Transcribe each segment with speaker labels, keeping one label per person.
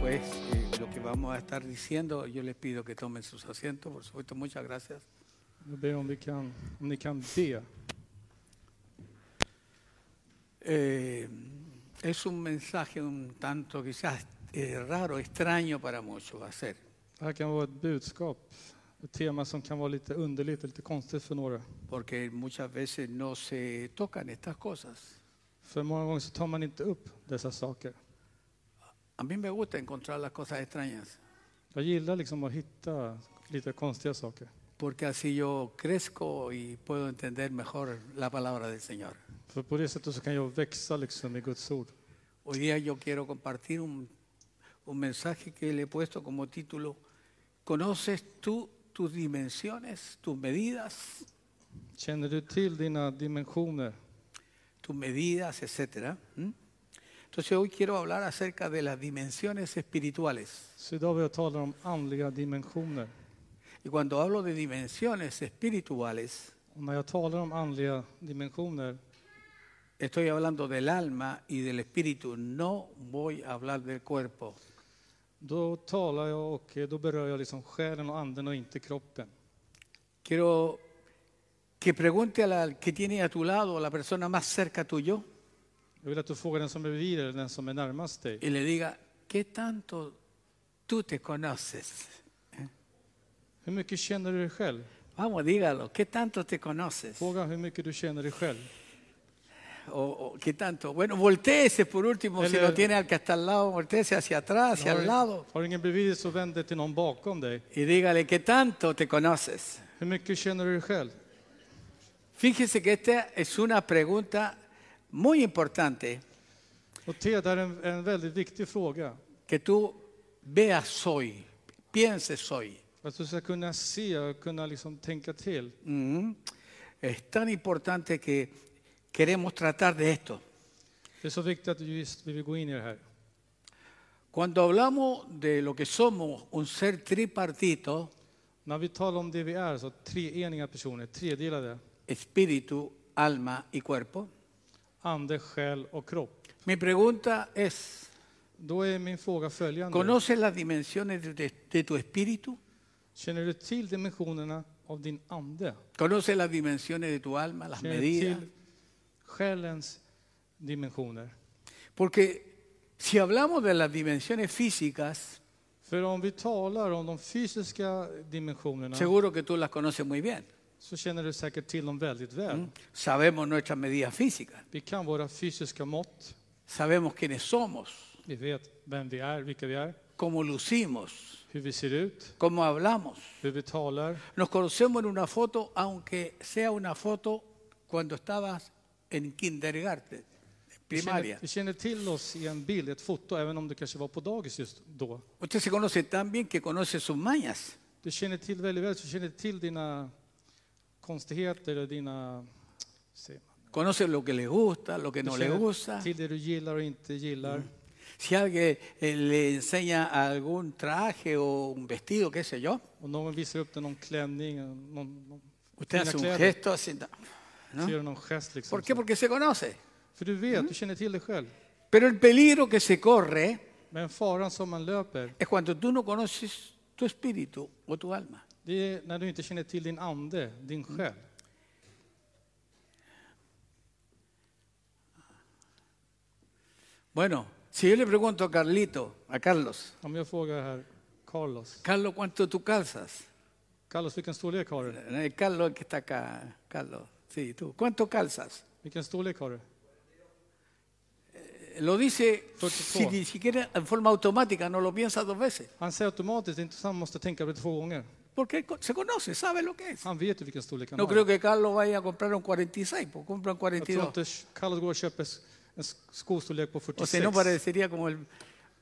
Speaker 1: pues, eh, vamos a estar diciendo. Yo les pido que tomen sus asientos, por supuesto. Muchas gracias.
Speaker 2: Jag ber om, vi kan, om ni kan be.
Speaker 1: Eh, es un mensaje un tanto quizás eh, raro, extraño para muchos hacer.
Speaker 2: Det här kan vara ett budskap, ett tema som kan vara lite underligt, lite konstigt för några.
Speaker 1: porque muchas veces no se tocan estas cosas.
Speaker 2: För många gånger så tar man inte upp dessa saker.
Speaker 1: A mí me gusta encontrar las cosas extrañas,
Speaker 2: Jag gillar liksom att hitta lite konstiga saker.
Speaker 1: porque así yo crezco y puedo entender mejor la palabra del Señor.
Speaker 2: För på det sättet så kan jag växa liksom i Guds ord.
Speaker 1: Hoy día yo quiero compartir un, un mensaje que le he puesto como título, ¿conoces tú tus dimensiones, tus medidas,
Speaker 2: Känner du till dina dimensioner?
Speaker 1: tus medidas, etcétera? ¿Mm? Entonces hoy quiero hablar acerca de las dimensiones espirituales.
Speaker 2: Så idag vill jag tala om andliga dimensioner.
Speaker 1: Y cuando hablo de dimensiones espirituales,
Speaker 2: Och när jag talar om andliga dimensioner
Speaker 1: Estoy hablando del alma y del espíritu, no voy a hablar del cuerpo.
Speaker 2: Då talar jag och eh, då berör jag liksom själen och anden och inte kroppen.
Speaker 1: Quiero que pregunte a la que tiene a tu lado, a la persona más cerca tuyo,
Speaker 2: Jag vill att du frågar den som är bredvid dig eller den som är närmast dig.
Speaker 1: y le diga, ¿qué tanto tú te conoces?
Speaker 2: Hur mycket känner du dig själv?
Speaker 1: Vamos, dígalo, ¿qué tanto te conoces? O,
Speaker 2: Fråga hur mycket du känner dig själv.
Speaker 1: o, ¿Qué tanto? Bueno, volteese por último, si
Speaker 2: Él-
Speaker 1: lo tiene al que está al lado, volteese hacia atrás, hacia
Speaker 2: Har,
Speaker 1: el lado,
Speaker 2: har du ingen bredvid dig så vänd dig till någon bakom dig.
Speaker 1: y dígale, ¿qué tanto te conoces?
Speaker 2: Hur mycket känner du dig själv?
Speaker 1: Fíjese que esta es una pregunta muy importante.
Speaker 2: Notera, det här är en, en väldigt viktig fråga.
Speaker 1: que tú veas hoy, pienses hoy.
Speaker 2: Att du ska kunna se och kunna liksom tänka till.
Speaker 1: Mm. Es tan importante que queremos tratar de esto.
Speaker 2: Det är så viktigt att vi just vi vill gå in i det här.
Speaker 1: Cuando hablamos de lo que somos, un ser tripartito,
Speaker 2: När vi talar om det vi är, så treeniga personer, tredelade,
Speaker 1: espíritu, alma y cuerpo,
Speaker 2: ande, själ och kropp.
Speaker 1: mi pregunta es,
Speaker 2: Då är min fråga följande.
Speaker 1: ¿conoces las dimensiones de, de- de tu espíritu?
Speaker 2: Känner du till dimensionerna av din ande?
Speaker 1: ¿Conoces las dimensiones de tu alma, las
Speaker 2: Känner du
Speaker 1: medidas?
Speaker 2: till själens dimensioner?
Speaker 1: Porque si hablamos de las dimensiones físicas,
Speaker 2: För om vi talar om de fysiska dimensionerna
Speaker 1: seguro que tú las conoces muy bien.
Speaker 2: så känner du säkert till dem väldigt väl.
Speaker 1: Mm. Sabemos nuestras medidas físicas.
Speaker 2: Vi kan våra fysiska mått.
Speaker 1: Sabemos quiénes somos,
Speaker 2: Vi vet vem vi är, vilka vi är,
Speaker 1: cómo lucimos,
Speaker 2: hur vi ser ut,
Speaker 1: cómo hablamos.
Speaker 2: hur vi talar.
Speaker 1: Nos conocemos en una foto, aunque sea una foto cuando estabas en kindergarten, en
Speaker 2: Vi
Speaker 1: primaria.
Speaker 2: känner, vi känner till oss i en bild, ett foto, även om du kanske var på dagis just då.
Speaker 1: Usted se conoce tan bien que conoce sus mañas.
Speaker 2: Du känner till väldigt väl, så känner du till dina konstigheter och dina... Säger man,
Speaker 1: Conoce lo que le gusta, lo que
Speaker 2: du
Speaker 1: no le
Speaker 2: känner
Speaker 1: gusta.
Speaker 2: till det du gillar och inte gillar.
Speaker 1: Si alguien eh, le enseña algún traje o un vestido, qué sé yo,
Speaker 2: Om någon visar upp dig någon klänning, någon, någon
Speaker 1: usted
Speaker 2: fina
Speaker 1: hace un
Speaker 2: kläder,
Speaker 1: gesto así. ¿no?
Speaker 2: så gör du någon gest. Liksom,
Speaker 1: ¿Por qué? Porque se conoce.
Speaker 2: För du vet, du känner till dig själv.
Speaker 1: Pero el peligro que se corre
Speaker 2: Men faran som man löper,
Speaker 1: es cuando tú no conoces tu espíritu o tu alma.
Speaker 2: det är när du inte känner till din ande, din själ.
Speaker 1: Bueno, si yo le pregunto a Carlito, a Carlos,
Speaker 2: Om jag frågar här, Carlos.
Speaker 1: Carlos, ¿cuánto tú calzas?
Speaker 2: Carlos, vilken storlek har du?
Speaker 1: Eh, Carlos que está acá, Carlos, sí, tú, ¿cuánto calzas?
Speaker 2: Vilken storlek har du?
Speaker 1: Eh, Lo dice
Speaker 2: Soy
Speaker 1: si
Speaker 2: tú.
Speaker 1: ni siquiera en forma automática, no lo piensa dos veces,
Speaker 2: Han säger automatiskt, det är inte så han måste tänka på det två gånger.
Speaker 1: porque él co- se conoce, sabe lo que es.
Speaker 2: Han vet ju vilken storlek han
Speaker 1: No
Speaker 2: har.
Speaker 1: creo que Carlos vaya a comprar un 46, pues compra un
Speaker 2: Jag tror
Speaker 1: 42,
Speaker 2: inte Carlos går och köper s- en s- skostorlek på
Speaker 1: o
Speaker 2: 46.
Speaker 1: si no parecería como el-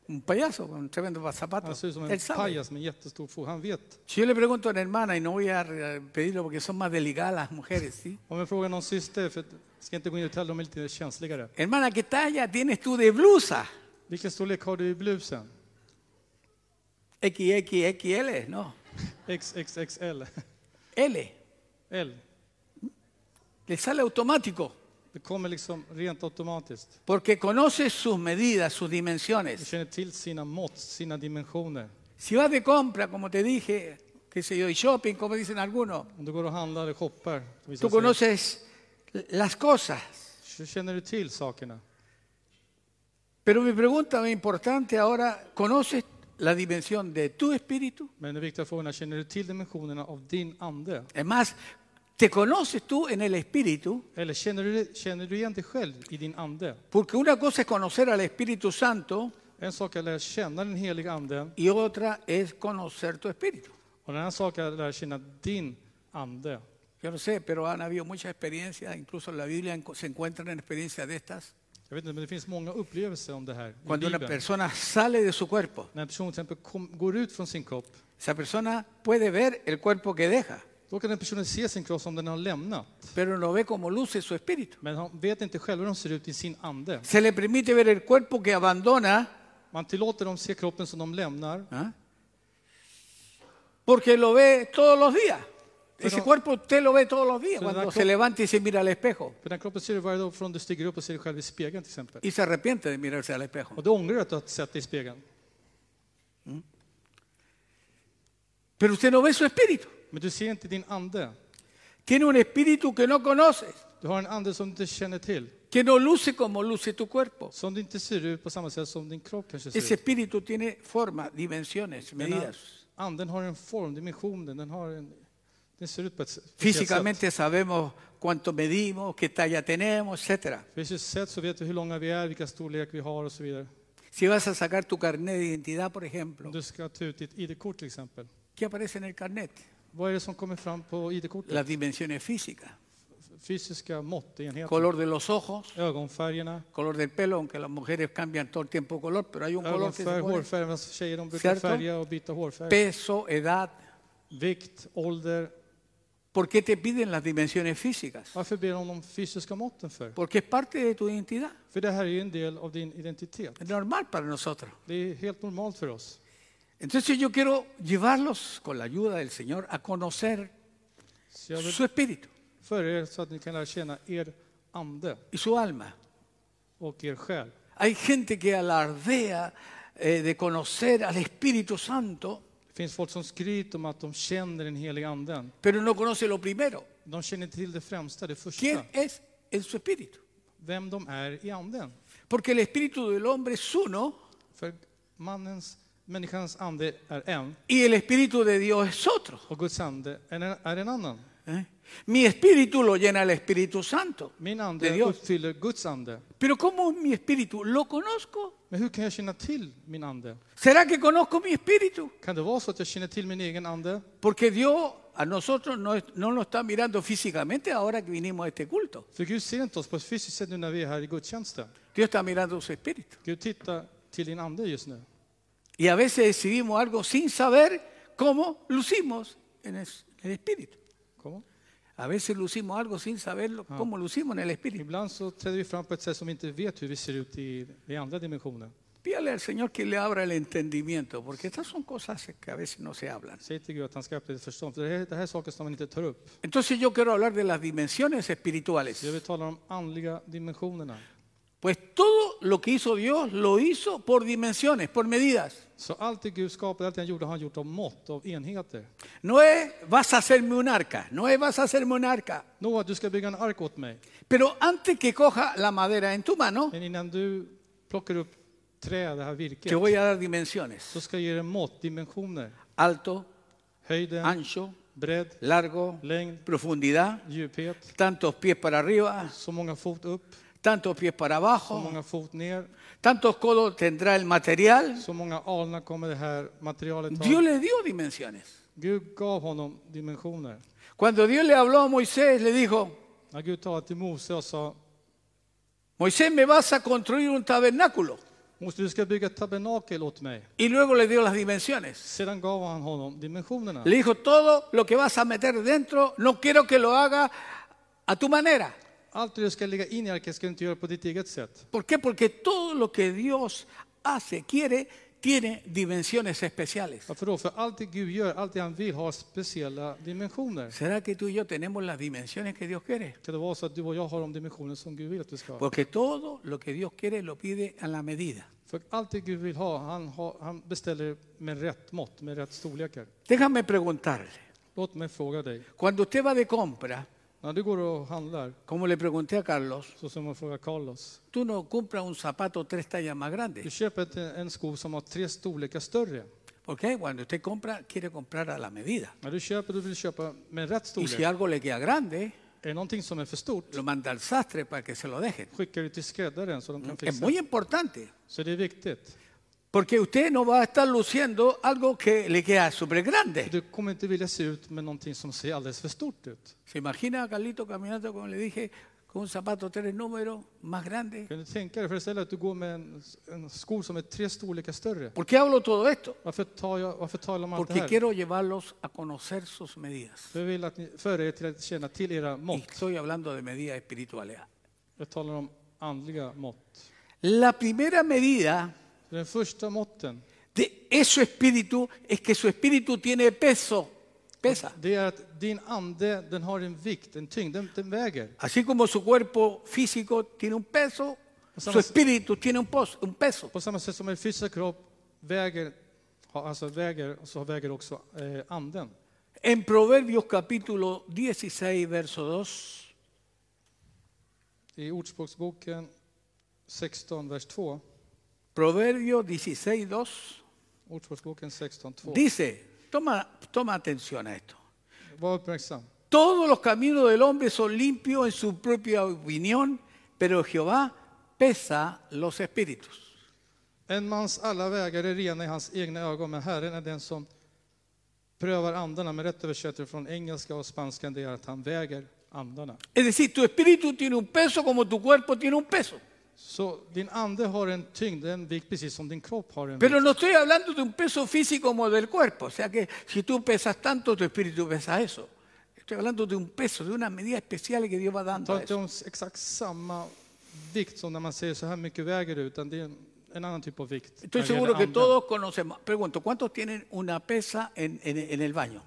Speaker 1: un payaso con un tremendo zapato.
Speaker 2: han ser ut som en
Speaker 1: Él sabe.
Speaker 2: pajas med en jättestor fot. Han vet.
Speaker 1: Si yo le pregunto a una hermana, y no voy a re- pedirlo porque son más delicadas las mujeres, ¿sí?
Speaker 2: Om jag frågar någon syster, för jag ska inte gå in i detalj, de är lite känsligare.
Speaker 1: Hermana, ¿qué talla tienes tú de blusa?
Speaker 2: Vilken storlek har du i blusen?
Speaker 1: XXXL, no,
Speaker 2: XXXL.
Speaker 1: L.
Speaker 2: L.
Speaker 1: Le sale automático,
Speaker 2: Det kommer liksom rent automatiskt.
Speaker 1: porque conoce sus medidas, sus
Speaker 2: Du
Speaker 1: dimensiones.
Speaker 2: känner till sina mått, sina dimensioner.
Speaker 1: Si vas de compra, como te dije, qué sé yo, y shopping, como dicen algunos,
Speaker 2: Om du går och handlar och shoppar,
Speaker 1: tú
Speaker 2: visar sig,
Speaker 1: conoces las cosas.
Speaker 2: så känner du till sakerna.
Speaker 1: Pero mi pregunta más importante ahora, ¿conoces la dimensión de tu espíritu?
Speaker 2: Men den viktiga frågan är, känner du till dimensionerna av din ande?
Speaker 1: Es más, ¿te conoces tú en el espíritu?
Speaker 2: Eller känner du, känner du igen dig själv i din ande?
Speaker 1: Porque una cosa es conocer al Espíritu Santo
Speaker 2: En sak är att lära känna den heliga anden
Speaker 1: y otra es conocer tu espíritu.
Speaker 2: och en annan sak är att lära känna din ande.
Speaker 1: Yo no sé, pero han habido muchas experiencias, incluso en la Biblia en- se encuentran en experiencias de estas,
Speaker 2: Jag vet inte, men det finns många upplevelser om det här i
Speaker 1: cuando una
Speaker 2: Bibeln.
Speaker 1: persona sale de su cuerpo.
Speaker 2: När en person till exempel kom, går ut från sin kropp,
Speaker 1: Esa persona puede ver el cuerpo que deja,
Speaker 2: då kan den personen se sin kropp som den har lämnat.
Speaker 1: pero no ve cómo luce su espíritu.
Speaker 2: Men han vet inte själv hur de ser ut i sin ande.
Speaker 1: Se le permite ver el cuerpo que abandona,
Speaker 2: Man tillåter dem se kroppen som de lämnar.
Speaker 1: ¿ah? porque lo ve todos los días. Ese
Speaker 2: Pero-
Speaker 1: cuerpo usted lo ve todos los días,
Speaker 2: Pero
Speaker 1: cuando
Speaker 2: la
Speaker 1: se
Speaker 2: co-
Speaker 1: levanta y se mira al espejo
Speaker 2: För den kroppen ser du varje dag från du stiger upp och ser dig själv i spegeln till exempel.
Speaker 1: y se arrepiente de mirarse al espejo.
Speaker 2: Och du ångrar du att du har sett dig i spegeln.
Speaker 1: Pero usted no ve su espíritu.
Speaker 2: Men du ser inte din ande.
Speaker 1: Tiene un espíritu que no conoces,
Speaker 2: Du har en ande som du inte känner till.
Speaker 1: que no luce como luce tu cuerpo.
Speaker 2: Som du inte ser ut på samma sätt som din kropp kanske ser
Speaker 1: Ese
Speaker 2: ut.
Speaker 1: espíritu tiene forma, dimensiones,
Speaker 2: Denna
Speaker 1: medidas.
Speaker 2: anden har en form, dimensionen, den, har en, den ser ut på ett s- speciellt sätt.
Speaker 1: Físicamente sabemos cuánto medimos, qué talla tenemos, etc.
Speaker 2: Fysiskt sett så vet du hur långa vi är, vilka storlek vi har och så vidare.
Speaker 1: Si vas a sacar tu carnet de identidad, por
Speaker 2: Om
Speaker 1: ejemplo,
Speaker 2: du ska ta ut ditt ID-kort till exempel.
Speaker 1: ¿qué aparece en el carnet?
Speaker 2: Vad är det som kommer fram på ID-kortet?
Speaker 1: Las dimensiones físicas.
Speaker 2: Fysiska mått, enheter.
Speaker 1: Color de los ojos,
Speaker 2: Ögonfärgerna,
Speaker 1: color del pelo, aunque las mujeres cambian todo el tiempo color, pero hay un color que
Speaker 2: ögonfärg,
Speaker 1: se pone.
Speaker 2: hårfärg. Medan tjejer de brukar
Speaker 1: Cierto?
Speaker 2: färga och byta hårfärg.
Speaker 1: Peso, edad.
Speaker 2: Vikt, ålder.
Speaker 1: ¿Por qué te piden las dimensiones físicas?
Speaker 2: Varför ber de om de fysiska måtten för?
Speaker 1: Porque es parte de tu identidad.
Speaker 2: För det här är ju en del av din identitet.
Speaker 1: Es normal para nosotros.
Speaker 2: Det är helt normalt för oss.
Speaker 1: Entonces yo quiero llevarlos con la ayuda del Señor a conocer
Speaker 2: Så jag vill
Speaker 1: su espíritu
Speaker 2: för er så att ni kan lära känna er ande
Speaker 1: y su alma.
Speaker 2: och er själ.
Speaker 1: Hay gente que alardea eh, de conocer al Espíritu Santo,
Speaker 2: Det finns folk som skryter om att de känner den heliga anden.
Speaker 1: pero no conoce lo primero.
Speaker 2: De känner inte till det främsta, det första.
Speaker 1: ¿Quién es en su espíritu?
Speaker 2: Vem de är i anden.
Speaker 1: Porque el espíritu del hombre es uno
Speaker 2: För mannens, människans ande är en
Speaker 1: y el espíritu de Dios es otro.
Speaker 2: och Guds ande är en, är en annan.
Speaker 1: ¿eh? Mi espíritu lo llena el Espíritu Santo.
Speaker 2: Min
Speaker 1: Det är
Speaker 2: ande
Speaker 1: Dios.
Speaker 2: uppfyller Guds ande.
Speaker 1: Pero ¿cómo mi espíritu? ¿Lo conozco?
Speaker 2: Men hur kan jag känna till min ande?
Speaker 1: ¿Será que conozco mi espíritu?
Speaker 2: Kan det vara så att jag känner till min egen ande?
Speaker 1: Porque Dios a nosotros no, es- no nos está mirando físicamente ahora que vinimos a este culto.
Speaker 2: För Gud ser inte oss på ett fysiskt sätt nu när vi är här i gudstjänsten.
Speaker 1: Dios está mirando su espíritu.
Speaker 2: Gud tittar till din ande just nu.
Speaker 1: Y a veces decidimos algo sin saber cómo lucimos en el, en el espíritu.
Speaker 2: Kom.
Speaker 1: A veces lucimos algo sin saber lo- cómo lucimos en el espíritu.
Speaker 2: Ibland så träder vi fram på ett sätt som vi inte vet hur vi ser ut i den andra dimensionen.
Speaker 1: Pídale al Señor que le abra el entendimiento, porque estas son cosas que a veces no se hablan.
Speaker 2: Säg till Gud att han ska öppna ditt förstånd, för det här, det här är saker som man inte tar upp.
Speaker 1: Entonces yo quiero hablar de las dimensiones
Speaker 2: Jag
Speaker 1: espirituales.
Speaker 2: vill tala om andliga dimensionerna.
Speaker 1: Pues todo lo que hizo Dios lo hizo por dimensiones, por medidas.
Speaker 2: Så allt det Gud skapade, allt det han gjorde, har han gjort av mått, av enheter.
Speaker 1: Noé, vas a hacerme un arca. Noé, vas a hacerme un arca.
Speaker 2: Noa, du ska bygga en ark åt mig.
Speaker 1: Pero antes que coja la madera en tu mano,
Speaker 2: Men innan du plockar upp trä, det här
Speaker 1: te
Speaker 2: virket,
Speaker 1: voy a dar dimensiones.
Speaker 2: så ska jag ge dig mått, dimensioner.
Speaker 1: Alto,
Speaker 2: Höjden,
Speaker 1: ancho,
Speaker 2: bredd,
Speaker 1: largo,
Speaker 2: längd,
Speaker 1: profundidad,
Speaker 2: djuphet.
Speaker 1: tantos pies para arriba,
Speaker 2: Så många fot upp,
Speaker 1: tantos pies para
Speaker 2: så
Speaker 1: abajo,
Speaker 2: många fot ner.
Speaker 1: tantos codos tendrá el material.
Speaker 2: Så många alnar kommer det här materialet
Speaker 1: Dios
Speaker 2: ha.
Speaker 1: le dio dimensiones.
Speaker 2: Gud gav honom dimensioner.
Speaker 1: Cuando Dios le habló a Moisés, le dijo,
Speaker 2: När Gud talade till Mose och sa,
Speaker 1: Moisés, me vas a construir un tabernáculo.
Speaker 2: Mose du ska bygga ett tabernakel åt mig.
Speaker 1: Y luego le dio las dimensiones.
Speaker 2: Sedan gav han honom dimensionerna.
Speaker 1: Le dijo, todo lo que vas a meter dentro, no quiero que lo haga a tu manera.
Speaker 2: Allt det du ska lägga in i arken ska du inte göra på ditt eget sätt.
Speaker 1: ¿Por qué? Porque todo lo que Dios hace, quiere, tiene dimensiones especiales.
Speaker 2: Varför då? För allt det Gud gör, allt det han vill har speciella dimensioner.
Speaker 1: ¿Será que tú y yo tenemos las dimensiones que Dios quiere?
Speaker 2: Kan det vara så att du och jag har de dimensioner som Gud vill att vi ska ha?
Speaker 1: Porque todo lo que Dios quiere lo pide a la medida.
Speaker 2: För allt det Gud vill ha, han, har, han beställer med rätt mått, med rätt storlekar.
Speaker 1: Déjame preguntarle,
Speaker 2: Låt mig fråga dig,
Speaker 1: cuando usted va de compra,
Speaker 2: när du går och handlar,
Speaker 1: como le pregunté a Carlos,
Speaker 2: så som man frågar Carlos,
Speaker 1: tú no compras un zapato tres tallas más
Speaker 2: du
Speaker 1: grande.
Speaker 2: köper ett- en sko som har tre storlekar större.
Speaker 1: Porque cuando usted compra, quiere comprar a la medida.
Speaker 2: När du köper, du vill köpa med rätt
Speaker 1: Y si
Speaker 2: storlek.
Speaker 1: algo le queda grande,
Speaker 2: Är det någonting som är för stort,
Speaker 1: lo manda al sastre para que se lo dejen.
Speaker 2: skickar du till skräddaren så de kan
Speaker 1: Es
Speaker 2: fixa.
Speaker 1: muy importante.
Speaker 2: Så det är viktigt.
Speaker 1: Porque usted no va a estar luciendo algo que le queda súper grande.
Speaker 2: Du kommer inte vilja se ut med någonting som ser alldeles för stort ut.
Speaker 1: ¿Se imagina a Carlito caminando, como le dije, con un zapato tres números más grande?
Speaker 2: Kan du tänka dig föreställa dig att du går med en, en sko som är tre storlekar större?
Speaker 1: ¿Por qué hablo todo esto?
Speaker 2: Varför, tar jag, varför talar man allt det
Speaker 1: Porque
Speaker 2: här?
Speaker 1: quiero llevarlos a conocer sus medidas.
Speaker 2: För jag vill att ni för er till att känna till era
Speaker 1: Y
Speaker 2: mått.
Speaker 1: estoy hablando de ¿eh? medidas espirituales.
Speaker 2: Jag talar om andliga mått.
Speaker 1: La primera medida
Speaker 2: Den första måtten,
Speaker 1: de eso espíritu es que su espíritu tiene peso, pesa.
Speaker 2: det är att din ande, den har en vikt, en tyngd, den, den väger.
Speaker 1: Así como su cuerpo físico tiene un peso, su espíritu tiene un, pos- un peso.
Speaker 2: På samma sätt som en fysisk kropp väger, har- alltså väger, så väger också eh, anden.
Speaker 1: En Proverbios capítulo 16, verso 2,
Speaker 2: I Ordspråksboken 16, vers 2.
Speaker 1: Proverbios 16, 2,
Speaker 2: Ordspråksboken 16, 2.
Speaker 1: dice, toma, toma atención a esto.
Speaker 2: Var uppmärksam.
Speaker 1: Todos los caminos del hombre son limpios en su propia opinión, pero Jehová pesa los espíritus.
Speaker 2: En mans alla vägar är rena i hans egna ögon, men Herren är den som prövar andarna. Med rätt översättning från engelska och spanska det är att han väger andarna.
Speaker 1: Es decir, tu espíritu tiene un peso como tu cuerpo tiene un peso.
Speaker 2: Så din ande har en tyngd, en vikt, precis som din kropp har en vikt.
Speaker 1: Pero no estoy hablando de un peso físico como del cuerpo. O sea que si tú pesas tanto, tu espíritu pesa eso. Estoy hablando de un peso, de una medida especial que Dios va dando.
Speaker 2: Ta
Speaker 1: A
Speaker 2: inte
Speaker 1: eso.
Speaker 2: om exakt samma vikt som när man säger så här mycket väger du, utan det är en, en annan typ av vikt.
Speaker 1: Estoy
Speaker 2: när det
Speaker 1: seguro
Speaker 2: gäller
Speaker 1: que
Speaker 2: anden.
Speaker 1: todos conocemos. Pregunto, ¿cuántos tienen una pesa en, en- en el baño?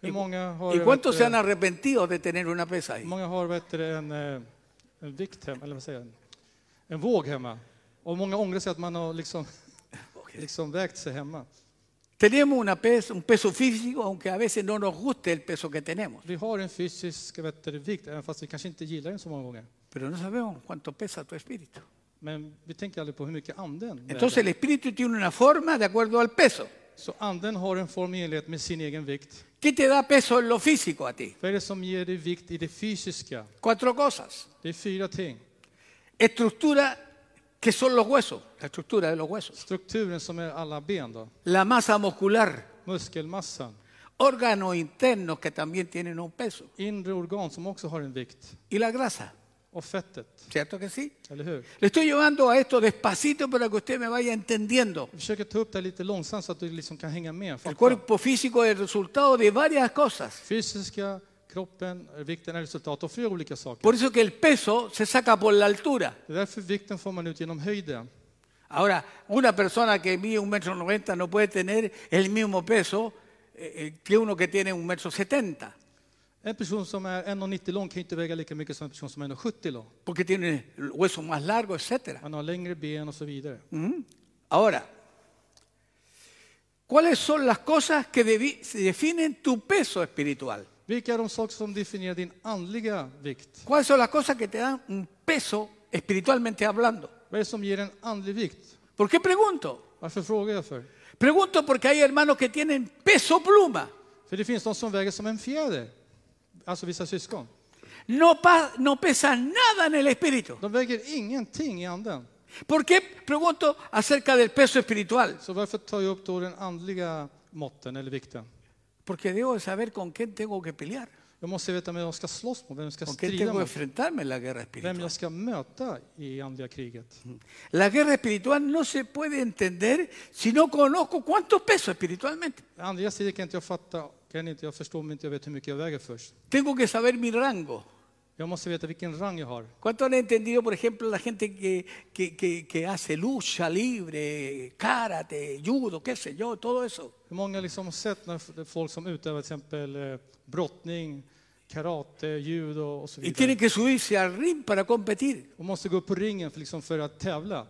Speaker 2: Hur många har,
Speaker 1: ¿Y cuántos
Speaker 2: vet,
Speaker 1: se han
Speaker 2: eh,
Speaker 1: arrepentido de tener una pesa
Speaker 2: hur
Speaker 1: ahí?
Speaker 2: många har vet, du, en, eh, en vikt hemma, eller vad säger jag, en, en våg hemma? Och många ångrar sig att man har liksom, liksom vägt sig hemma.
Speaker 1: Tenemos una pesa, un peso físico, aunque a veces no nos guste el peso que tenemos.
Speaker 2: Vi har en fysisk vet, du, vikt, även fast vi kanske inte gillar den så många gånger.
Speaker 1: Pero no sabemos cuánto pesa tu espíritu.
Speaker 2: Men vi tänker aldrig på hur mycket anden
Speaker 1: Entonces el
Speaker 2: väger.
Speaker 1: espíritu tiene una forma de acuerdo al peso.
Speaker 2: Så anden har en form i enlighet med sin egen vikt.
Speaker 1: ¿Qué te da peso en lo físico a ti?
Speaker 2: Vad är det som ger dig vikt i det fysiska?
Speaker 1: Cuatro cosas.
Speaker 2: Det är fyra ting.
Speaker 1: estructura que son los huesos, la estructura de los huesos,
Speaker 2: Strukturen som är alla ben då.
Speaker 1: la masa muscular,
Speaker 2: Muskelmassan.
Speaker 1: órganos internos que también tienen un peso
Speaker 2: Inre organ som också har en vikt.
Speaker 1: y la grasa,
Speaker 2: Och fettet.
Speaker 1: ¿cierto que sí?
Speaker 2: Eller hur?
Speaker 1: Le estoy llevando a esto despacito para que usted me vaya entendiendo.
Speaker 2: Jag försöker ta upp det här lite långsamt så att du liksom kan hänga med.
Speaker 1: El
Speaker 2: Fatta.
Speaker 1: cuerpo físico es el resultado de varias cosas.
Speaker 2: Fysiska, kroppen, vikten är resultat av flera olika saker.
Speaker 1: Por eso que el peso se saca por la altura.
Speaker 2: Det är därför vikten får man ut genom höjden.
Speaker 1: Ahora, una persona que mide un metro noventa no puede tener el mismo peso eh, eh, que uno que tiene un metro setenta,
Speaker 2: En person som är 1,90 lång kan ju inte väga lika mycket som en person som är 1,70 lång.
Speaker 1: porque tiene el hueso más largo, etcétera.
Speaker 2: Man har längre ben och så vidare.
Speaker 1: Ujú. Ahora, ¿cuáles son las cosas que debi- se definen tu peso espiritual?
Speaker 2: Vilka är de saker som definierar din andliga vikt?
Speaker 1: ¿Cuáles son las cosas que te dan un peso espiritualmente hablando?
Speaker 2: Vad är det som ger en andlig vikt?
Speaker 1: ¿Por qué pregunto?
Speaker 2: Varför frågar jag för?
Speaker 1: Pregunto porque hay hermanos que tienen peso pluma.
Speaker 2: För det finns de som väger som en fjäder. Alltså vissa syskon.
Speaker 1: No, pa- no pesan nada en el espíritu.
Speaker 2: De väger ingenting i anden.
Speaker 1: ¿Por qué pregunto acerca del peso espiritual?
Speaker 2: Så varför tar jag upp då den andliga måtten eller vikten?
Speaker 1: Porque debo de saber con quién tengo que pelear,
Speaker 2: Jag måste veta vem jag ska slåss mot, vem jag ska
Speaker 1: con quién
Speaker 2: strida
Speaker 1: tengo que
Speaker 2: mot,
Speaker 1: enfrentarme en la guerra
Speaker 2: vem
Speaker 1: espiritual.
Speaker 2: jag ska möta i andliga kriget.
Speaker 1: La guerra espiritual no se puede entender si no conozco cuánto peso espiritualmente.
Speaker 2: Det Andliga strider kan inte jag fatta, kan inte jag förstå om inte jag vet hur mycket jag väger först.
Speaker 1: Tengo que saber mi rango.
Speaker 2: Jag måste veta vilken rang jag har.
Speaker 1: ¿Cuánto han entendido, por ejemplo, la gente que, que- que- que hace lucha libre, karate, judo, qué sé yo, todo eso?
Speaker 2: Hur många liksom har sett när f- folk som utövar till exempel eh, brottning, karate, judo och så
Speaker 1: Y tienen
Speaker 2: vidare.
Speaker 1: que subirse al ring para competir.
Speaker 2: Och måste gå upp på ringen för, liksom, för att tävla.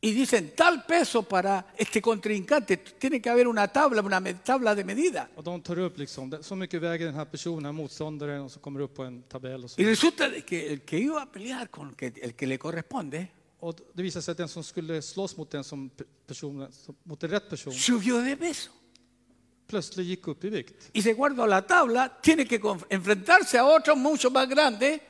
Speaker 1: y dicen tal peso para este contrincante. Tiene que haber una tabla, una me- tabla de medida.
Speaker 2: Och de tar upp liksom, det- så mycket väger den här personen, motståndaren, och så kommer det upp på en tabell. Och,
Speaker 1: Y
Speaker 2: så.
Speaker 1: resulta de que el que iba a pelear con que- el que le corresponde,
Speaker 2: och det visar sig att den som skulle slåss mot den som pe- personen, som- mot en rätt person,
Speaker 1: subió de peso.
Speaker 2: plötsligt gick upp i vikt.
Speaker 1: Y se guardó la tabla, tiene que conf- enfrentarse a otro mucho más grande.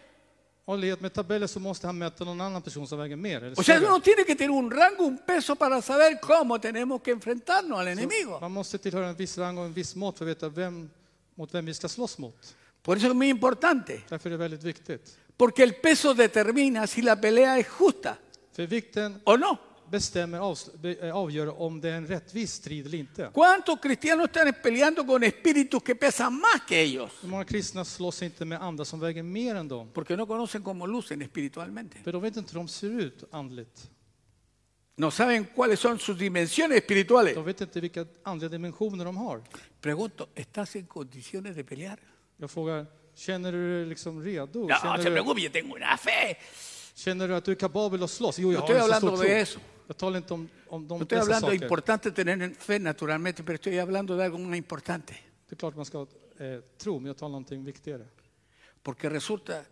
Speaker 2: Och led med tabeller så måste han möta någon annan person som väger mer. Eller
Speaker 1: O sea,
Speaker 2: större.
Speaker 1: uno tiene que tener un rango, un peso para saber cómo tenemos que enfrentarnos al enemigo.
Speaker 2: Man måste tillhöra en viss rang och en viss mått för att veta vem, mot vem vi ska slåss mot.
Speaker 1: Por eso es muy importante,
Speaker 2: Därför är det väldigt viktigt.
Speaker 1: porque el peso determina si la pelea es justa
Speaker 2: För vikten
Speaker 1: o no.
Speaker 2: bestämmer, avs- be- eh, avgör om det är en rättvis strid eller inte.
Speaker 1: ¿Cuántos cristianos están peleando con espíritus que pesan más que ellos?
Speaker 2: Hur många kristna slåss inte med andra som väger mer än dem?
Speaker 1: Porque no conocen cómo lucen espiritualmente.
Speaker 2: För de vet inte hur de ser ut andligt.
Speaker 1: No saben cuáles son sus dimensiones espirituales.
Speaker 2: De vet inte vilka andliga dimensioner de har.
Speaker 1: Pregunto, ¿estás en condiciones de pelear?
Speaker 2: Jag frågar, känner du dig liksom redo?
Speaker 1: No, se
Speaker 2: Känner du,
Speaker 1: preocupe, yo tengo una fe.
Speaker 2: känner du att du är kapabel att slåss? Jo, jag
Speaker 1: Jag
Speaker 2: har en
Speaker 1: talar
Speaker 2: så
Speaker 1: om
Speaker 2: stor
Speaker 1: det.
Speaker 2: tro. Jag talar inte om, om de
Speaker 1: No estoy
Speaker 2: dessa
Speaker 1: hablando de
Speaker 2: saker.
Speaker 1: importante tener fe naturalmente, pero estoy hablando de algo muy importante.
Speaker 2: Det är klart man ska eh, tro, men jag talar om någonting viktigare.
Speaker 1: Porque resulta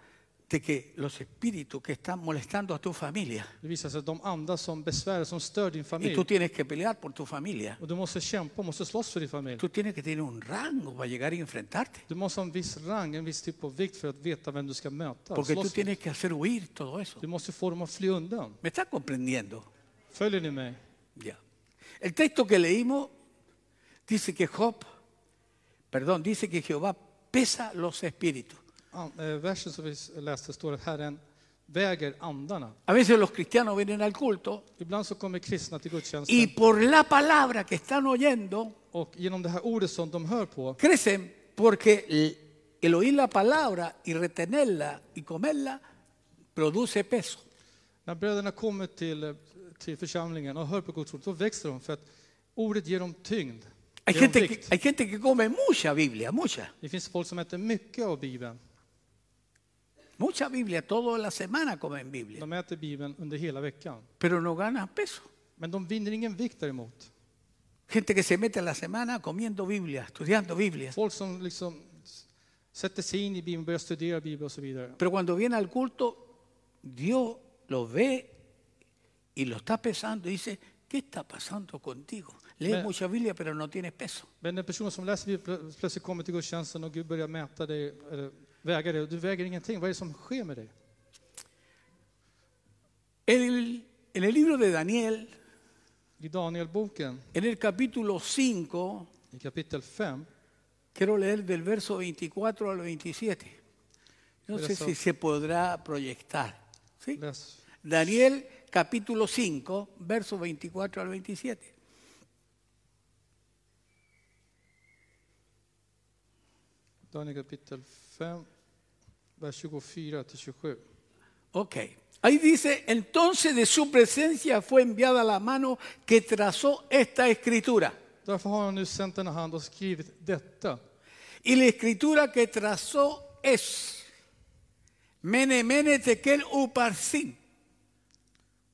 Speaker 1: de que los espíritus que están molestando a tu familia,
Speaker 2: Det visar sig att de andra som besvär, som stör din
Speaker 1: y
Speaker 2: familj,
Speaker 1: tú tienes que pelear por tu familia,
Speaker 2: och du måste kämpa, måste slåss för din familj.
Speaker 1: tú tienes que tener un rango para llegar y enfrentarte.
Speaker 2: Du måste ha en viss rang, en viss typ av vikt för att veta vem du ska möta. och
Speaker 1: Porque tú
Speaker 2: Slåss. med.
Speaker 1: tienes que hacer huir todo eso.
Speaker 2: Du måste få dem att fly undan.
Speaker 1: ¿Me estás comprendiendo?
Speaker 2: Följer ni mig?
Speaker 1: Ya. El texto que leímos dice que Job, perdón, dice que Jehová pesa los espíritus.
Speaker 2: An- eh, Versen som vi s- läste står att Herren väger andarna.
Speaker 1: A veces los cristianos vienen al culto
Speaker 2: Ibland så kommer kristna till gudstjänsten
Speaker 1: y por la palabra que están oyendo
Speaker 2: och genom det här ordet som de hör på
Speaker 1: crecen porque el- el oír la palabra y retenerla y comerla produce peso.
Speaker 2: När bröderna kommer till, eh, till församlingen och hör på Guds ord, då växer de för att ordet ger dem tyngd.
Speaker 1: Hay
Speaker 2: ger dem
Speaker 1: gente, que,
Speaker 2: vikt.
Speaker 1: hay gente que come mucha Biblia, mucha,
Speaker 2: Det finns folk som äter mycket av Bibeln.
Speaker 1: mucha Biblia, toda la semana comen Biblia,
Speaker 2: De äter Bibeln under hela veckan.
Speaker 1: pero no ganan peso.
Speaker 2: Men de vinner ingen vikt däremot.
Speaker 1: Gente que se mete a la semana comiendo Biblia, estudiando Biblia,
Speaker 2: Folk som liksom s- sätter sig in i Bibeln, börjar studera Bibeln och så vidare.
Speaker 1: pero cuando viene al culto, Dios los ve y lo está pesando y dice, ¿qué está pasando contigo? Lees
Speaker 2: Me-
Speaker 1: mucha Biblia pero no tienes peso.
Speaker 2: Men en person som läser Bibeln plö- plötsligt kommer till gudstjänsten och Gud börjar mäta dig, eller väga dig, och du väger ingenting. Vad är det som sker med dig?
Speaker 1: En el- en el libro de Daniel,
Speaker 2: I Danielboken,
Speaker 1: En el capítulo 5,
Speaker 2: i kapitel 5,
Speaker 1: quiero leer del verso 24 al 27. No sé
Speaker 2: Verso.
Speaker 1: si se podrá proyectar. ¿sí?
Speaker 2: läs
Speaker 1: Daniel capítulo 5, verso 24 al 27.
Speaker 2: Daniel kapitel 5, vers 24 till 27.
Speaker 1: Ok. Ahí dice, entonces de su presencia fue enviada la mano que trazó esta escritura.
Speaker 2: Därför har han nu sänt denna hand och skrivit detta.
Speaker 1: Y la escritura que trazó es, Mene, Mene, Tekel, Uparsin.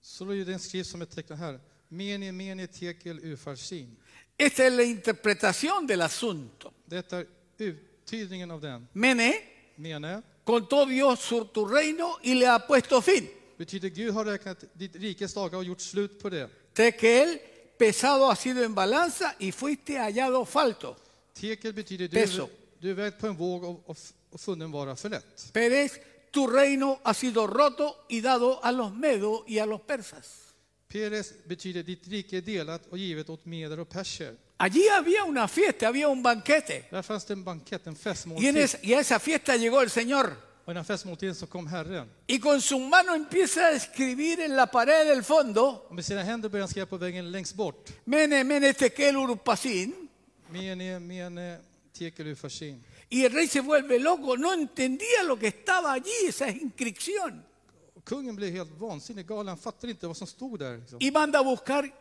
Speaker 2: Så då är den skrivs som ett tecken här. Meni, meni, tekel, ufarsin.
Speaker 1: Esta es la interpretación del asunto.
Speaker 2: Detta är uttydningen av den.
Speaker 1: Mene,
Speaker 2: Mene
Speaker 1: contó Dios sur tu reino y le ha puesto fin.
Speaker 2: betyder Gud har räknat ditt rikes dagar och gjort slut på det.
Speaker 1: Te que él pesado ha sido en balanza y fuiste hallado falto.
Speaker 2: Tekel betyder
Speaker 1: Peso.
Speaker 2: du, du är vägd på en våg och, och, f- och funnen vara för lätt.
Speaker 1: Pérez, tu reino ha sido roto y dado a los medos y a los persas.
Speaker 2: Peres betyder ditt rike är delat och givet åt meder och perser.
Speaker 1: Allí había una fiesta, había un banquete.
Speaker 2: Där fanns det en bankett, en
Speaker 1: Y, en
Speaker 2: festmåltid.
Speaker 1: es- y a esa fiesta llegó el Señor.
Speaker 2: Och i den här festmåltiden så kom Herren.
Speaker 1: Y con su mano empieza a escribir en la pared del fondo,
Speaker 2: Och med sina händer började han skriva på väggen längst bort.
Speaker 1: Mene, Mene, Tekel, Urupasín.
Speaker 2: Mene, mene, tekel ufarsin.
Speaker 1: Y el rey se vuelve loco, no entendía lo que estaba allí, esa inscripción.
Speaker 2: Och kungen blev helt vansinnig, galen, han fattade inte vad som stod där. Liksom.
Speaker 1: y manda a buscar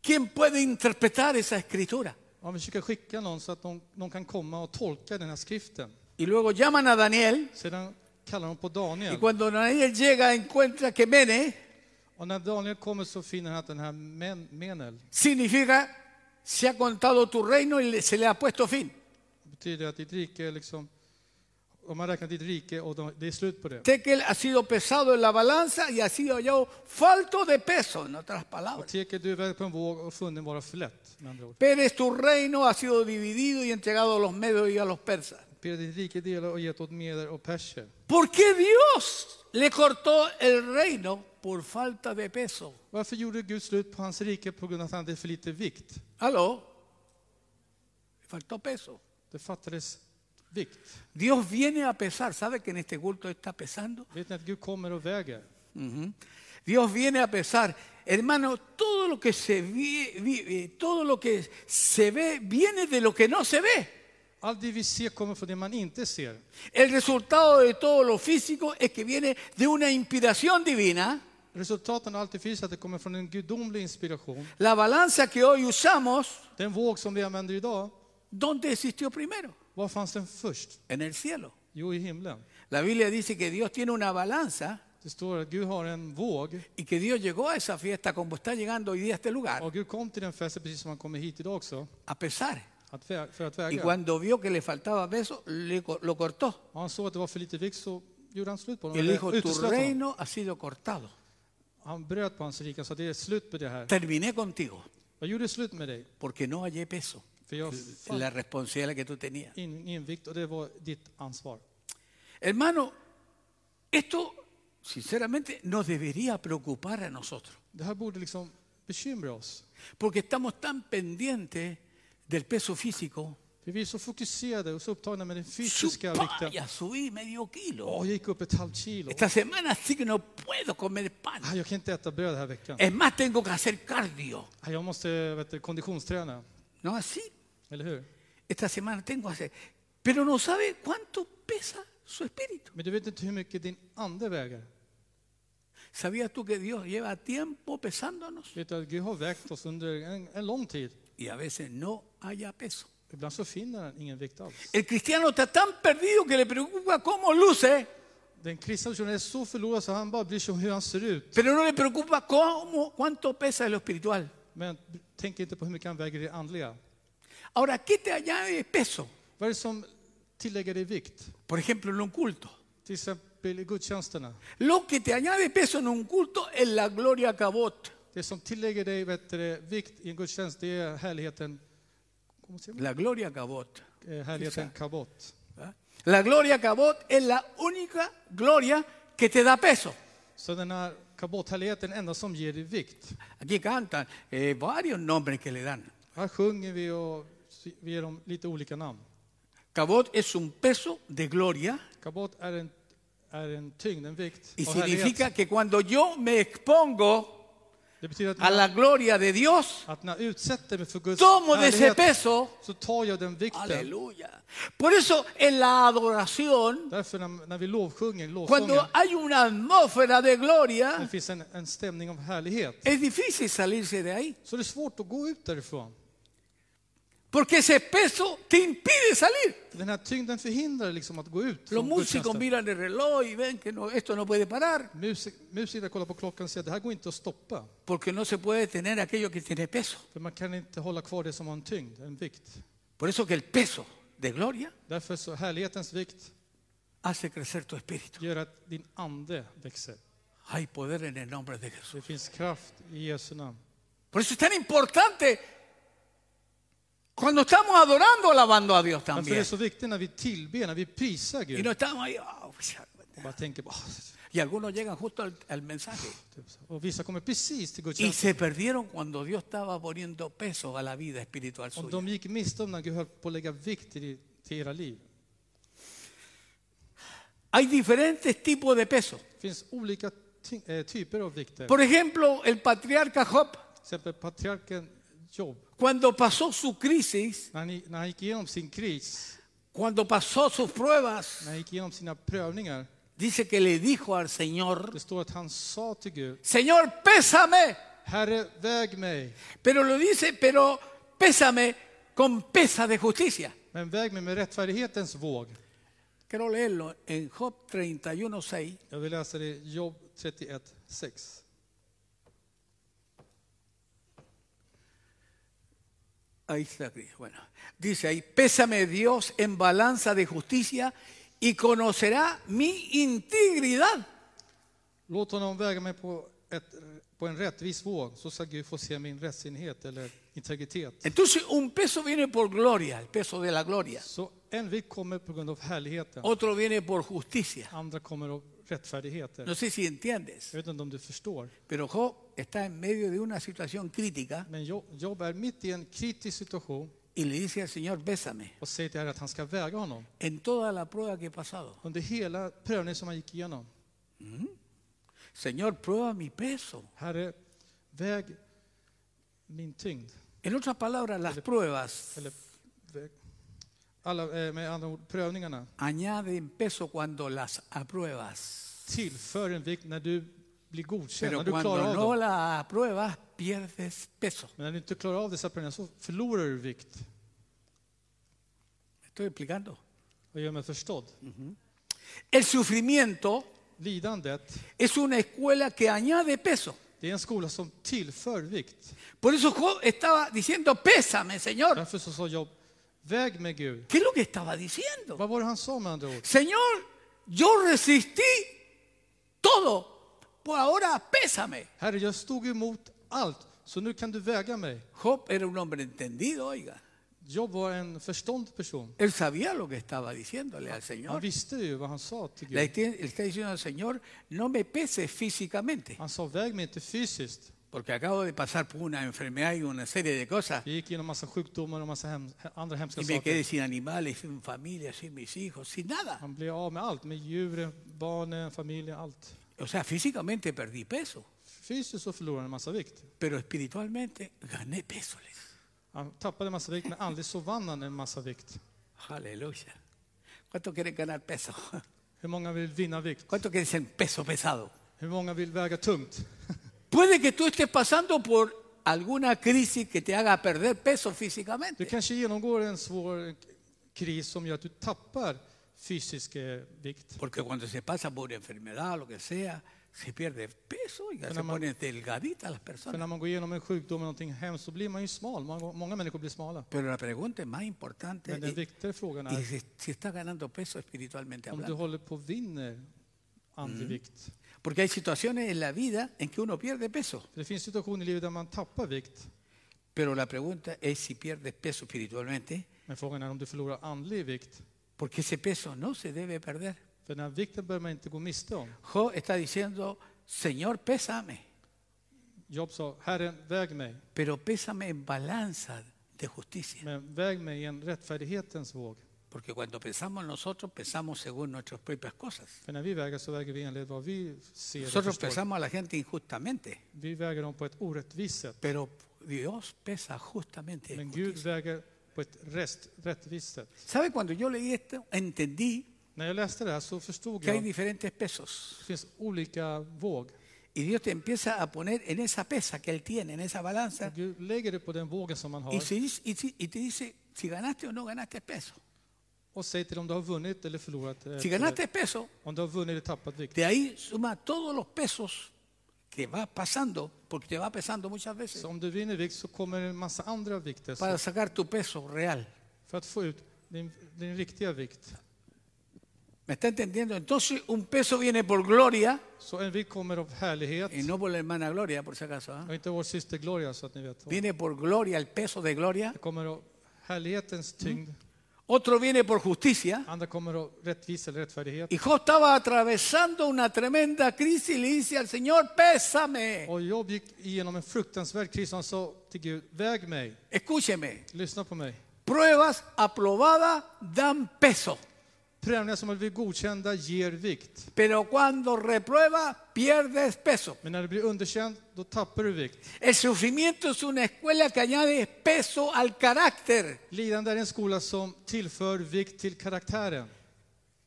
Speaker 1: quién puede interpretar esa escritura.
Speaker 2: Han försöker skicka någon så att någon, någon kan komma och tolka den här skriften.
Speaker 1: Y luego llaman a Daniel
Speaker 2: Sedan kallar de på
Speaker 1: y
Speaker 2: Daniel.
Speaker 1: cuando Daniel llega encuentra que Mene,
Speaker 2: Och när Daniel kommer så finner han att den här men, Menel
Speaker 1: significa se ha contado tu reino y le- se le ha puesto fin.
Speaker 2: betyder att ditt rike är liksom, om man räknar ditt rike och de, det är slut på det.
Speaker 1: Tekel ha sido pesado en la balanza y ha sido hallado falto de peso, en otras
Speaker 2: Och
Speaker 1: palabras.
Speaker 2: tekel du är väg på en våg och funnen vara för lätt med andra ord.
Speaker 1: Pérez, tu reino ha sido dividido y entregado a los medos y a los persas.
Speaker 2: Peder ditt rike delar och gett åt meder och perser.
Speaker 1: ¿Por qué Dios le cortó el reino por falta de peso?
Speaker 2: Varför gjorde Gud slut på hans rike på grund av att han hade för lite vikt?
Speaker 1: Aló, faltó peso.
Speaker 2: Det fattades vikt.
Speaker 1: Dios viene a pesar, ¿sabe que en este culto está pesando?
Speaker 2: Vet ni att Gud kommer och väger?
Speaker 1: Ujú. Dios viene a pesar, hermano, todo lo que se vi- vi- eh, todo lo que se ve viene de lo que no se ve.
Speaker 2: Allt det vi ser kommer från det man inte ser.
Speaker 1: El resultado de todo lo físico es que viene de una inspiración divina.
Speaker 2: Resultaten av allt det finns att det kommer från en gudomlig inspiration.
Speaker 1: La balanza que hoy usamos,
Speaker 2: Den våg som vi använder idag,
Speaker 1: ¿dónde existió primero?
Speaker 2: var fanns den först?
Speaker 1: En el cielo.
Speaker 2: Jo, i himlen.
Speaker 1: La Biblia dice que Dios tiene una balanza
Speaker 2: Det står att Gud har en våg
Speaker 1: y que Dios llegó a esa fiesta como está llegando hoy día a este lugar,
Speaker 2: och Gud kom till den festen precis som han kommer hit idag också,
Speaker 1: a pesar.
Speaker 2: att vä- för att
Speaker 1: Y
Speaker 2: väga.
Speaker 1: cuando vio que le faltaba peso, le co- lo cortó.
Speaker 2: Och han såg att det var för lite vikt så gjorde han slut på honom.
Speaker 1: Y le dijo,
Speaker 2: Eller
Speaker 1: tu
Speaker 2: uteslöt honom.
Speaker 1: reino ha sido cortado.
Speaker 2: Han bröt på hans rike, så det är slut på det här.
Speaker 1: Terminé contigo
Speaker 2: Jag gjorde slut med dig,
Speaker 1: porque no hallé peso.
Speaker 2: för jag fann
Speaker 1: La responsabilidad que tú tenías.
Speaker 2: in, invikt och det var ditt ansvar.
Speaker 1: Hermano, esto sinceramente nos debería preocupar a nosotros.
Speaker 2: Det här borde liksom bekymra oss.
Speaker 1: Porque estamos tan pendientes del peso físico.
Speaker 2: För vi är så fokuserade och så upptagna med den fysiska
Speaker 1: Supa,
Speaker 2: vikten.
Speaker 1: ya subí medio kilo.
Speaker 2: Åh, jag gick upp ett halvt kilo.
Speaker 1: Esta semana sí que no puedo comer pan.
Speaker 2: Ah, jag kan inte äta bröd den här veckan.
Speaker 1: Es más, tengo que hacer cardio.
Speaker 2: Ah, jag måste vet du, konditionsträna,
Speaker 1: No así.
Speaker 2: eller hur?
Speaker 1: Esta semana tengo que hacer. Pero no sabe cuánto pesa su espíritu.
Speaker 2: Men du vet inte hur mycket din ande väger.
Speaker 1: ¿Sabías tú que Dios lleva tiempo pesándonos?
Speaker 2: Vet du att Gud har vägt oss under en, en lång tid.
Speaker 1: Y a veces no haya peso.
Speaker 2: Ibland så finner han ingen vikt alls.
Speaker 1: El cristiano está tan perdido que le preocupa cómo luce,
Speaker 2: Den kristna personen är så förlorad så han bara bryr sig om hur han ser ut.
Speaker 1: pero no le preocupa cómo, cuánto pesa lo espiritual.
Speaker 2: Men tänk inte på hur mycket han väger i det andliga.
Speaker 1: Ahora, ¿qué te añade peso?
Speaker 2: Vad är det som tillägger dig vikt?
Speaker 1: Por ejemplo, en un culto.
Speaker 2: Till exempel i gudstjänsterna.
Speaker 1: Lo que te añade peso en un culto es la gloria cabot.
Speaker 2: Det som tillägger dig vet du, det, vikt i en gudstjänst, det är härligheten, Kommer se-
Speaker 1: La gloria cabot.
Speaker 2: eh, härligheten kabot.
Speaker 1: ¿verdad? La gloria cabot es la única gloria que te da peso.
Speaker 2: Så den här kabot-härligheten är den enda som ger dig vikt.
Speaker 1: Aquí cantan eh, varios nombres que le dan.
Speaker 2: Här sjunger vi och vi ger dem lite olika namn.
Speaker 1: Cabot es un peso de gloria
Speaker 2: Kabot är en, är en tyngd, en vikt
Speaker 1: y
Speaker 2: av härlighet.
Speaker 1: significa que cuando yo me expongo
Speaker 2: Det betyder att
Speaker 1: a
Speaker 2: när,
Speaker 1: la gloria de Dios,
Speaker 2: att när jag utsätter mig för Guds
Speaker 1: tomo de ese
Speaker 2: härlighet
Speaker 1: peso.
Speaker 2: så tar jag den vikten.
Speaker 1: Aleluya. Por eso en la adoración,
Speaker 2: Därför när, när vi lovsjunger, lovsången,
Speaker 1: cuando hay una atmósfera de
Speaker 2: det
Speaker 1: gloria,
Speaker 2: finns en, en stämning av härlighet.
Speaker 1: es difícil salirse de ahí.
Speaker 2: Så det är svårt att gå ut därifrån.
Speaker 1: Porque ese peso te impide salir.
Speaker 2: Den här tyngden förhindrar liksom att gå ut
Speaker 1: Los
Speaker 2: från
Speaker 1: músicos
Speaker 2: gudstjänsten.
Speaker 1: miran el reloj y ven que no, esto no puede parar.
Speaker 2: Musik, musikerna kollar på klockan och säger att det här går inte att stoppa.
Speaker 1: Porque no se puede tener aquello que tiene peso.
Speaker 2: För man kan inte hålla kvar det som har en tyngd, en vikt.
Speaker 1: Por eso que el peso de gloria
Speaker 2: Därför så härlighetens vikt
Speaker 1: hace crecer tu espíritu.
Speaker 2: gör att din ande växer.
Speaker 1: Hay poder en el nombre de Jesús.
Speaker 2: Det finns kraft i Jesu namn.
Speaker 1: Por eso es tan importante cuando estamos adorando, alabando a Dios
Speaker 2: Därför är det
Speaker 1: también.
Speaker 2: så viktigt när vi tillber, när vi prisar
Speaker 1: Y
Speaker 2: Gud.
Speaker 1: no estamos ahí. ah,
Speaker 2: Och bara tänker på, "Åh,
Speaker 1: y algunos llegan justo al, al mensaje.
Speaker 2: typ så. Och vissa kommer precis
Speaker 1: Y
Speaker 2: till gudstjänsten.
Speaker 1: se perdieron cuando Dios estaba poniendo peso a la vida espiritual
Speaker 2: Och
Speaker 1: suya.
Speaker 2: de gick miste om när Gud höll på att lägga vikt i- till era liv.
Speaker 1: Hay diferentes tipos de peso.
Speaker 2: Det finns olika ty- eh, typer av vikter. Till
Speaker 1: Por ejemplo, el patriarca Job,
Speaker 2: exempel patriarken Job.
Speaker 1: cuando pasó su crisis,
Speaker 2: När han, i- när han gick igenom sin kris,
Speaker 1: cuando pasó sus pruebas,
Speaker 2: när han gick igenom sina prövningar,
Speaker 1: dice que le dijo al Señor,
Speaker 2: det står att han sa till Gud,
Speaker 1: Señor, pésame.
Speaker 2: Herre, väg mig,
Speaker 1: Pero lo dice, pero pésame con pesa de justicia.
Speaker 2: men väg mig med rättfärdighetens våg.
Speaker 1: Quiero leerlo en Job 31.6.
Speaker 2: Jag vill läsa det i Job 31, 6.
Speaker 1: Ahí está, Cris, bueno. Dice ahí, pésame Dios en balanza de justicia y conocerá mi integridad.
Speaker 2: Låt honom väga mig på, ett, på en rättvis våg, så ska Gud få se min rättsinhet eller integritet.
Speaker 1: Entonces un peso viene por gloria, el peso de la gloria.
Speaker 2: Så en vikt kommer på grund av härligheten,
Speaker 1: Otro viene por justicia.
Speaker 2: andra kommer av rättfärdigheten.
Speaker 1: No sé si entiendes,
Speaker 2: Jag vet inte om du förstår,
Speaker 1: pero Job está en medio de una situación crítica
Speaker 2: men Jo- Job är mitt i en kritisk situation
Speaker 1: y le dice al Señor, bésame
Speaker 2: och säger till Herren att han ska väga honom
Speaker 1: en toda la prueba que he pasado.
Speaker 2: under hela prövningen som han gick igenom.
Speaker 1: Señor, prueba mi peso.
Speaker 2: Herre, väg min tyngd.
Speaker 1: En otras palabras, las pruebas
Speaker 2: Eller väg, alla, eh, med andra ord, prövningarna
Speaker 1: añaden peso cuando las apruebas.
Speaker 2: tillför en vikt när du blir godkänd,
Speaker 1: Pero
Speaker 2: när du klarar
Speaker 1: cuando
Speaker 2: av
Speaker 1: no
Speaker 2: dem.
Speaker 1: la apruebas, pierdes peso.
Speaker 2: Men när du inte klarar av dessa prövningar så förlorar du vikt.
Speaker 1: ¿Me estoy explicando?
Speaker 2: Och gör mig förstådd.
Speaker 1: El sufrimiento
Speaker 2: Lidandet,
Speaker 1: es una escuela que añade peso.
Speaker 2: det är en skola som tillför vikt.
Speaker 1: Por eso Job estaba diciendo, pésame, Señor.
Speaker 2: Därför så sa Job, väg med Gud.
Speaker 1: ¿Qué es lo que estaba diciendo?
Speaker 2: Vad var det han sa med andra ord?
Speaker 1: Señor, yo resistí todo. Por ahora, pésame.
Speaker 2: Herre, jag stod emot allt, så nu kan du väga mig.
Speaker 1: Job era un hombre entendido, oiga.
Speaker 2: Job var en förståndig person.
Speaker 1: Él sabía lo que estaba diciéndole al
Speaker 2: Han
Speaker 1: Señor.
Speaker 2: visste ju vad han sa till
Speaker 1: Le
Speaker 2: Gud.
Speaker 1: está- le está diciendo al Señor, no me peses físicamente,
Speaker 2: Han sa, väg mig inte fysiskt.
Speaker 1: porque acabo de pasar por una enfermedad y una serie de cosas.
Speaker 2: Jag gick igenom massa sjukdomar och massa hem, andra hemska
Speaker 1: Y me quedé
Speaker 2: saker.
Speaker 1: sin animales, sin familia, sin mis hijos, sin nada.
Speaker 2: Han blev av med allt, med djuren, barnen, familjen, allt.
Speaker 1: O sea, físicamente perdí peso,
Speaker 2: Fysiskt så förlorade han en massa vikt.
Speaker 1: pero espiritualmente gané peso. les.
Speaker 2: Han tappade en massa vikt, men andligt så vann han en massa vikt.
Speaker 1: Aleluya. ¿Cuánto quieren ganar peso?
Speaker 2: Hur många vill vinna vikt?
Speaker 1: ¿Cuánto quieren ser peso pesado?
Speaker 2: Hur många vill väga tungt?
Speaker 1: Puede que tú estés pasando por alguna crisis que te haga perder peso
Speaker 2: Du
Speaker 1: físicamente.
Speaker 2: kanske genomgår en svår kris som gör att du tappar fysisk eh, vikt.
Speaker 1: Porque cuando se pasa por una enfermedad, lo que sea, se pierde peso y se
Speaker 2: Fenómeno.
Speaker 1: ponen delgaditas las
Speaker 2: För
Speaker 1: personas.
Speaker 2: när man går igenom en sjukdom eller någonting hemskt så blir man ju smal. Många, många människor blir smala.
Speaker 1: Pero la pregunta es más importante
Speaker 2: Men den
Speaker 1: y,
Speaker 2: viktigare frågan
Speaker 1: y
Speaker 2: är
Speaker 1: si, si está ganando peso espiritualmente
Speaker 2: om du
Speaker 1: hablando.
Speaker 2: håller på och vinner andlig vikt.
Speaker 1: Porque hay situaciones en la vida en que uno pierde peso.
Speaker 2: För det finns situationer i livet där man tappar vikt.
Speaker 1: Pero la pregunta es si pierdes peso espiritualmente,
Speaker 2: Men frågan är om du förlorar andlig vikt.
Speaker 1: porque ese peso no se debe perder.
Speaker 2: För den här vikten bör man inte gå miste om.
Speaker 1: Job está diciendo, Señor, pésame,
Speaker 2: Job sa, Herren, väg mig.
Speaker 1: pero pésame en balanza de justicia.
Speaker 2: Men väg mig i en rättfärdighetens våg.
Speaker 1: Porque cuando pensamos nosotros, pensamos según nuestras propias cosas.
Speaker 2: För när vi väger så väger vi enligt vad vi ser och
Speaker 1: Nosotros
Speaker 2: förstår.
Speaker 1: pesamos a la gente injustamente,
Speaker 2: Vi väger dem på ett orättvist sätt.
Speaker 1: pero Dios pesa justamente.
Speaker 2: Men Gud väger på ett rest, rättvist sätt.
Speaker 1: ¿Sabe cuando yo leí esto? Entendí
Speaker 2: När jag läste det här så förstod
Speaker 1: que
Speaker 2: jag
Speaker 1: hay
Speaker 2: att
Speaker 1: diferentes pesos.
Speaker 2: det finns olika våg.
Speaker 1: Y Dios te empieza a poner en esa pesa que Él tiene, en esa balanza.
Speaker 2: Och Gud lägger det på den vågen som man
Speaker 1: Y,
Speaker 2: har
Speaker 1: se dice- y si- y te dice si ganaste o no ganaste peso.
Speaker 2: och säger till om du har vunnit eller förlorat. eh,
Speaker 1: Si ganaste peso,
Speaker 2: Om du har vunnit eller tappat vikt.
Speaker 1: de ahí suma todos los pesos que va pasando, porque te va pesando muchas veces,
Speaker 2: Så om du vinner vikt så kommer en massa andra vikter.
Speaker 1: para
Speaker 2: Så
Speaker 1: sacar tu peso real.
Speaker 2: för att få ut din, din riktiga vikt.
Speaker 1: ¿Me está entendiendo? Entonces un peso viene por gloria,
Speaker 2: Så en vikt kommer av
Speaker 1: y
Speaker 2: härlighet.
Speaker 1: no por la hermana Gloria, por si acaso. ¿ah?
Speaker 2: Och inte vår syster Gloria så att ni vet.
Speaker 1: Viene por gloria, el peso de gloria.
Speaker 2: Det kommer av härlighetens tyngd.
Speaker 1: Otro viene por justicia.
Speaker 2: Andra kommer av rättvisa eller rättfärdighet.
Speaker 1: Y Job estaba atravesando una tremenda crisis y le dice al Señor, pésame.
Speaker 2: Och Job gick igenom en fruktansvärd kris. Han sa till Gud, väg mig,
Speaker 1: Escúcheme,
Speaker 2: lyssna på mig.
Speaker 1: pruebas aprobadas dan peso,
Speaker 2: Prövningar som har blivit godkända ger vikt.
Speaker 1: pero cuando repruebas pierdes peso.
Speaker 2: Men när du blir underkänd, då tappar du vikt.
Speaker 1: El sufrimiento es una escuela que añade peso al carácter.
Speaker 2: Lidande är en skola som tillför vikt till karaktären.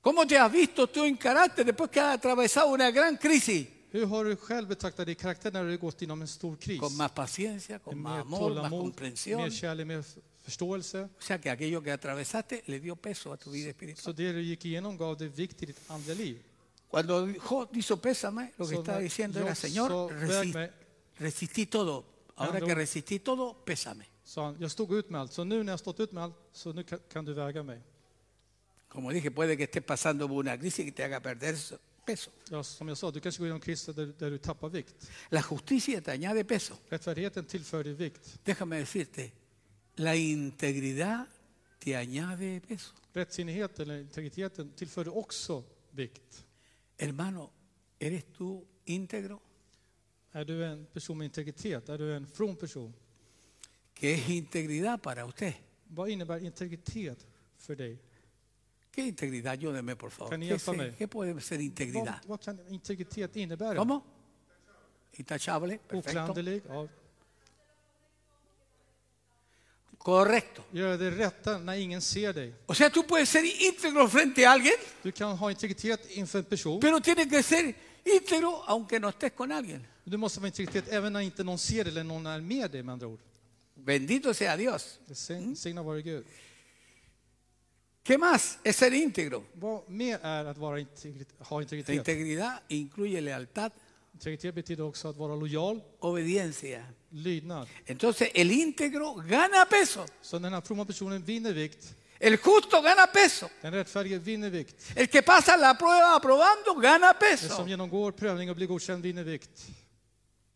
Speaker 1: ¿Cómo te has visto tú en carácter después que has atravesado una gran crisis?
Speaker 2: Hur har du själv betraktat din karaktär när du har gått igenom en stor kris?
Speaker 1: Con más paciencia, con más
Speaker 2: Mer
Speaker 1: amor, más
Speaker 2: tålamod, mer
Speaker 1: comprensión.
Speaker 2: kärlek, mer f- förståelse.
Speaker 1: O sea que aquello que atravesaste le dio peso a tu vida
Speaker 2: Så
Speaker 1: espiritual.
Speaker 2: det du gick igenom gav dig vikt i ditt andliga liv.
Speaker 1: Cuando Job hizo pésame, lo que
Speaker 2: So,
Speaker 1: estaba
Speaker 2: no,
Speaker 1: diciendo
Speaker 2: Job
Speaker 1: era, Señor,
Speaker 2: saw
Speaker 1: resi-
Speaker 2: verme-
Speaker 1: resistí todo, Ahora
Speaker 2: Andra
Speaker 1: que
Speaker 2: ord-
Speaker 1: resistí todo, pésame.
Speaker 2: sa han, jag stod ut med allt, så nu när jag stått ut med allt, så nu kan, kan du väga mig.
Speaker 1: Como dije, puede que estés pasando por una crisis que te haga perder s- peso.
Speaker 2: Ja, som jag sa, du kanske går igenom kriser där, där du tappar vikt.
Speaker 1: La justicia te añade peso.
Speaker 2: Rättfärdigheten tillför dig vikt.
Speaker 1: Déjame decirte, la integridad te añade peso.
Speaker 2: Rättsinnighet eller integriteten tillför dig också vikt.
Speaker 1: Hermano, ¿eres tú íntegro?
Speaker 2: Är du en person med integritet? Är du en from person?
Speaker 1: ¿Qué es integridad para usted?
Speaker 2: Vad innebär integritet för dig?
Speaker 1: ¿Qué integridad? Ayúdeme, por favor.
Speaker 2: Can you
Speaker 1: ¿Qué,
Speaker 2: help
Speaker 1: se-
Speaker 2: me?
Speaker 1: qué puede ser
Speaker 2: Vad,
Speaker 1: integridad?
Speaker 2: vad kan integritet innebära?
Speaker 1: ¿Cómo? Intachable,
Speaker 2: Uh,
Speaker 1: perfecto.
Speaker 2: Oklanderlig? Ja.
Speaker 1: Correcto.
Speaker 2: Gör det rätta när ingen ser dig.
Speaker 1: O sea, tú puedes ser íntegro frente a alguien,
Speaker 2: Du kan ha integritet inför en person.
Speaker 1: pero tienes que ser íntegro aunque no estés con alguien.
Speaker 2: Du måste vara integritet även när inte någon ser dig eller någon är med dig med andra ord.
Speaker 1: Bendito sea Dios.
Speaker 2: Sign- Signa vare Gud.
Speaker 1: ¿Qué más es ser íntegro?
Speaker 2: Vad mer är att vara integrit- ha
Speaker 1: La
Speaker 2: integritet?
Speaker 1: integridad incluye lealtad,
Speaker 2: Integritet betyder också att vara lojal,
Speaker 1: obediencia.
Speaker 2: lydnad.
Speaker 1: Entonces el íntegro gana peso,
Speaker 2: Så den här fromma personen vinner vikt.
Speaker 1: el justo gana peso,
Speaker 2: Den rättfärdige vinner vikt.
Speaker 1: el que pasa la prueba aprobando gana
Speaker 2: Den
Speaker 1: peso.
Speaker 2: som genomgår prövning och blir godkänd vinner vikt.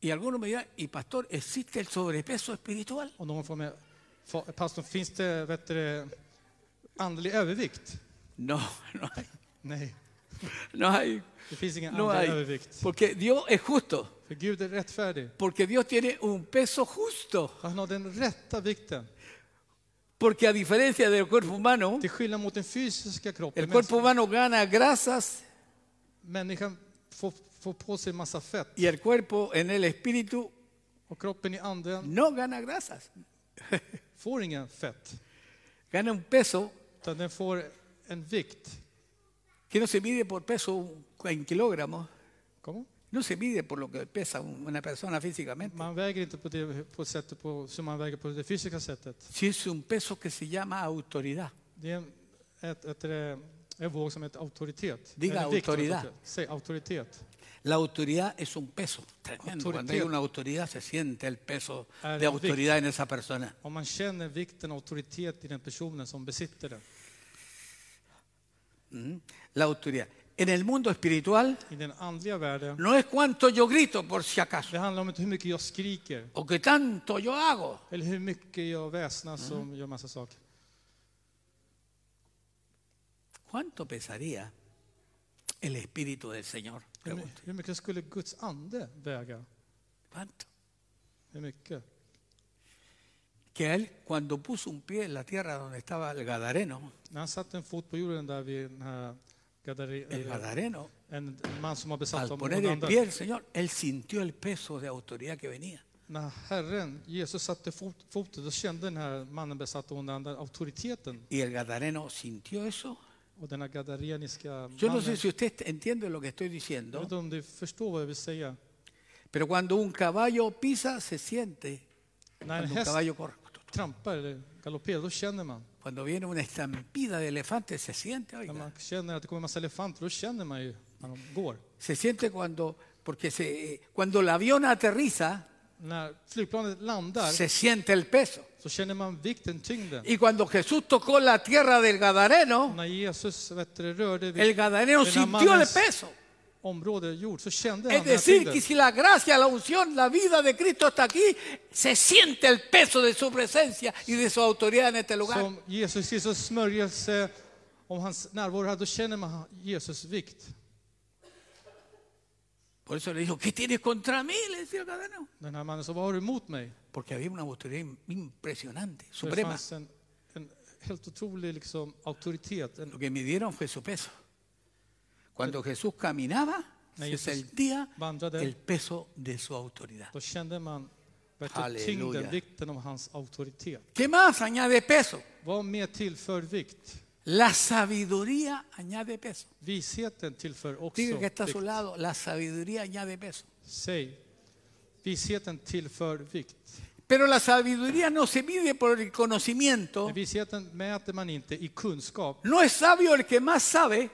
Speaker 1: Y algunos me dirán, y pastor, ¿existe el sobrepeso espiritual?
Speaker 2: Och någon får med, fa- pastor, finns det vet du, andlig övervikt?
Speaker 1: No, no hay,
Speaker 2: Nej,
Speaker 1: no hay,
Speaker 2: det finns ingen
Speaker 1: no
Speaker 2: andlig
Speaker 1: hay.
Speaker 2: övervikt.
Speaker 1: Porque Dios es justo,
Speaker 2: För Gud är rättfärdig.
Speaker 1: porque Dios tiene un peso justo.
Speaker 2: Han har den rätta vikten.
Speaker 1: Porque a diferencia del cuerpo humano,
Speaker 2: Till skillnad mot den fysiska kroppen.
Speaker 1: el cuerpo
Speaker 2: människan-
Speaker 1: humano gana grasas
Speaker 2: Människan får, får på sig massa fett.
Speaker 1: y el cuerpo en el espíritu
Speaker 2: Och kroppen i anden
Speaker 1: no gana grasas,
Speaker 2: får ingen fett.
Speaker 1: gana un peso
Speaker 2: Utan den får en vikt.
Speaker 1: que no se mide por peso en kilogramos,
Speaker 2: Kom.
Speaker 1: no se mide por lo que pesa un- una persona físicamente,
Speaker 2: Man väger inte på det på sättet på, som man väger på det fysiska sättet.
Speaker 1: si es un peso que se llama autoridad.
Speaker 2: Det är en, ett, ett, eh, en våg som heter auktoritet.
Speaker 1: Diga
Speaker 2: Eller vikt,
Speaker 1: autoridad.
Speaker 2: auktoritet. Säg auktoritet.
Speaker 1: La autoridad es un peso tremendo. Cuando hay
Speaker 2: Autoridad.
Speaker 1: una autoridad se siente el peso
Speaker 2: Ah,
Speaker 1: de
Speaker 2: la autoridad.
Speaker 1: autoridad en esa persona.
Speaker 2: Om man känner vikten och auktoritet i den personen som besitter den.
Speaker 1: Mm. La autoridad. En el mundo espiritual
Speaker 2: I den andliga världen.
Speaker 1: no es cuánto yo grito por si acaso,
Speaker 2: Det handlar om inte hur mycket jag skriker.
Speaker 1: o que tanto yo hago.
Speaker 2: Eller hur mycket jag väsnas och gör massa saker.
Speaker 1: ¿Cuánto pesaría el espíritu del Señor?
Speaker 2: Hur, my-
Speaker 1: Pregunto.
Speaker 2: hur mycket skulle Guds ande väga?
Speaker 1: ¿Cuánto?
Speaker 2: Hur mycket?
Speaker 1: Que él cuando puso un pie en la tierra donde estaba el Gadareno,
Speaker 2: När han satte en fot på jorden där vid den här gadari,
Speaker 1: el
Speaker 2: eller
Speaker 1: Gadareno,
Speaker 2: en man som var
Speaker 1: al
Speaker 2: besatt av
Speaker 1: poner el
Speaker 2: onda.
Speaker 1: pie del Señor, él sintió el peso de autoridad que venía.
Speaker 2: När Herren, Jesus, satte fot, foten, då kände den här mannen besatt av onda anden auktoriteten.
Speaker 1: Y el Gadareno sintió eso.
Speaker 2: Och den här gadareniska mannen.
Speaker 1: Yo no sé si usted entiende lo que estoy
Speaker 2: Jag vet
Speaker 1: diciendo,
Speaker 2: inte om du förstår vad jag vill säga.
Speaker 1: pero cuando un caballo pisa, se siente.
Speaker 2: När en
Speaker 1: Cuando un
Speaker 2: häst
Speaker 1: caballo corre.
Speaker 2: trampar eller galopperar, då känner man.
Speaker 1: Cuando viene una estampida de elefantes, se siente.
Speaker 2: När
Speaker 1: Oiga.
Speaker 2: man känner att det kommer en massa elefanter, då känner man ju när de går.
Speaker 1: Se siente cuando, porque se, cuando el avión aterriza,
Speaker 2: När flygplanet landar
Speaker 1: se siente el peso.
Speaker 2: så känner man vikten, tyngden.
Speaker 1: Y cuando Jesús tocó la tierra del Gadareno,
Speaker 2: När Jesus vet du, rörde
Speaker 1: el
Speaker 2: vid
Speaker 1: Gadareno
Speaker 2: Ven a
Speaker 1: sintió el
Speaker 2: manos.
Speaker 1: peso.
Speaker 2: område, jord, så kände han
Speaker 1: Es
Speaker 2: den här
Speaker 1: decir,
Speaker 2: tyngden.
Speaker 1: que si la gracia, la unción, la vida de Cristo está aquí, se siente el peso de su presencia y de su autoridad en este lugar.
Speaker 2: Som Jesus Kristus smörjelse, om hans närvaro här, då känner man Jesus vikt.
Speaker 1: Por eso le dijo, ¿qué tienes contra mí? Le decía el Gadareno.
Speaker 2: Den här mannen sa, vad har du emot mig?
Speaker 1: Porque había una autoridad im- impresionante,
Speaker 2: För Det
Speaker 1: suprema.
Speaker 2: fanns en, en helt otrolig liksom, auktoritet.
Speaker 1: Lo
Speaker 2: En,
Speaker 1: que midieron fue su peso. Cuando Jesús caminaba, se
Speaker 2: När Jesus
Speaker 1: sentía
Speaker 2: vandrade.
Speaker 1: el peso de su autoridad.
Speaker 2: då kände man vet du,
Speaker 1: Halleluja.
Speaker 2: tyngden, vikten av hans auktoritet.
Speaker 1: ¿Qué más añade peso?
Speaker 2: Vad mer tillför vikt?
Speaker 1: La sabiduría añade peso.
Speaker 2: Visheten tillför också
Speaker 1: Diga que está a
Speaker 2: vikt.
Speaker 1: su lado, la sabiduría añade peso.
Speaker 2: Säg, visheten tillför vikt.
Speaker 1: Pero la sabiduría no se mide por el conocimiento.
Speaker 2: Men visheten mäter man inte i kunskap.
Speaker 1: No es sabio el que más sabe,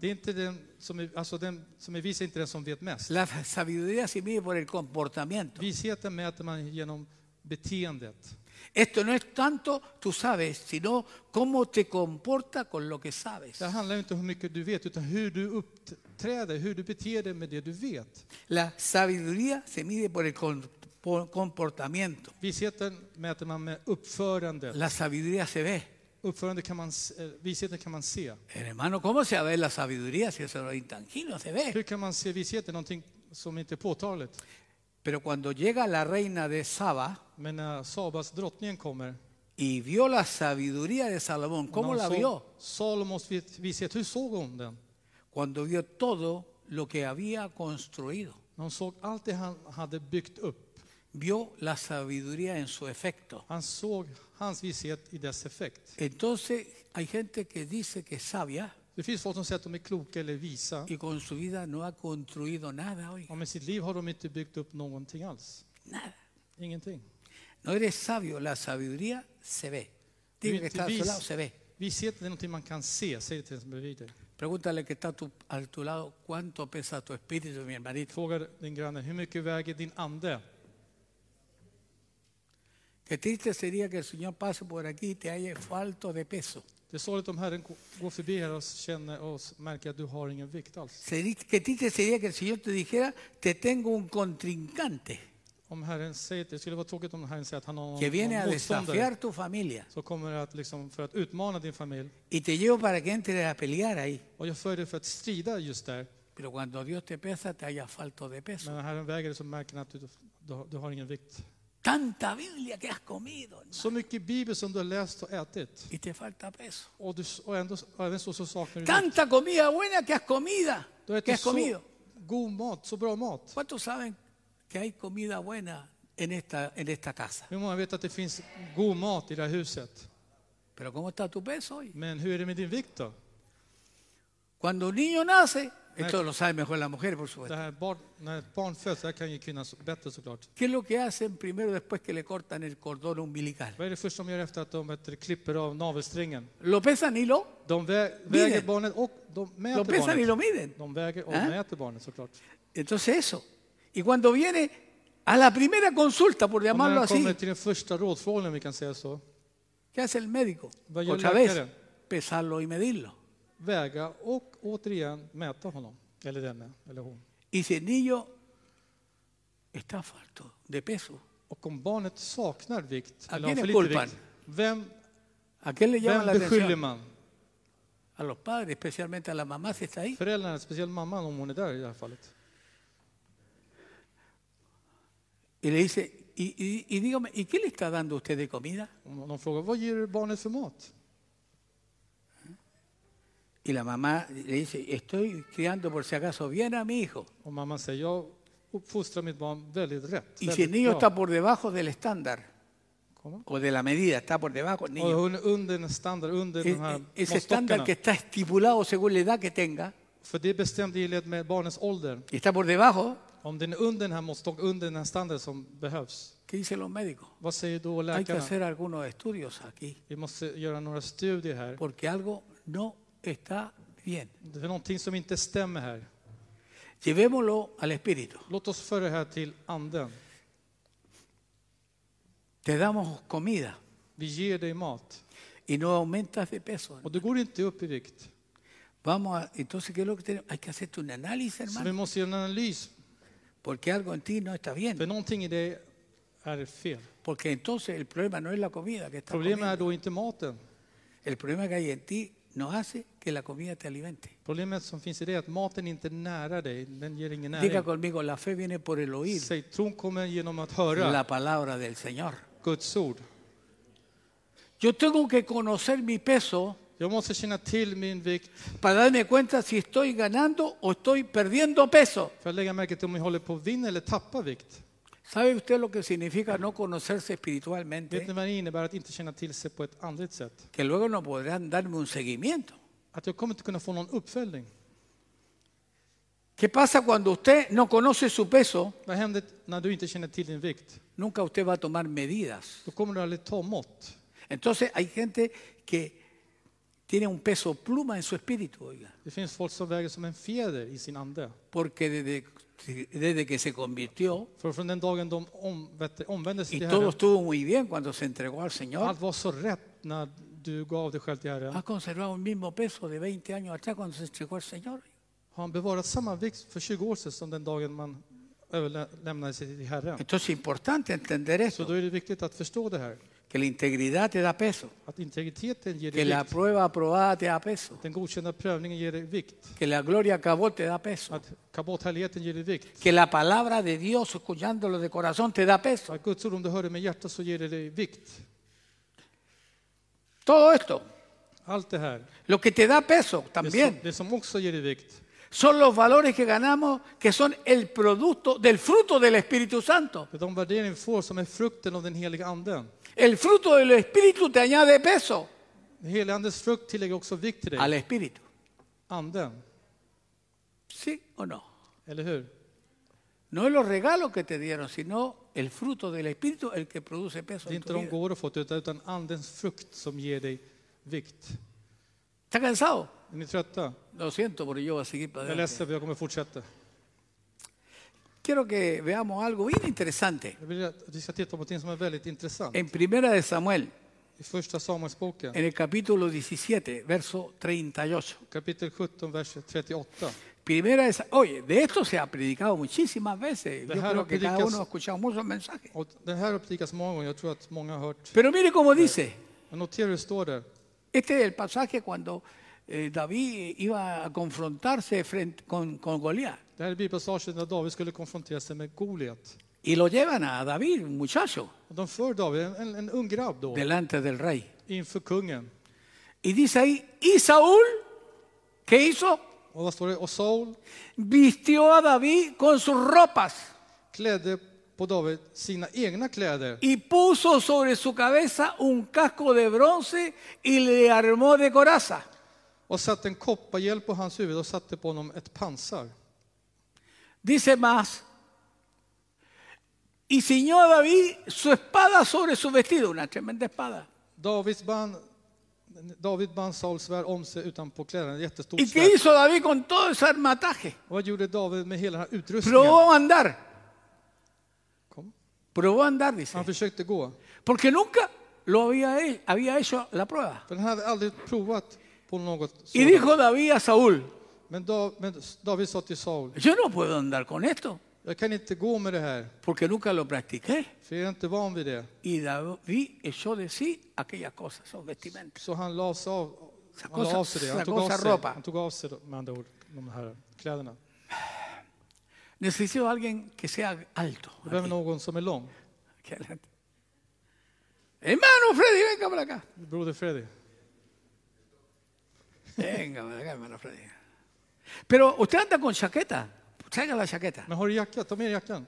Speaker 2: Det är inte den som är, alltså den som är vis är inte den som vet mest.
Speaker 1: La sabiduría se mide por el comportamiento.
Speaker 2: Visheten mäter man genom beteendet.
Speaker 1: Esto no es tanto tú sabes, sino cómo te comporta con lo que sabes.
Speaker 2: Det handlar ju inte om hur mycket du vet, utan hur du uppträder, hur du beter dig med det du vet.
Speaker 1: La sabiduría se mide por el con- por comportamiento.
Speaker 2: Visheten mäter man med uppförandet.
Speaker 1: La sabiduría se ve.
Speaker 2: Uppförande kan man, s- eh, visheten kan man se.
Speaker 1: Hermano, ¿cómo se ve la sabiduría si eso es intangible? Se ve.
Speaker 2: Hur kan man se visheten? Någonting som inte är påtagligt.
Speaker 1: Pero cuando llega la reina de Saba
Speaker 2: Men när Sabas drottningen kommer,
Speaker 1: y vio la sabiduría de Salomón,
Speaker 2: när
Speaker 1: ¿cómo
Speaker 2: hon
Speaker 1: la
Speaker 2: såg
Speaker 1: vio?
Speaker 2: Salomos vis- vishet, hur såg hon den?
Speaker 1: Cuando vio todo lo que había construido.
Speaker 2: När hon såg allt det han hade byggt upp.
Speaker 1: Vio la sabiduría en su efecto.
Speaker 2: Han såg hans vishet i dess effekt.
Speaker 1: Entonces hay gente que dice que es sabia
Speaker 2: Det finns folk som säger att de är kloka eller visa.
Speaker 1: y con su vida no ha construido nada hoy.
Speaker 2: Och med sitt liv har de inte byggt upp någonting alls.
Speaker 1: Nada.
Speaker 2: Ingenting.
Speaker 1: No eres sabio, la sabiduría se ve. Diga que está a tu lado, se ve.
Speaker 2: Visheten är någonting man kan se, säger det till den som är bredvid dig.
Speaker 1: Pregúntale que está a tu, a tu lado, ¿cuánto pesa tu espíritu, mi hermanito?
Speaker 2: Fråga din granne, hur mycket väger din ande?
Speaker 1: Qué triste sería que el Señor pase por aquí y te haya falto de peso.
Speaker 2: Det är sorgligt om Herren går förbi här och känner och märker att du har ingen vikt alls.
Speaker 1: Sería- Qué triste sería que el Señor te dijera, te tengo un contrincante
Speaker 2: Om Herren säger, det skulle vara tråkigt om Herren säger att han har någon,
Speaker 1: que viene a
Speaker 2: någon motståndare.
Speaker 1: desafiar tu familia
Speaker 2: Så kommer det att liksom, för att utmana din familj.
Speaker 1: y te llevo para que entres a pelear ahí.
Speaker 2: Och jag för dig för att strida just där.
Speaker 1: Pero cuando Dios te pesa, te haya falto de peso.
Speaker 2: Men när Herren väger det så märker han att du, du, har- du har ingen vikt.
Speaker 1: Tanta Biblia que has comido hermano,
Speaker 2: Så mycket bibel som du har läst och ätit.
Speaker 1: y te falta peso.
Speaker 2: Och, du, och ändå, och även så, så saknar du vikt.
Speaker 1: Tanta comida buena que has comida,
Speaker 2: Du har
Speaker 1: que
Speaker 2: ätit
Speaker 1: has
Speaker 2: så
Speaker 1: comido.
Speaker 2: god mat, så bra mat.
Speaker 1: ¿Cuántos saben que hay comida buena en esta, en esta casa?
Speaker 2: Hur många vet att det finns god mat i det här huset?
Speaker 1: Pero ¿cómo está tu peso hoy?
Speaker 2: Men hur är det med din vikt då?
Speaker 1: Cuando un niño nace, esto lo sabe mejor la mujer, por
Speaker 2: Det
Speaker 1: supuesto.
Speaker 2: här barn, när ett barn föds, det här kan ju kvinnan så- bättre såklart.
Speaker 1: ¿Qué es lo que hacen primero después que le cortan el cordón umbilical?
Speaker 2: Vad är det första de gör efter att de vet, klipper av navelsträngen?
Speaker 1: Lo pesan y lo,
Speaker 2: De vä
Speaker 1: Miden.
Speaker 2: väger barnet och de
Speaker 1: lo
Speaker 2: mäter
Speaker 1: pesan y lo
Speaker 2: barnet.
Speaker 1: miden.
Speaker 2: De väger och
Speaker 1: Äh?
Speaker 2: mäter barnet såklart.
Speaker 1: Entonces eso. Y cuando viene a la primera consulta, por
Speaker 2: Och när
Speaker 1: llamarlo
Speaker 2: de
Speaker 1: así,
Speaker 2: kommer till den första rådfrågan, om vi kan säga så,
Speaker 1: ¿qué hace el médico?
Speaker 2: Vaya
Speaker 1: Otra
Speaker 2: la
Speaker 1: vez,
Speaker 2: cara.
Speaker 1: pesarlo y medirlo.
Speaker 2: väga och återigen mäta honom, eller denne, eller hon.
Speaker 1: Y si el niño está falto de peso,
Speaker 2: Och om barnet saknar vikt,
Speaker 1: Ja,
Speaker 2: eller har
Speaker 1: vem
Speaker 2: för
Speaker 1: är
Speaker 2: lite
Speaker 1: culpan?
Speaker 2: vikt, vem,
Speaker 1: ¿a qué le llama
Speaker 2: vem
Speaker 1: la
Speaker 2: beskyller
Speaker 1: atención?
Speaker 2: man?
Speaker 1: A los padres, especialmente a la mamá si está ahí.
Speaker 2: Föräldrarna, speciellt mamman om hon är där i det här fallet.
Speaker 1: Y le dice, y, y- y dígame, ¿y qué le está dando usted de comida?
Speaker 2: Om de frågar, vad ger du barnet för mat?
Speaker 1: Y la mamá le dice, estoy criando por si acaso bien a mi hijo.
Speaker 2: Och mamman säger, jag uppfostrar mitt barn väldigt rätt.
Speaker 1: Y si el
Speaker 2: väldigt
Speaker 1: niño
Speaker 2: bra."
Speaker 1: está por debajo del estándar
Speaker 2: Kommer.
Speaker 1: o de la medida, está por debajo el
Speaker 2: Och
Speaker 1: niño,
Speaker 2: hon är under en standard, under
Speaker 1: e-
Speaker 2: de här
Speaker 1: e- ese estándar
Speaker 2: måttstockarna.
Speaker 1: que está estipulado según la edad que tenga,
Speaker 2: För det är bestämt i enlighet med barnets ålder.
Speaker 1: y está por debajo,
Speaker 2: Om den är under den här måttstocken, under den här standarden som behövs.
Speaker 1: ¿qué dicen los médicos?
Speaker 2: Vad säger då
Speaker 1: Hay que
Speaker 2: läkarna?
Speaker 1: hacer algunos estudios aquí,
Speaker 2: Vi måste göra några studier här.
Speaker 1: porque algo no está bien.
Speaker 2: Det är någonting som inte stämmer här.
Speaker 1: Llevémoslo al espíritu.
Speaker 2: Låt oss föra det här till anden.
Speaker 1: Te damos comida
Speaker 2: Vi ger dig mat.
Speaker 1: y no aumentas de peso.
Speaker 2: Och du går inte upp i vikt.
Speaker 1: Vamos a, entonces, ¿qué es lo que tenemos? Hay que hacerte un análisis,
Speaker 2: Så vi
Speaker 1: hermano,
Speaker 2: måste göra en analys.
Speaker 1: porque algo en ti no está
Speaker 2: För
Speaker 1: bien.
Speaker 2: någonting i dig är fel.
Speaker 1: Porque entonces el problema no es la comida que está
Speaker 2: Problemet är
Speaker 1: comiendo.
Speaker 2: då inte maten.
Speaker 1: El problema que hay en ti no hace que la comida te alimente.
Speaker 2: Problemet som finns i det är att maten inte närar dig. Den ger ingen
Speaker 1: Diga
Speaker 2: näring.
Speaker 1: conmigo, la fe viene por el oír
Speaker 2: Säg, tron kommer genom att höra
Speaker 1: la palabra del Señor.
Speaker 2: Guds ord.
Speaker 1: Yo tengo que conocer mi peso
Speaker 2: Jag måste känna till min vikt
Speaker 1: para darme cuenta si estoy ganando o estoy perdiendo peso.
Speaker 2: för att lägga märke till om jag håller på att vinna eller tappa vikt.
Speaker 1: ¿Sabe usted lo que significa no conocerse
Speaker 2: Vet ni
Speaker 1: espiritualmente?
Speaker 2: vad det innebär att inte känna till sig på ett andligt sätt?
Speaker 1: Que luego no podrán darme un seguimiento.
Speaker 2: Att jag kommer inte kunna få någon uppföljning.
Speaker 1: ¿Qué pasa cuando usted no conoce su peso?
Speaker 2: Vad händer när du inte känner till din vikt?
Speaker 1: Nunca usted va a tomar medidas.
Speaker 2: Då kommer du aldrig ta mått.
Speaker 1: Entonces hay gente que Tiene un peso pluma en su espíritu, oiga.
Speaker 2: Det finns folk som väger som en fjäder i sin ande.
Speaker 1: Porque desde, desde que se convirtió,
Speaker 2: För från den dagen de om, vet, du, omvände sig
Speaker 1: y
Speaker 2: till
Speaker 1: todo
Speaker 2: Herren,
Speaker 1: estuvo muy bien cuando se entregó al Señor,
Speaker 2: allt var så rätt när du gav dig själv till Herren.
Speaker 1: ha conservado el mismo peso de 20 años atrás cuando se entregó al Señor.
Speaker 2: Har han bevarat samma vikt för 20 år sedan som den dagen man överlämnade sig till Herren?
Speaker 1: Entonces es importante entender
Speaker 2: Så
Speaker 1: eso,
Speaker 2: då är det viktigt att förstå det här.
Speaker 1: que la integridad te da peso,
Speaker 2: Att integriteten ger
Speaker 1: que
Speaker 2: dig
Speaker 1: la
Speaker 2: vikt.
Speaker 1: prueba aprobada te da peso,
Speaker 2: Den godkända prövningen ger dig vikt.
Speaker 1: que la gloria acabó te da peso,
Speaker 2: Att kabothärligheten ger dig vikt.
Speaker 1: que la palabra de Dios escuchándolo de corazón te da peso.
Speaker 2: Att Guds ord, om du hör det med hjärtat så ger det dig vikt.
Speaker 1: Todo esto,
Speaker 2: Allt det här.
Speaker 1: lo que te da peso
Speaker 2: Det som,
Speaker 1: también,
Speaker 2: det som också ger dig vikt.
Speaker 1: son los valores que ganamos que son el producto del fruto del Espíritu Santo.
Speaker 2: Det är de värderingar vi får som är frukten av den heliga anden.
Speaker 1: El fruto del Espíritu te añade peso
Speaker 2: Den heliga andens frukt tillägger också vikt till
Speaker 1: al
Speaker 2: dig.
Speaker 1: Espíritu.
Speaker 2: Anden.
Speaker 1: ¿Sí o no?
Speaker 2: Eller hur?
Speaker 1: No es los regalos que te dieron, sino el fruto del Espíritu el que produce peso.
Speaker 2: Det
Speaker 1: En
Speaker 2: är inte
Speaker 1: tu
Speaker 2: de
Speaker 1: vida.
Speaker 2: gåvor du fått utan utan andens frukt som ger dig vikt.
Speaker 1: ¿Está cansado?
Speaker 2: Är ni trötta?
Speaker 1: Lo siento, porque yo voy a seguir para
Speaker 2: Jag är
Speaker 1: adelante.
Speaker 2: ledsen, jag kommer fortsätta.
Speaker 1: Quiero que veamos algo bien interesante.
Speaker 2: Jag vill att vi ska titta på något som är väldigt intressant.
Speaker 1: En Primera de Samuel,
Speaker 2: I första Samuelsboken,
Speaker 1: en el capítulo 17, verso 38.
Speaker 2: kapitel 17, vers 38.
Speaker 1: Primera de Sa- Oye, de esto se ha predicado muchísimas veces. Yo
Speaker 2: Dejaron
Speaker 1: creo que cada
Speaker 2: predicas-
Speaker 1: uno ha escuchado muchos mensajes.
Speaker 2: Och den här uppdikas många gånger, jag tror att många har hört.
Speaker 1: Pero mire cómo dice.
Speaker 2: Men notera hur det står där.
Speaker 1: Este es el pasaje cuando eh, David iba a confrontarse frente, con, con Goliat.
Speaker 2: Det här är bibelpassagen när David skulle konfrontera sig med Goliat.
Speaker 1: Y lo llevan a David, un muchacho,
Speaker 2: Och de för David, en, en, en ung grabb då,
Speaker 1: delante del rey.
Speaker 2: inför kungen.
Speaker 1: Y dice ahí, y Saúl, ¿qué hizo?
Speaker 2: Och vad står det? Och Saul
Speaker 1: Vistió a David con sus ropas
Speaker 2: klädde på David sina egna kläder
Speaker 1: y puso sobre su cabeza un casco de bronce y le armó de coraza.
Speaker 2: och satte en kopparhjälm på hans huvud och satte på honom ett pansar.
Speaker 1: Dice más, y ciñó a David su espada sobre su vestido, una tremenda espada.
Speaker 2: Davids band, David band Sauls svärd om sig utanpå kläderna, ett jättestort
Speaker 1: ¿Y
Speaker 2: svärd.
Speaker 1: qué hizo David con todo ese armataje?
Speaker 2: Och Vad gjorde David med hela den här utrustningen?
Speaker 1: Probó a andar,
Speaker 2: Kom.
Speaker 1: probó a andar,
Speaker 2: Han
Speaker 1: dice,
Speaker 2: försökte gå.
Speaker 1: porque nunca lo había, he- había hecho la prueba.
Speaker 2: För han hade aldrig provat på något
Speaker 1: Y
Speaker 2: sådant.
Speaker 1: dijo David a Saúl,
Speaker 2: Men, da, men David sa till Saul,
Speaker 1: yo no puedo andar con esto,
Speaker 2: jag kan inte gå med det här,
Speaker 1: porque nunca lo practiqué.
Speaker 2: för jag är inte van vid det.
Speaker 1: Y David echó de sí aquellas cosas, esos vestimentos.
Speaker 2: Så han la sig av,
Speaker 1: Sacó
Speaker 2: han la
Speaker 1: sa-
Speaker 2: av sig det. Han
Speaker 1: sacó
Speaker 2: tog av
Speaker 1: sa
Speaker 2: sig,
Speaker 1: ropa.
Speaker 2: han tog av sig med andra ord, de här kläderna.
Speaker 1: Necesito a alguien que sea alto.
Speaker 2: Du behöver någon som är lång.
Speaker 1: Aquí adelante. Hermano Freddy, venga para acá.
Speaker 2: Broder Freddy.
Speaker 1: Venga para acá, hermano Freddy. Pero usted anda con chaqueta. Traiga la chaqueta.
Speaker 2: Men har du jacka? Ta med dig jackan.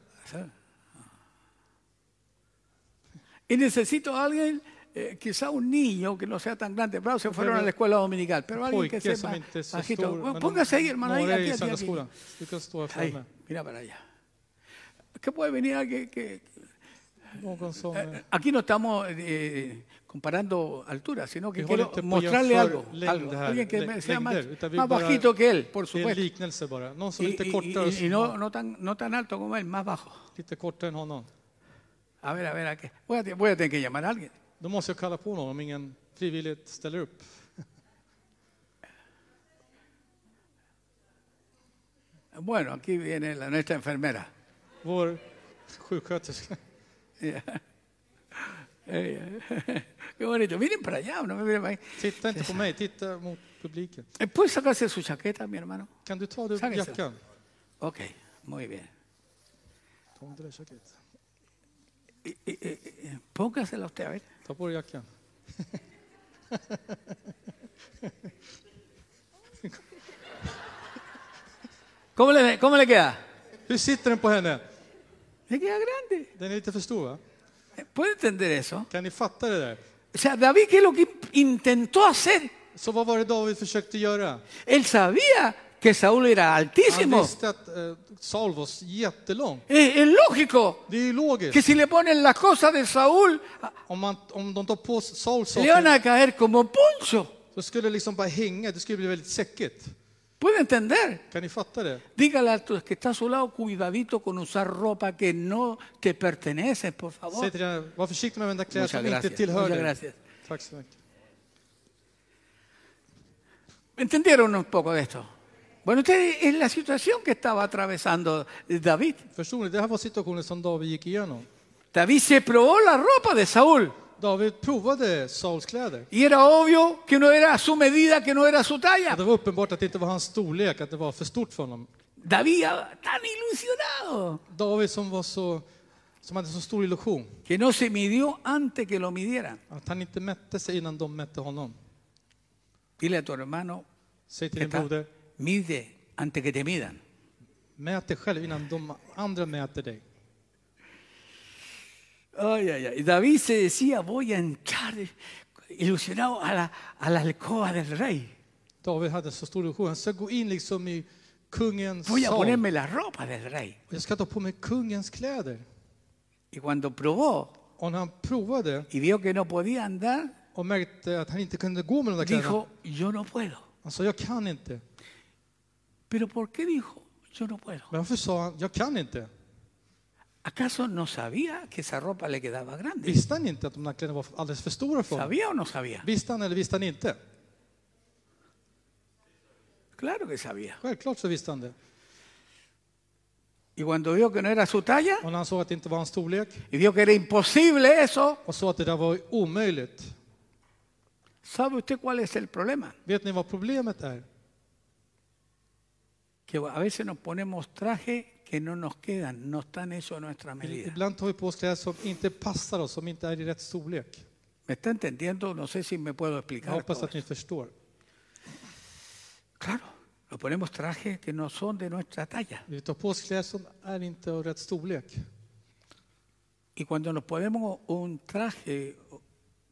Speaker 1: Y necesito a alguien, eh, quizá un niño que no sea tan grande. Claro, se fueron a la escuela dominical, pero alguien que
Speaker 2: Pojke
Speaker 1: sea
Speaker 2: som
Speaker 1: más
Speaker 2: inte är så
Speaker 1: bajito.
Speaker 2: stor.
Speaker 1: Bueno,
Speaker 2: men
Speaker 1: póngase ahí, hermano. Ahí,
Speaker 2: Några är
Speaker 1: aquí, aquí,
Speaker 2: i
Speaker 1: aquí.
Speaker 2: söndagsskolan. Du kan stå här framme.
Speaker 1: Ahí, mira para allá. ¿Qué puede venir alguien que...
Speaker 2: Någon som... eh,
Speaker 1: Aquí no estamos eh, comparando alturas, sino
Speaker 2: Vi
Speaker 1: que
Speaker 2: håller
Speaker 1: quiero
Speaker 2: inte på att
Speaker 1: mostrarle
Speaker 2: jämföra
Speaker 1: algo, algo.
Speaker 2: längd här.
Speaker 1: Alguien
Speaker 2: lä-
Speaker 1: que sea
Speaker 2: längder,
Speaker 1: más,
Speaker 2: utan vi
Speaker 1: más
Speaker 2: bara-
Speaker 1: bajito que él, por
Speaker 2: Det är en
Speaker 1: supuesto.
Speaker 2: liknelse bara. Någon som
Speaker 1: Y,
Speaker 2: är lite
Speaker 1: y-
Speaker 2: kortare,
Speaker 1: y- y no, no, tan, no tan alto como él, más bajo.
Speaker 2: lite kortare än honom.
Speaker 1: A ver, a ver, ¿a qué? Voy, a, te- voy a tener que llamar a alguien.
Speaker 2: Då måste jag kalla på någon om ingen frivilligt ställer upp.
Speaker 1: Bueno, aquí viene la, nuestra enfermera.
Speaker 2: Vår sjuksköterska.
Speaker 1: Eh, Qué bonito. Miren para allá, no me miren para ahí.
Speaker 2: Titta inte på mig, titta mot publiken.
Speaker 1: Eh, ¿Puede sacarse su chaqueta, mi hermano?
Speaker 2: Kan du ta dig
Speaker 1: Tack, Isa.
Speaker 2: jackan?
Speaker 1: Ok, muy bien.
Speaker 2: Ta av dig där jacket.
Speaker 1: Y- y- y- y- póngasela usted, a ver.
Speaker 2: Ta på dig jackan.
Speaker 1: ¿Cómo le, cómo le queda?
Speaker 2: Hur sitter den på henne?
Speaker 1: Le queda grande. Eh,
Speaker 2: Den är lite för stor va?
Speaker 1: ¿Puede entender eso?
Speaker 2: Kan ni fatta det där?
Speaker 1: O sea, David, ¿qué es lo que intentó hacer?
Speaker 2: Så vad var det David försökte göra?
Speaker 1: Él sabía que Saúl era
Speaker 2: Han
Speaker 1: altísimo.
Speaker 2: visste att eh, Saul var jättelång.
Speaker 1: Es, es lógico
Speaker 2: Det är ju
Speaker 1: que
Speaker 2: logiskt.
Speaker 1: si le ponen las cosas de Saúl,
Speaker 2: Om, man, om de tar på Sauls
Speaker 1: le van
Speaker 2: saker
Speaker 1: a caer como poncho.
Speaker 2: Då skulle det liksom bara hänga, det skulle bli väldigt säckigt.
Speaker 1: ¿Puede entender?
Speaker 2: Kan ni fatta det?
Speaker 1: Dígale al tu- que está a su lado, cuidadito con usar ropa que no te pertenece, por favor.
Speaker 2: Säg till den, var försiktig med att använda kläder
Speaker 1: Muchas
Speaker 2: som inte
Speaker 1: gracias.
Speaker 2: tillhör
Speaker 1: Muchas
Speaker 2: dig.
Speaker 1: gracias.
Speaker 2: Tack så mycket.
Speaker 1: ¿Entendieron un poco de esto? Bueno, ustedes es la situación que estaba atravesando David.
Speaker 2: Förstår ni? Det här var situationen som David gick igenom.
Speaker 1: David se probó la ropa de Saúl
Speaker 2: David provade Sauls kläder.
Speaker 1: y era obvio que no era su medida, que no era su talla.
Speaker 2: Och det var uppenbart att det inte var hans storlek, att det var för stort för honom.
Speaker 1: David ah, tan ilusionado
Speaker 2: David som var så, som hade så stor illusion,
Speaker 1: que no se midió antes que lo midieran.
Speaker 2: att han inte mätte sig innan de mätte honom.
Speaker 1: Dile a tu hermano,
Speaker 2: Säg till
Speaker 1: que
Speaker 2: din
Speaker 1: está,
Speaker 2: broder,
Speaker 1: mide antes que te midan.
Speaker 2: mät dig själv innan de andra mäter dig.
Speaker 1: Ay, ay, ay. David se decía, voy a entrar ilusionado a la, a la alcoba del rey.
Speaker 2: David hade så stor illusion, han ska gå in liksom i kungens
Speaker 1: Voy a
Speaker 2: sal.
Speaker 1: ponerme la ropa del rey.
Speaker 2: Och Jag ska ta på mig kungens kläder.
Speaker 1: Y cuando probó
Speaker 2: Och när han provade
Speaker 1: y vio que no podía andar,
Speaker 2: och märkte att han inte kunde gå med de där kläderna,
Speaker 1: dijo, yo no puedo.
Speaker 2: han sa jag kan inte.
Speaker 1: ¿Pero por qué dijo, yo no puedo?
Speaker 2: Men varför sa han jag kan inte?
Speaker 1: ¿Acaso no sabía que esa ropa le quedaba grande?
Speaker 2: Visste han inte att de där kläderna var alldeles för stora för honom?
Speaker 1: ¿Sabía o no sabía?
Speaker 2: Visste han eller visste han inte?
Speaker 1: Claro que sabía.
Speaker 2: Självklart så visste han det.
Speaker 1: Y cuando vio que no era su talla
Speaker 2: Och när han såg att det inte var hans storlek
Speaker 1: y vio que era imposible eso,
Speaker 2: och såg att det där var omöjligt.
Speaker 1: ¿sabe usted cuál es el problema?
Speaker 2: Vet ni vad problemet är?
Speaker 1: Que a veces nos ponemos trajes que no nos quedan, no están hechos a nuestra medida.
Speaker 2: Ibland tar vi på oss kläder som inte passar oss, som inte är i rätt storlek.
Speaker 1: ¿Me está entendiendo? No sé si me puedo
Speaker 2: Jag
Speaker 1: explicar.
Speaker 2: hoppas
Speaker 1: todo
Speaker 2: att ni förstår.
Speaker 1: esto. Claro, nos ponemos trajes que no son de nuestra talla.
Speaker 2: Vi tar på oss kläder som är inte av rätt storlek.
Speaker 1: Y cuando nos ponemos un traje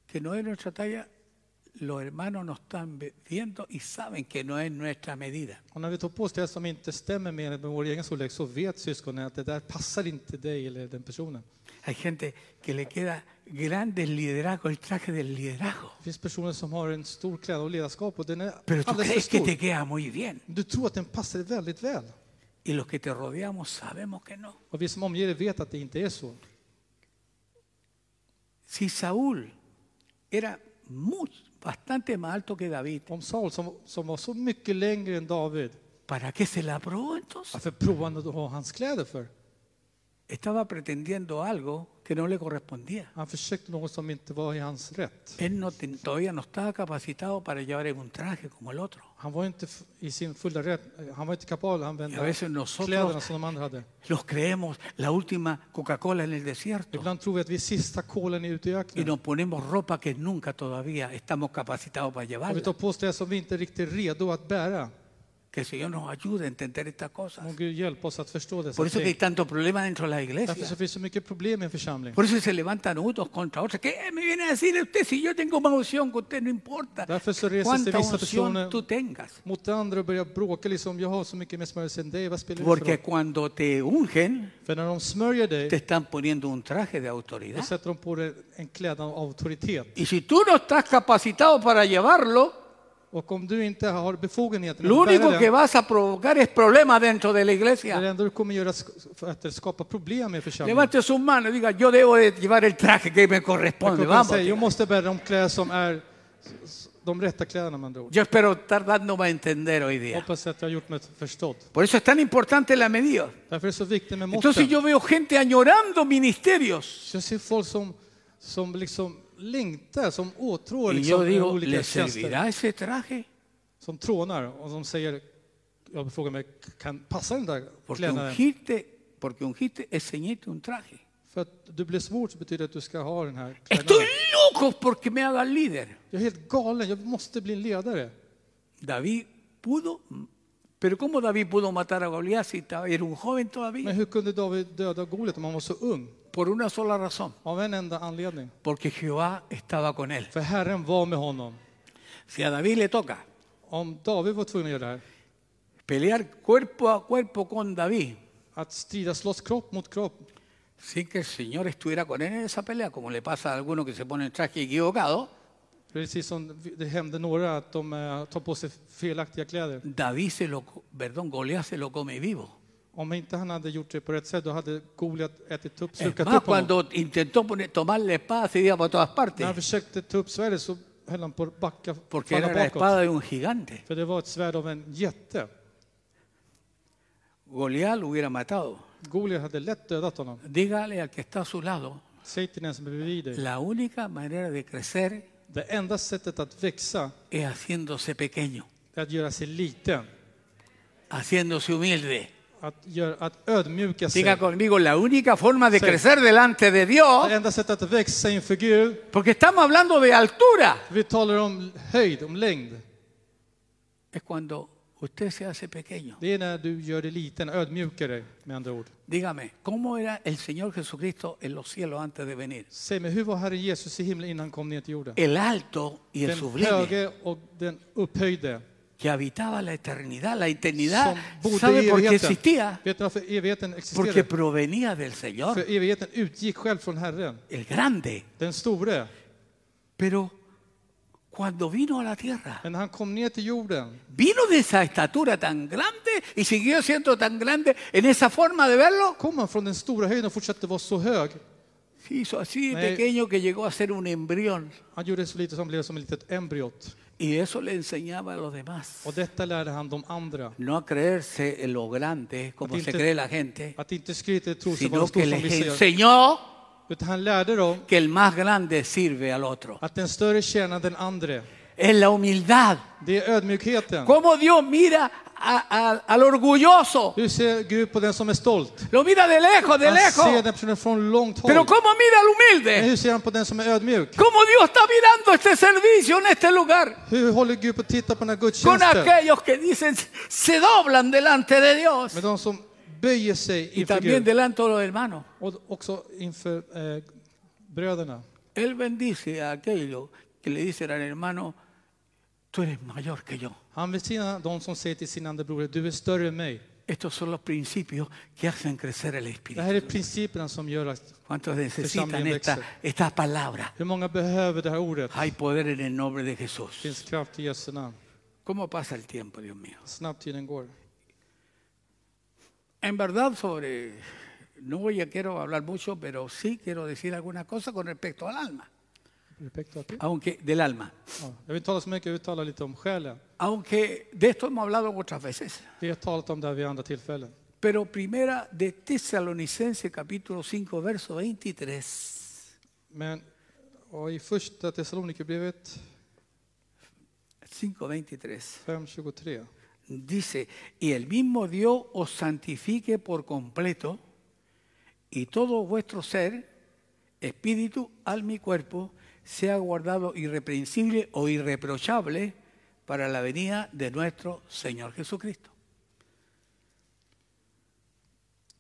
Speaker 1: que no es nuestra talla, los hermanos nos están ve- viendo y saben que no es nuestra medida.
Speaker 2: Och när vi tar på oss kläder som inte stämmer med, med vår egen storlek så vet syskonen att det där passar inte dig eller den personen.
Speaker 1: Hay gente que le queda grande el liderazgo, el traje del liderazgo.
Speaker 2: Det finns personer som har en stor kläd av ledarskap och den är
Speaker 1: Pero tú
Speaker 2: alldeles för
Speaker 1: crees que te
Speaker 2: stor.
Speaker 1: queda muy bien.
Speaker 2: Du tror att den passar dig väldigt väl.
Speaker 1: Y los que te rodeamos sabemos que no.
Speaker 2: Och vi som omger dig vet att det inte är så.
Speaker 1: Si Saúl era muy, bastante más alto que David,
Speaker 2: Om Saul som, som var så mycket längre än David,
Speaker 1: ¿para qué se la probó entonces?
Speaker 2: varför provade han att ha hans kläder för?
Speaker 1: Estaba pretendiendo algo que no le correspondía.
Speaker 2: Han försökte något som inte var i hans rätt.
Speaker 1: Él no, te- todavía no estaba capacitado para llevar un traje como el otro.
Speaker 2: Han var inte f- i sin fulla rätt. Han var inte kapabel
Speaker 1: Y
Speaker 2: att
Speaker 1: a
Speaker 2: använda
Speaker 1: veces
Speaker 2: kläderna
Speaker 1: nosotros
Speaker 2: som de andra hade.
Speaker 1: los creemos la última Coca-Cola en el desierto
Speaker 2: Ibland tror vi att vi är sista kolen ute i
Speaker 1: y
Speaker 2: öknen.
Speaker 1: nos ponemos ropa que nunca todavía estamos capacitados para
Speaker 2: Och vi tar
Speaker 1: llevarla.
Speaker 2: på oss det som vi inte är riktigt redo att bära.
Speaker 1: Que el Señor nos ayude a entender estas cosas.
Speaker 2: Må Gud hjälpa oss att förstå dessa
Speaker 1: Por eso que hay
Speaker 2: ting.
Speaker 1: tanto problema dentro de la
Speaker 2: Därför så
Speaker 1: iglesia.
Speaker 2: finns det så mycket problem i en församling.
Speaker 1: Por eso se levantan unos contra otros. ¿Qué me viene a decir usted si yo tengo más unción que usted? No importa
Speaker 2: Därför så reser sig
Speaker 1: cuánta
Speaker 2: vissa
Speaker 1: unción
Speaker 2: personer
Speaker 1: tú tengas.
Speaker 2: mot de andra och börjar bråka. Liksom, jag har så mycket mer smörjelse än dig, vad spelar det för
Speaker 1: Porque
Speaker 2: roll?
Speaker 1: cuando te ungen,
Speaker 2: För när de smörjer
Speaker 1: te
Speaker 2: dig,
Speaker 1: están poniendo un traje de
Speaker 2: då
Speaker 1: autoridad.
Speaker 2: sätter de på dig en klädnad av auktoritet.
Speaker 1: Y si tú no estás capacitado para llevarlo,
Speaker 2: Och om du inte har befogenheten
Speaker 1: lo
Speaker 2: att bära
Speaker 1: único que
Speaker 2: den,
Speaker 1: vas a provocar es problemas dentro de la
Speaker 2: det är det
Speaker 1: iglesia.
Speaker 2: enda du kommer göra sk- för att skapa problem i församlingen.
Speaker 1: Levante sus manos y diga, yo debo de llevar el traje que me
Speaker 2: Jag
Speaker 1: corresponde.
Speaker 2: kommer att
Speaker 1: Vamos.
Speaker 2: säga, jag
Speaker 1: diga.
Speaker 2: måste bära de kläder som är s- s- de rätta kläderna med andra ord.
Speaker 1: Yo espero estar dándome a entender hoy día.
Speaker 2: Hoppas att jag har gjort mig förstådd.
Speaker 1: Por eso es tan importante la medida.
Speaker 2: Därför är det så viktigt med måtten.
Speaker 1: Entonces yo veo gente añorando ministerios.
Speaker 2: Så jag ser folk som, som liksom längtar, som
Speaker 1: Y yo
Speaker 2: åtrår liksom,
Speaker 1: digo,
Speaker 2: olika
Speaker 1: ¿le
Speaker 2: tjänster.
Speaker 1: servirá ese traje?
Speaker 2: Som trånar och som säger, jag frågar mig, kan passa den där
Speaker 1: Porque
Speaker 2: klädnaden?
Speaker 1: ungirte, porque ungirte es ceñirte un traje.
Speaker 2: För att du blir svårt så betyder det att du ska ha den här
Speaker 1: Estoy
Speaker 2: klädnaden.
Speaker 1: loco porque me haga líder.
Speaker 2: Jag är helt galen, jag måste bli en ledare.
Speaker 1: David pudo, pero ¿cómo David pudo matar a Goliat si estaba- era un joven
Speaker 2: Men
Speaker 1: todavía?
Speaker 2: hur kunde David döda Goliat om han var så ung?
Speaker 1: Por una sola razón,
Speaker 2: Av en enda anledning.
Speaker 1: porque Jehová estaba con él.
Speaker 2: För Herren var med honom.
Speaker 1: Si a David le toca
Speaker 2: Om David var tvungen att göra det här,
Speaker 1: pelear cuerpo a cuerpo con David,
Speaker 2: att strida, slåss kropp mot kropp,
Speaker 1: sin que el Señor estuviera con él en esa pelea, como le pasa a alguno que se pone el traje equivocado,
Speaker 2: Precis som det hände några att de eh, tar på sig felaktiga kläder.
Speaker 1: David se lo, co- perdón, Goliat se lo come vivo.
Speaker 2: Om inte han hade gjort det på rätt sätt, då hade Goliat ätit upp,
Speaker 1: Es
Speaker 2: slukat
Speaker 1: más,
Speaker 2: upp honom.
Speaker 1: cuando intentó poner- tomar la espada se iba para todas
Speaker 2: När han
Speaker 1: partes,
Speaker 2: försökte ta upp svärdet så höll han på att backa,
Speaker 1: porque
Speaker 2: falla
Speaker 1: era la
Speaker 2: bakåt.
Speaker 1: espada de un gigante.
Speaker 2: För det var ett svärd av en jätte.
Speaker 1: Goliat lo hubiera matado.
Speaker 2: Goliat hade lätt dödat honom.
Speaker 1: Dígale al que está a su lado,
Speaker 2: Säg till den som är bredvid dig.
Speaker 1: la única manera de crecer
Speaker 2: Det enda sättet att växa
Speaker 1: es haciéndose pequeño,
Speaker 2: är att göra sig liten.
Speaker 1: haciéndose humilde.
Speaker 2: Att, göra, att ödmjuka sig.
Speaker 1: Diga conmigo, la única forma de
Speaker 2: Sí.
Speaker 1: crecer delante de Dios,
Speaker 2: Det enda sättet att växa inför Gud,
Speaker 1: porque estamos hablando de altura,
Speaker 2: vi talar om höjd, om längd.
Speaker 1: es cuando usted se hace pequeño.
Speaker 2: Det är när du gör dig liten, ödmjukar dig med andra ord.
Speaker 1: Dígame, ¿cómo era el Señor Jesucristo en los cielos antes de venir?
Speaker 2: Säg mig, hur var Herren Jesus i himlen innan han kom ner till jorden?
Speaker 1: El alto y el
Speaker 2: Den
Speaker 1: sublime,
Speaker 2: höge och den upphöjde.
Speaker 1: que habitaba la eternidad. La eternidad,
Speaker 2: som bodde i
Speaker 1: ¿sabe por qué
Speaker 2: evigheten.
Speaker 1: existía?
Speaker 2: Vet ni varför evigheten
Speaker 1: Porque
Speaker 2: existerade?
Speaker 1: provenía del Señor,
Speaker 2: För evigheten utgick själv från Herren,
Speaker 1: el grande.
Speaker 2: den store.
Speaker 1: Pero cuando vino a la tierra,
Speaker 2: Men när han kom ner till jorden,
Speaker 1: vino de esa estatura tan grande y siguió siendo tan grande en esa forma de verlo.
Speaker 2: kom han från den stora höjden och fortsatte vara så hög.
Speaker 1: Se hizo así de
Speaker 2: Me-
Speaker 1: pequeño que llegó a ser un embrión
Speaker 2: Han gjorde så lite som blev som ett litet embryot.
Speaker 1: y eso le enseñaba a los demás.
Speaker 2: Och detta lärde han de andra.
Speaker 1: No a creerse en lo grande como
Speaker 2: Atinte-
Speaker 1: se cree la gente,
Speaker 2: Att inte skryta och tro sig vara
Speaker 1: sino
Speaker 2: stor
Speaker 1: que
Speaker 2: som
Speaker 1: les
Speaker 2: vi ser.
Speaker 1: enseñó
Speaker 2: Utan han lärde dem
Speaker 1: que el más grande sirve al otro.
Speaker 2: att den större tjänar den andra.
Speaker 1: Es la humildad.
Speaker 2: Det är ödmjukheten.
Speaker 1: Cómo Dios mira a- a- al orgulloso.
Speaker 2: Hur ser Gud på den som är stolt?
Speaker 1: Lo mira de lejos, de
Speaker 2: Han ser
Speaker 1: lejos.
Speaker 2: den personen från långt
Speaker 1: Pero
Speaker 2: håll.
Speaker 1: cómo mira al
Speaker 2: Men
Speaker 1: humilde.
Speaker 2: hur ser han på den som är ödmjuk?
Speaker 1: Cómo Dios está mirando este servicio en este lugar.
Speaker 2: Hur håller Gud på att titta på den här
Speaker 1: con
Speaker 2: gudstjänsten?
Speaker 1: aquellos que dicen se doblan delante de Dios
Speaker 2: Med de som böjer sig
Speaker 1: y
Speaker 2: inför
Speaker 1: también
Speaker 2: Gud.
Speaker 1: delante de los hermanos.
Speaker 2: Och också inför eh, bröderna.
Speaker 1: Él bendice a aquellos que le dicen al hermano, tú eres mayor que yo.
Speaker 2: Han välsignar de som säger till sin andra broder, du är större än mig.
Speaker 1: Estos son los principios que hacen crecer el
Speaker 2: Det här är
Speaker 1: espíritu.
Speaker 2: principerna som gör att,
Speaker 1: ¿Cuántos necesitan
Speaker 2: Precisamente,
Speaker 1: esta,
Speaker 2: Dexter.
Speaker 1: esta palabra?
Speaker 2: hur många behöver det här ordet?
Speaker 1: Hay poder en el nombre de
Speaker 2: Det
Speaker 1: Jesús.
Speaker 2: finns kraft i Jesu namn.
Speaker 1: ¿Cómo pasa el tiempo, Dios mío?
Speaker 2: Snabbt tiden går.
Speaker 1: En verdad, sobre... No voy a quiero hablar mucho, pero sí quiero decir alguna cosa con respecto al alma.
Speaker 2: Perfekt, okej.
Speaker 1: Aunque, del alma.
Speaker 2: Ja, jag vill tala så mycket, jag vill tala lite om själen.
Speaker 1: Aunque de esto hemos hablado otras veces.
Speaker 2: Vi har talat om det här vid andra tillfällen.
Speaker 1: Pero primera de Tesalonicense capítulo 5 verso 23.
Speaker 2: Men och i första Thessalonikerbrevet
Speaker 1: 5:23.
Speaker 2: 5.23.
Speaker 1: Dice, "Y el mismo Dios os santifique por completo y todo vuestro ser, espíritu, alma y cuerpo sea guardado irreprensible o irreprochable para la venida de nuestro Señor Jesucristo."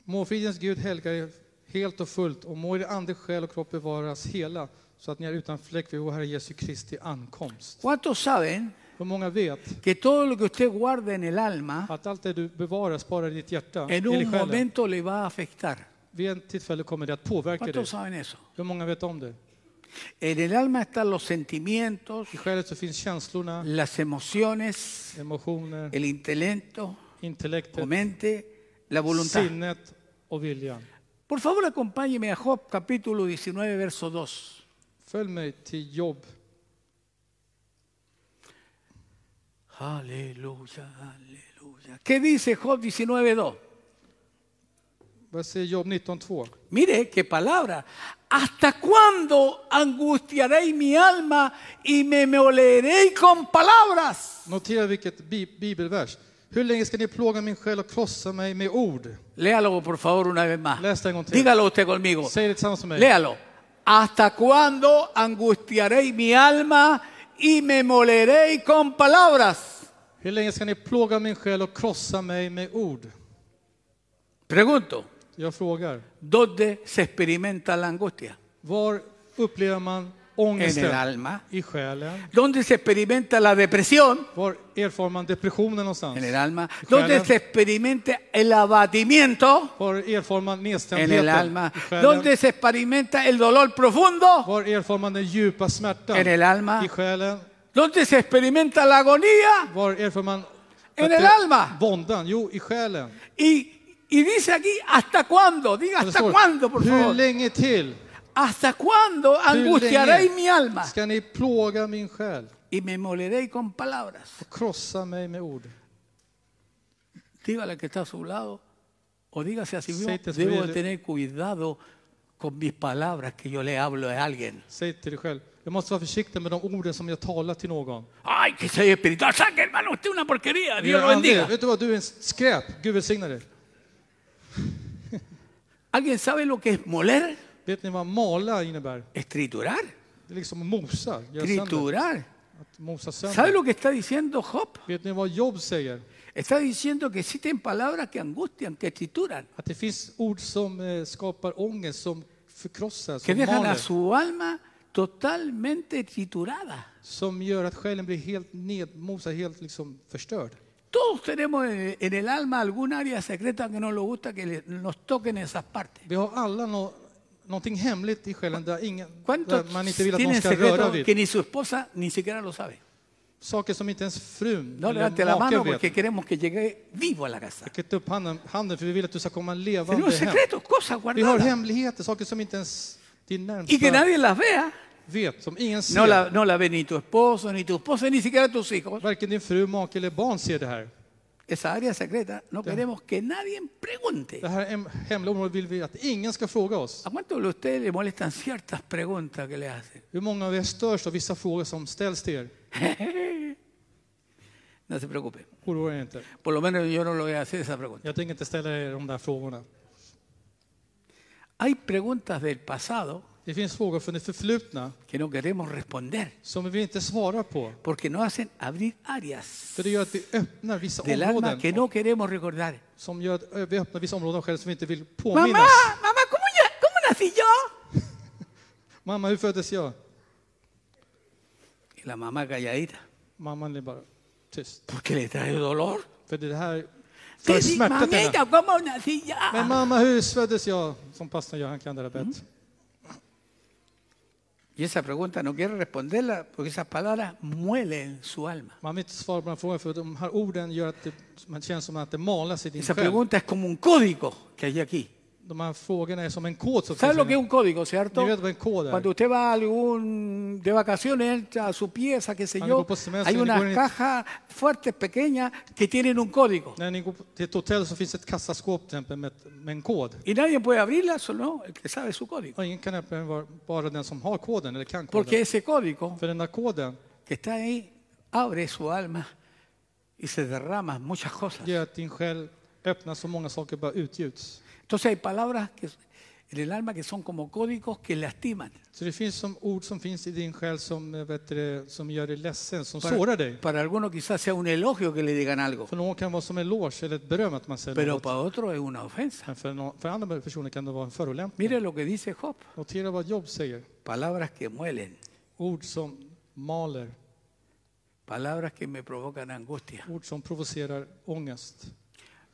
Speaker 2: Må fridens Gud helga er helt och fullt och må er ande, själ och kropp bevaras hela så att ni är utan fläck vid vår Herre Jesu Kristi ankomst.
Speaker 1: ¿Cuántos saben
Speaker 2: Hur många vet
Speaker 1: que todo lo que usted guarda en el alma
Speaker 2: att allt det du bevarar sparar i ditt hjärta,
Speaker 1: en
Speaker 2: eller i
Speaker 1: un
Speaker 2: själen,
Speaker 1: momento le va a afectar.
Speaker 2: vid en tillfälle kommer det att påverka dig.
Speaker 1: ¿Cuántos saben eso?
Speaker 2: Hur många vet om det?
Speaker 1: En el alma están los sentimientos,
Speaker 2: I själen så finns känslorna,
Speaker 1: las emociones,
Speaker 2: emotioner,
Speaker 1: el intelecto, o
Speaker 2: intellektet,
Speaker 1: mente, la voluntad.
Speaker 2: sinnet och viljan.
Speaker 1: Por favor, acompáñeme a Job capítulo 19, verso 2.
Speaker 2: Följ mig till Jobb
Speaker 1: Aleluya, aleluya. ¿Qué dice Job 19, 2?
Speaker 2: Vad säger Jobb 19.2?
Speaker 1: Mire qué palabra. ¿Hasta cuándo angustiaréis mi alma y me moleréis con palabras?
Speaker 2: Notera vilket bi- bibelvers. Hur länge ska ni plåga min själ och krossa mig med ord?
Speaker 1: Léalo, por favor, una vez más.
Speaker 2: Läs det en gång till.
Speaker 1: Dígalo usted conmigo.
Speaker 2: Säg det tillsammans med mig.
Speaker 1: Léalo. ¿Hasta cuándo angustiaréis mi alma y me moleréis con palabras?
Speaker 2: Hur länge ska ni plåga min själ och krossa mig med ord?
Speaker 1: Pregunto,
Speaker 2: Jag frågar.
Speaker 1: ¿dónde se experimenta la angustia?
Speaker 2: Var upplever man
Speaker 1: en el
Speaker 2: ångesten
Speaker 1: alma.
Speaker 2: i själen?
Speaker 1: Donde se experimenta la depresión
Speaker 2: Var erfar man depressionen någonstans?
Speaker 1: en el alma. Donde se experimenta el abatimiento
Speaker 2: Var erfar man
Speaker 1: en el
Speaker 2: nedstämdheten
Speaker 1: alma.
Speaker 2: i själen?
Speaker 1: Donde se experimenta el dolor profundo
Speaker 2: Var erfar man den djupa smärtan
Speaker 1: en el alma.
Speaker 2: i själen?
Speaker 1: Donde se experimenta la agonía.
Speaker 2: Var erfar man
Speaker 1: En
Speaker 2: att
Speaker 1: el
Speaker 2: det-
Speaker 1: alma.
Speaker 2: våndan? Jo, i själen.
Speaker 1: Y, y dice aquí, ¿hasta cuándo? Diga,
Speaker 2: Och det
Speaker 1: ¿hasta
Speaker 2: står,
Speaker 1: cuándo, por
Speaker 2: Hur
Speaker 1: favor?
Speaker 2: länge till?
Speaker 1: ¿Hasta cuándo
Speaker 2: Hur
Speaker 1: angustiaréis mi alma
Speaker 2: länge ska ni plåga min själ
Speaker 1: y me moleréis con palabras?
Speaker 2: och krossa mig med ord?
Speaker 1: Dígale al que está a su lado o dígase a sí mismo,
Speaker 2: Säg till
Speaker 1: debo
Speaker 2: spelet.
Speaker 1: de tener cuidado con mis palabras que yo le hablo a alguien.
Speaker 2: Säg till dig själv. Jag måste vara försiktig med de orden som jag talar till någon.
Speaker 1: Ay, que soy espiritual, saque hermano, usted una porquería, Dios lo
Speaker 2: Gör aldrig-
Speaker 1: bendiga.
Speaker 2: Vet du vad, du är en skräp. Gud välsigne dig.
Speaker 1: ¿Alguien sabe lo que es moler?
Speaker 2: Vet ni vad mala innebär?
Speaker 1: Es triturar,
Speaker 2: Det är liksom att mosa. Göra sönder.
Speaker 1: triturar.
Speaker 2: Att mosa
Speaker 1: ¿Sabe
Speaker 2: sönder.
Speaker 1: lo que está diciendo Job?
Speaker 2: Vet ni vad Job säger?
Speaker 1: Está diciendo que existen palabras que angustian, que trituran,
Speaker 2: Att det finns ord som eh, skapar ångest, som förkrossar,
Speaker 1: que
Speaker 2: som
Speaker 1: dejan a
Speaker 2: maler.
Speaker 1: su alma totalmente triturada.
Speaker 2: Som gör att själen blir helt nedmosad, helt liksom förstörd.
Speaker 1: Todos tenemos en en el alma algún área secreta que no nos gusta que le- nos toquen esas partes.
Speaker 2: Vi har alla nå någonting hemligt i själen där, ingen, där
Speaker 1: ¿Cuántos
Speaker 2: man inte vill att någon
Speaker 1: tienen
Speaker 2: ska röra
Speaker 1: secretos que
Speaker 2: vid.
Speaker 1: ni su esposa ni siquiera lo sabe?
Speaker 2: Saker som inte ens frun
Speaker 1: No levante
Speaker 2: eller
Speaker 1: la mano
Speaker 2: maken vet.
Speaker 1: porque queremos que llegue vivo a la casa.
Speaker 2: Räck inte upp handen, handen för vi vill att du ska komma levande
Speaker 1: Tenemos
Speaker 2: hem.
Speaker 1: secretos, cosas
Speaker 2: Vi har
Speaker 1: guardadas
Speaker 2: hemligheter, saker som inte ens din
Speaker 1: y que
Speaker 2: närmsta
Speaker 1: nadie las vea.
Speaker 2: vet, som ingen ser.
Speaker 1: No la, no la ve ni tu esposo, ni tu esposa, ni siquiera tus hijos.
Speaker 2: Varken din fru, make eller barn ser det här.
Speaker 1: Esa área secreta no queremos que nadie pregunte.
Speaker 2: Det här hem- hemliga området vill vi att ingen ska fråga oss.
Speaker 1: ¿A cuántos de ustedes le molestan ciertas preguntas que le hacen?
Speaker 2: Hur många av er störs av vissa frågor som ställs till er?
Speaker 1: No se preocupe.
Speaker 2: Oroa er inte.
Speaker 1: Por lo menos yo no lo voy a hacer esa pregunta.
Speaker 2: Jag tänker inte ställa er de där frågorna.
Speaker 1: Hay preguntas del pasado
Speaker 2: Det finns frågor från det förflutna
Speaker 1: que no queremos responder
Speaker 2: som vi inte svarar på.
Speaker 1: porque nos hacen abrir áreas
Speaker 2: För det gör att vi öppnar vissa
Speaker 1: del alma
Speaker 2: områden.
Speaker 1: que no queremos recordar.
Speaker 2: Som gör att ö, vi öppnar vissa områden själv som vi inte vill
Speaker 1: Mamá,
Speaker 2: påminnas.
Speaker 1: mamá, ¿cómo, ya- cómo nací yo?
Speaker 2: Mamma, hur föddes jag?
Speaker 1: Y la mamá calladita,
Speaker 2: Mamman är bara tyst.
Speaker 1: porque le trae dolor.
Speaker 2: För det här
Speaker 1: Te
Speaker 2: för
Speaker 1: di,
Speaker 2: smärta till henne.
Speaker 1: mamita, ¿cómo nací
Speaker 2: Men
Speaker 1: yo?
Speaker 2: mamma, Mm. hur föddes jag? Som pastorn gör, han kan det där bättre.
Speaker 1: Y esa pregunta no quiere responderla porque esas palabras muelen su alma.
Speaker 2: Man vill inte svara på den frågan för de här orden gör att det, man känns som att det malas i din
Speaker 1: Esa
Speaker 2: själ.
Speaker 1: pregunta es como un código que hay aquí.
Speaker 2: De här frågorna är som en kod som
Speaker 1: ¿Sabes
Speaker 2: finns
Speaker 1: lo que
Speaker 2: inne.
Speaker 1: es un código, cierto?
Speaker 2: Ni vet vad en kod är.
Speaker 1: Cuando usted va a algún de vacaciones, entra a su pieza, qué sé
Speaker 2: Cuando
Speaker 1: yo,
Speaker 2: por semestre
Speaker 1: hay
Speaker 2: ni
Speaker 1: unas
Speaker 2: ponen-
Speaker 1: cajas fuertes, pequeñas, que tienen un código.
Speaker 2: När ni går till ett hotell så finns ett kassaskåp till exempel med, ett- med en kod.
Speaker 1: Y nadie puede abrirla, solo el que sabe su código.
Speaker 2: Och ingen kan öppna den, var- bara den som har koden eller kan koden.
Speaker 1: Porque ese código
Speaker 2: För den där koden
Speaker 1: que está ahí abre su alma y se derrama muchas cosas.
Speaker 2: gör att din själ öppnas så många saker bara utgjuts.
Speaker 1: Entonces hay palabras que, en el alma que son como códigos que lastiman.
Speaker 2: Så det finns som ord som finns i din själ som, eh, vet du, det, som gör dig ledsen, som sårar dig.
Speaker 1: Para, para algunos quizás sea un elogio que le digan algo,
Speaker 2: För någon kan vara som en eloge eller ett beröm att man säger
Speaker 1: pero
Speaker 2: något.
Speaker 1: para otro es una ofensa.
Speaker 2: Men för, någon, för andra personer kan det vara en förolämpning.
Speaker 1: Mire lo que dice Job,
Speaker 2: Notera vad Job säger.
Speaker 1: palabras que muelen.
Speaker 2: Ord som maler,
Speaker 1: Palabras que me provocan angustia.
Speaker 2: ord som provocerar ångest.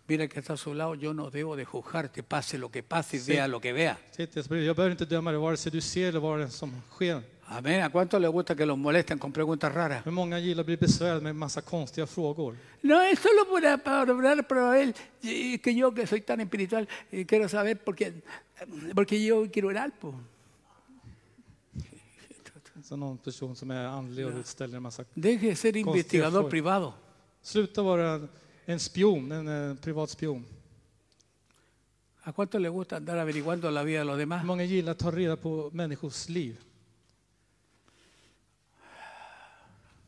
Speaker 1: Mira que está a su lado, yo no debo de juzgarte, pase lo que pase, y
Speaker 2: Sí.
Speaker 1: vea lo que vea.
Speaker 2: Säg till Esbjörn, Jag behöver inte döma dig vare sig du ser eller vad det är som sker.
Speaker 1: Amén. ¿A cuánto le gusta que los molesten con preguntas raras?
Speaker 2: Hur många gillar att bli besvärad med en massa konstiga frågor?
Speaker 1: No, es solo para, para orar para él, eh, que yo que soy tan espiritual, eh, quiero saber por qué, porque yo quiero orar. po.
Speaker 2: Så någon person som är andlig och ställer en massa...
Speaker 1: Deje de ser investigador
Speaker 2: fue.
Speaker 1: privado.
Speaker 2: Sluta vara en, en spion, en, eh, privat spion.
Speaker 1: ¿A cuánto le gusta andar averiguando la vida de los
Speaker 2: Hur
Speaker 1: demás?
Speaker 2: många gillar att ta reda på människors liv?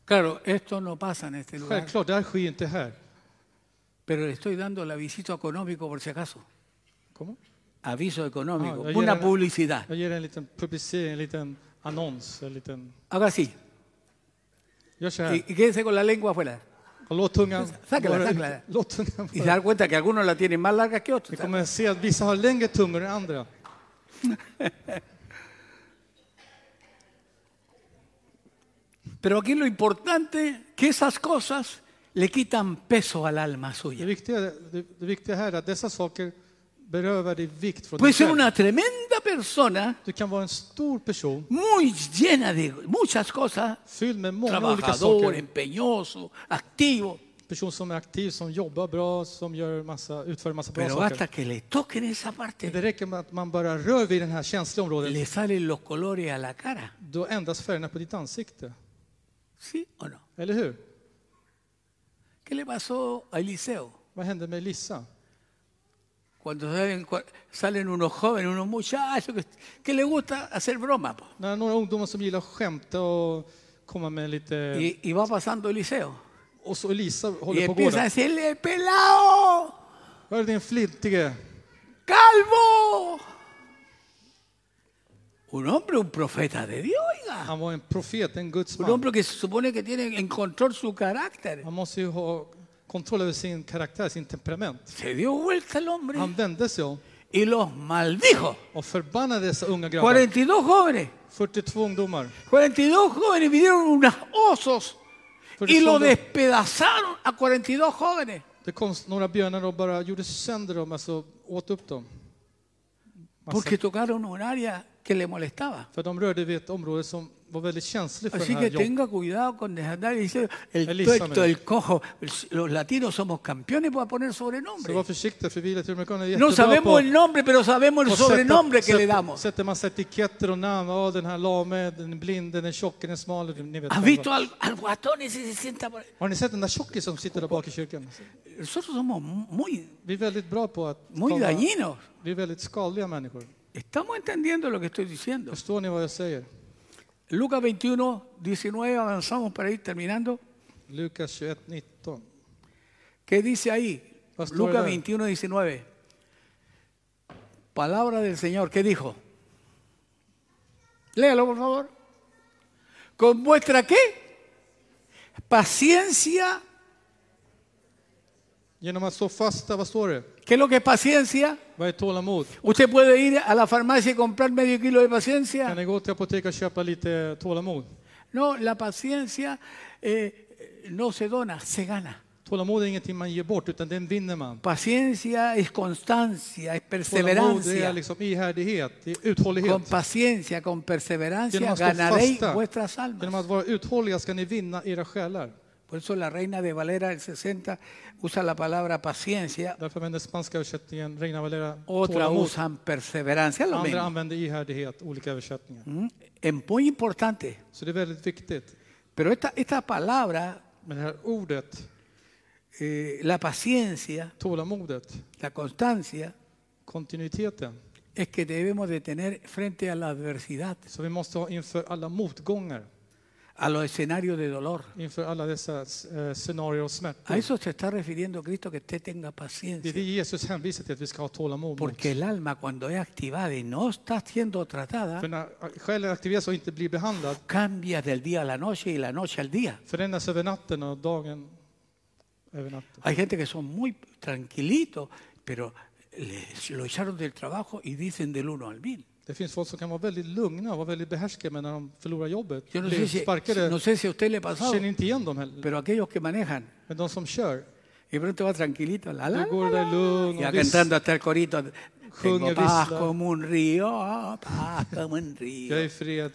Speaker 1: Claro, esto no pasa en este lugar,
Speaker 2: Självklart, det här sker ju inte här.
Speaker 1: pero le estoy dando el avisito económico por si acaso.
Speaker 2: Kommer?
Speaker 1: Aviso económico,
Speaker 2: Ah, ya
Speaker 1: una
Speaker 2: era-
Speaker 1: publicidad.
Speaker 2: Jag ger en liten publicering, en liten annons. En liten...
Speaker 1: Haga así.
Speaker 2: Gör så
Speaker 1: Y,
Speaker 2: här.
Speaker 1: y quédense con la lengua afuera.
Speaker 2: Och låt tungan
Speaker 1: Tackla,
Speaker 2: vara-
Speaker 1: tackla.
Speaker 2: Låt tungan
Speaker 1: Y se
Speaker 2: vara.
Speaker 1: dan cuenta que algunos la tienen más larga que
Speaker 2: Vi
Speaker 1: otros.
Speaker 2: kommer att se att vissa har längre tungor än andra.
Speaker 1: Pero aquí lo importante que esas cosas le quitan peso al alma
Speaker 2: Det
Speaker 1: suya.
Speaker 2: viktiga, det, det viktiga här är att dessa saker berövar dig vikt från dig
Speaker 1: Puede ser
Speaker 2: själv.
Speaker 1: una tremenda persona,
Speaker 2: Du kan vara en stor person
Speaker 1: muy llena de muchas cosas,
Speaker 2: fylld med många olika
Speaker 1: trabajador,
Speaker 2: saker.
Speaker 1: empeñoso, activo,
Speaker 2: Person som är aktiv, som jobbar bra, som gör massa, utför massa bra
Speaker 1: pero
Speaker 2: saker.
Speaker 1: hasta que le toquen esa
Speaker 2: Det
Speaker 1: parte,
Speaker 2: räcker med att man bara rör vid den här känsloområdet.
Speaker 1: le salen los colores a la cara.
Speaker 2: Då ändras färgerna på ditt ansikte.
Speaker 1: ¿Sí o no?
Speaker 2: Eller hur?
Speaker 1: ¿Qué le pasó a Eliseo?
Speaker 2: Vad hände med Lissa?
Speaker 1: Cuando salen, cua- salen unos jóvenes, unos muchachos que, que les gusta hacer broma. po.
Speaker 2: När några ungdomar som gillar att skämta och komma med lite...
Speaker 1: Y, y va pasando Eliseo.
Speaker 2: Och så Lisa
Speaker 1: Y
Speaker 2: håller på
Speaker 1: empieza a
Speaker 2: gården.
Speaker 1: decirle, pelado,
Speaker 2: Hör din flintige.
Speaker 1: calvo. Un hombre, un profeta de Dios, oiga.
Speaker 2: Han var en profet, en Guds
Speaker 1: Un
Speaker 2: man.
Speaker 1: hombre que se supone que tiene en control su carácter.
Speaker 2: Han måste ju ha kontroll över sin karaktär, sin temperament.
Speaker 1: Se dio vuelta el hombre
Speaker 2: Han vände sig om
Speaker 1: y los maldijo.
Speaker 2: och förbannade dessa unga grabbar.
Speaker 1: 42 jóvenes.
Speaker 2: 42 ungdomar.
Speaker 1: 42 jóvenes vinieron unos osos y
Speaker 2: 42
Speaker 1: lo
Speaker 2: de-
Speaker 1: despedazaron a 42 jóvenes.
Speaker 2: Det kom några björnar och bara gjorde sönder dem, alltså åt upp dem. Massa-
Speaker 1: Porque tocaron un área que le molestaba.
Speaker 2: För de rörde vid ett område som var väldigt känsligt för
Speaker 1: Así
Speaker 2: den
Speaker 1: que
Speaker 2: här jobb.
Speaker 1: tenga cuidado con desatar y decir, el
Speaker 2: Elízame.
Speaker 1: tuerto, el cojo. Los latinos somos campeones para poner
Speaker 2: Så var
Speaker 1: sobrenombre.
Speaker 2: försiktiga, för vi latinamerikaner är
Speaker 1: No
Speaker 2: jättebra på
Speaker 1: sabemos el nombre, pero sabemos el
Speaker 2: att sätta-
Speaker 1: sobrenombre que le
Speaker 2: sätta-
Speaker 1: damos.
Speaker 2: Sätter massa etiketter och namn. Ja, den här lame, den blinde, den tjocke, den smale. Ni vet
Speaker 1: ¿Has
Speaker 2: själva.
Speaker 1: visto al, al guatón ese se sienta por ahí?
Speaker 2: Har ni sett den där tjockisen som sitter där bak i kyrkan?
Speaker 1: Nosotros somos muy,
Speaker 2: Vi är väldigt bra på att
Speaker 1: muy
Speaker 2: komma-
Speaker 1: dañinos.
Speaker 2: Vi är väldigt skadliga människor.
Speaker 1: Estamos entendiendo lo que estoy diciendo.
Speaker 2: Förstår ni vad jag säger?
Speaker 1: Lucas 21, 19, avanzamos para ir terminando.
Speaker 2: Lukas 21, 19.
Speaker 1: ¿Qué dice ahí?
Speaker 2: Pastor
Speaker 1: Lucas
Speaker 2: Elena.
Speaker 1: 21, 19. Palabra del Señor, ¿qué dijo? Léalo, por favor. ¿Con vuestra qué? Paciencia.
Speaker 2: Genom att stå fasta, vad står det?
Speaker 1: ¿Qué es lo que es paciencia?
Speaker 2: Vad är tålamod?
Speaker 1: ¿Usted puede ir a la farmacia y comprar medio kilo de
Speaker 2: Kan
Speaker 1: paciencia?
Speaker 2: ni gå till apoteket och köpa lite tålamod?
Speaker 1: No, la paciencia eh, no se dona, se gana.
Speaker 2: Tålamod är ingenting man ger bort, utan den vinner man.
Speaker 1: Paciencia es constancia, es
Speaker 2: Tålamod det är
Speaker 1: perseverancia.
Speaker 2: liksom ihärdighet, det är
Speaker 1: Con
Speaker 2: uthållighet.
Speaker 1: paciencia, con perseverancia,
Speaker 2: Genom att stå
Speaker 1: ganaréis
Speaker 2: fasta,
Speaker 1: vuestras
Speaker 2: genom att
Speaker 1: almas.
Speaker 2: vara uthålliga ska ni vinna era själar.
Speaker 1: Por eso la reina de Valera del 60 usa la palabra paciencia,
Speaker 2: Därför använder spanska översättningen Reina Valera
Speaker 1: otra
Speaker 2: tålamod.
Speaker 1: usan perseverancia, lo
Speaker 2: Andra
Speaker 1: mismo.
Speaker 2: använder ihärdighet, olika översättningar.
Speaker 1: ¿Mm? Es muy importante.
Speaker 2: Så det är väldigt viktigt.
Speaker 1: Pero esta, esta palabra,
Speaker 2: Men det här ordet,
Speaker 1: eh, la paciencia,
Speaker 2: tålamodet,
Speaker 1: la constancia,
Speaker 2: kontinuiteten,
Speaker 1: es que debemos de tener frente a la adversidad,
Speaker 2: så vi måste ha inför alla motgångar,
Speaker 1: a los escenarios de dolor.
Speaker 2: inför alla dessa eh, scenarier och
Speaker 1: A
Speaker 2: smärtor.
Speaker 1: eso se está refiriendo Cristo, que usted tenga
Speaker 2: Det är
Speaker 1: paciencia.
Speaker 2: det Jesus hänvisar till, att vi ska ha tålamod mot.
Speaker 1: Porque el alma cuando es activada y no está siendo tratada,
Speaker 2: För när själen aktiveras och inte blir behandlad
Speaker 1: cambia del día a la noche y la noche al día.
Speaker 2: förändras över natten och dagen över natten.
Speaker 1: Hay gente que son muy tranquilitos, pero les, lo echaron del trabajo y dicen del uno al mil.
Speaker 2: Det finns folk som kan vara väldigt lugna och vara väldigt behärskade men när de förlorar jobbet
Speaker 1: Yo no
Speaker 2: blir
Speaker 1: sé, si,
Speaker 2: sparkade,
Speaker 1: no sé si a usted le ha pasado,
Speaker 2: känner inte igen dem heller.
Speaker 1: pero aquellos que manejan,
Speaker 2: Men de som kör,
Speaker 1: y pronto va tranquilito, la, la,
Speaker 2: du
Speaker 1: la,
Speaker 2: går där lugn
Speaker 1: y
Speaker 2: och
Speaker 1: acá
Speaker 2: viss-
Speaker 1: entrando hasta el corito, tengo
Speaker 2: Junge,
Speaker 1: paz
Speaker 2: vizsla.
Speaker 1: como un río, ah, paz como un río.
Speaker 2: Jag är i fred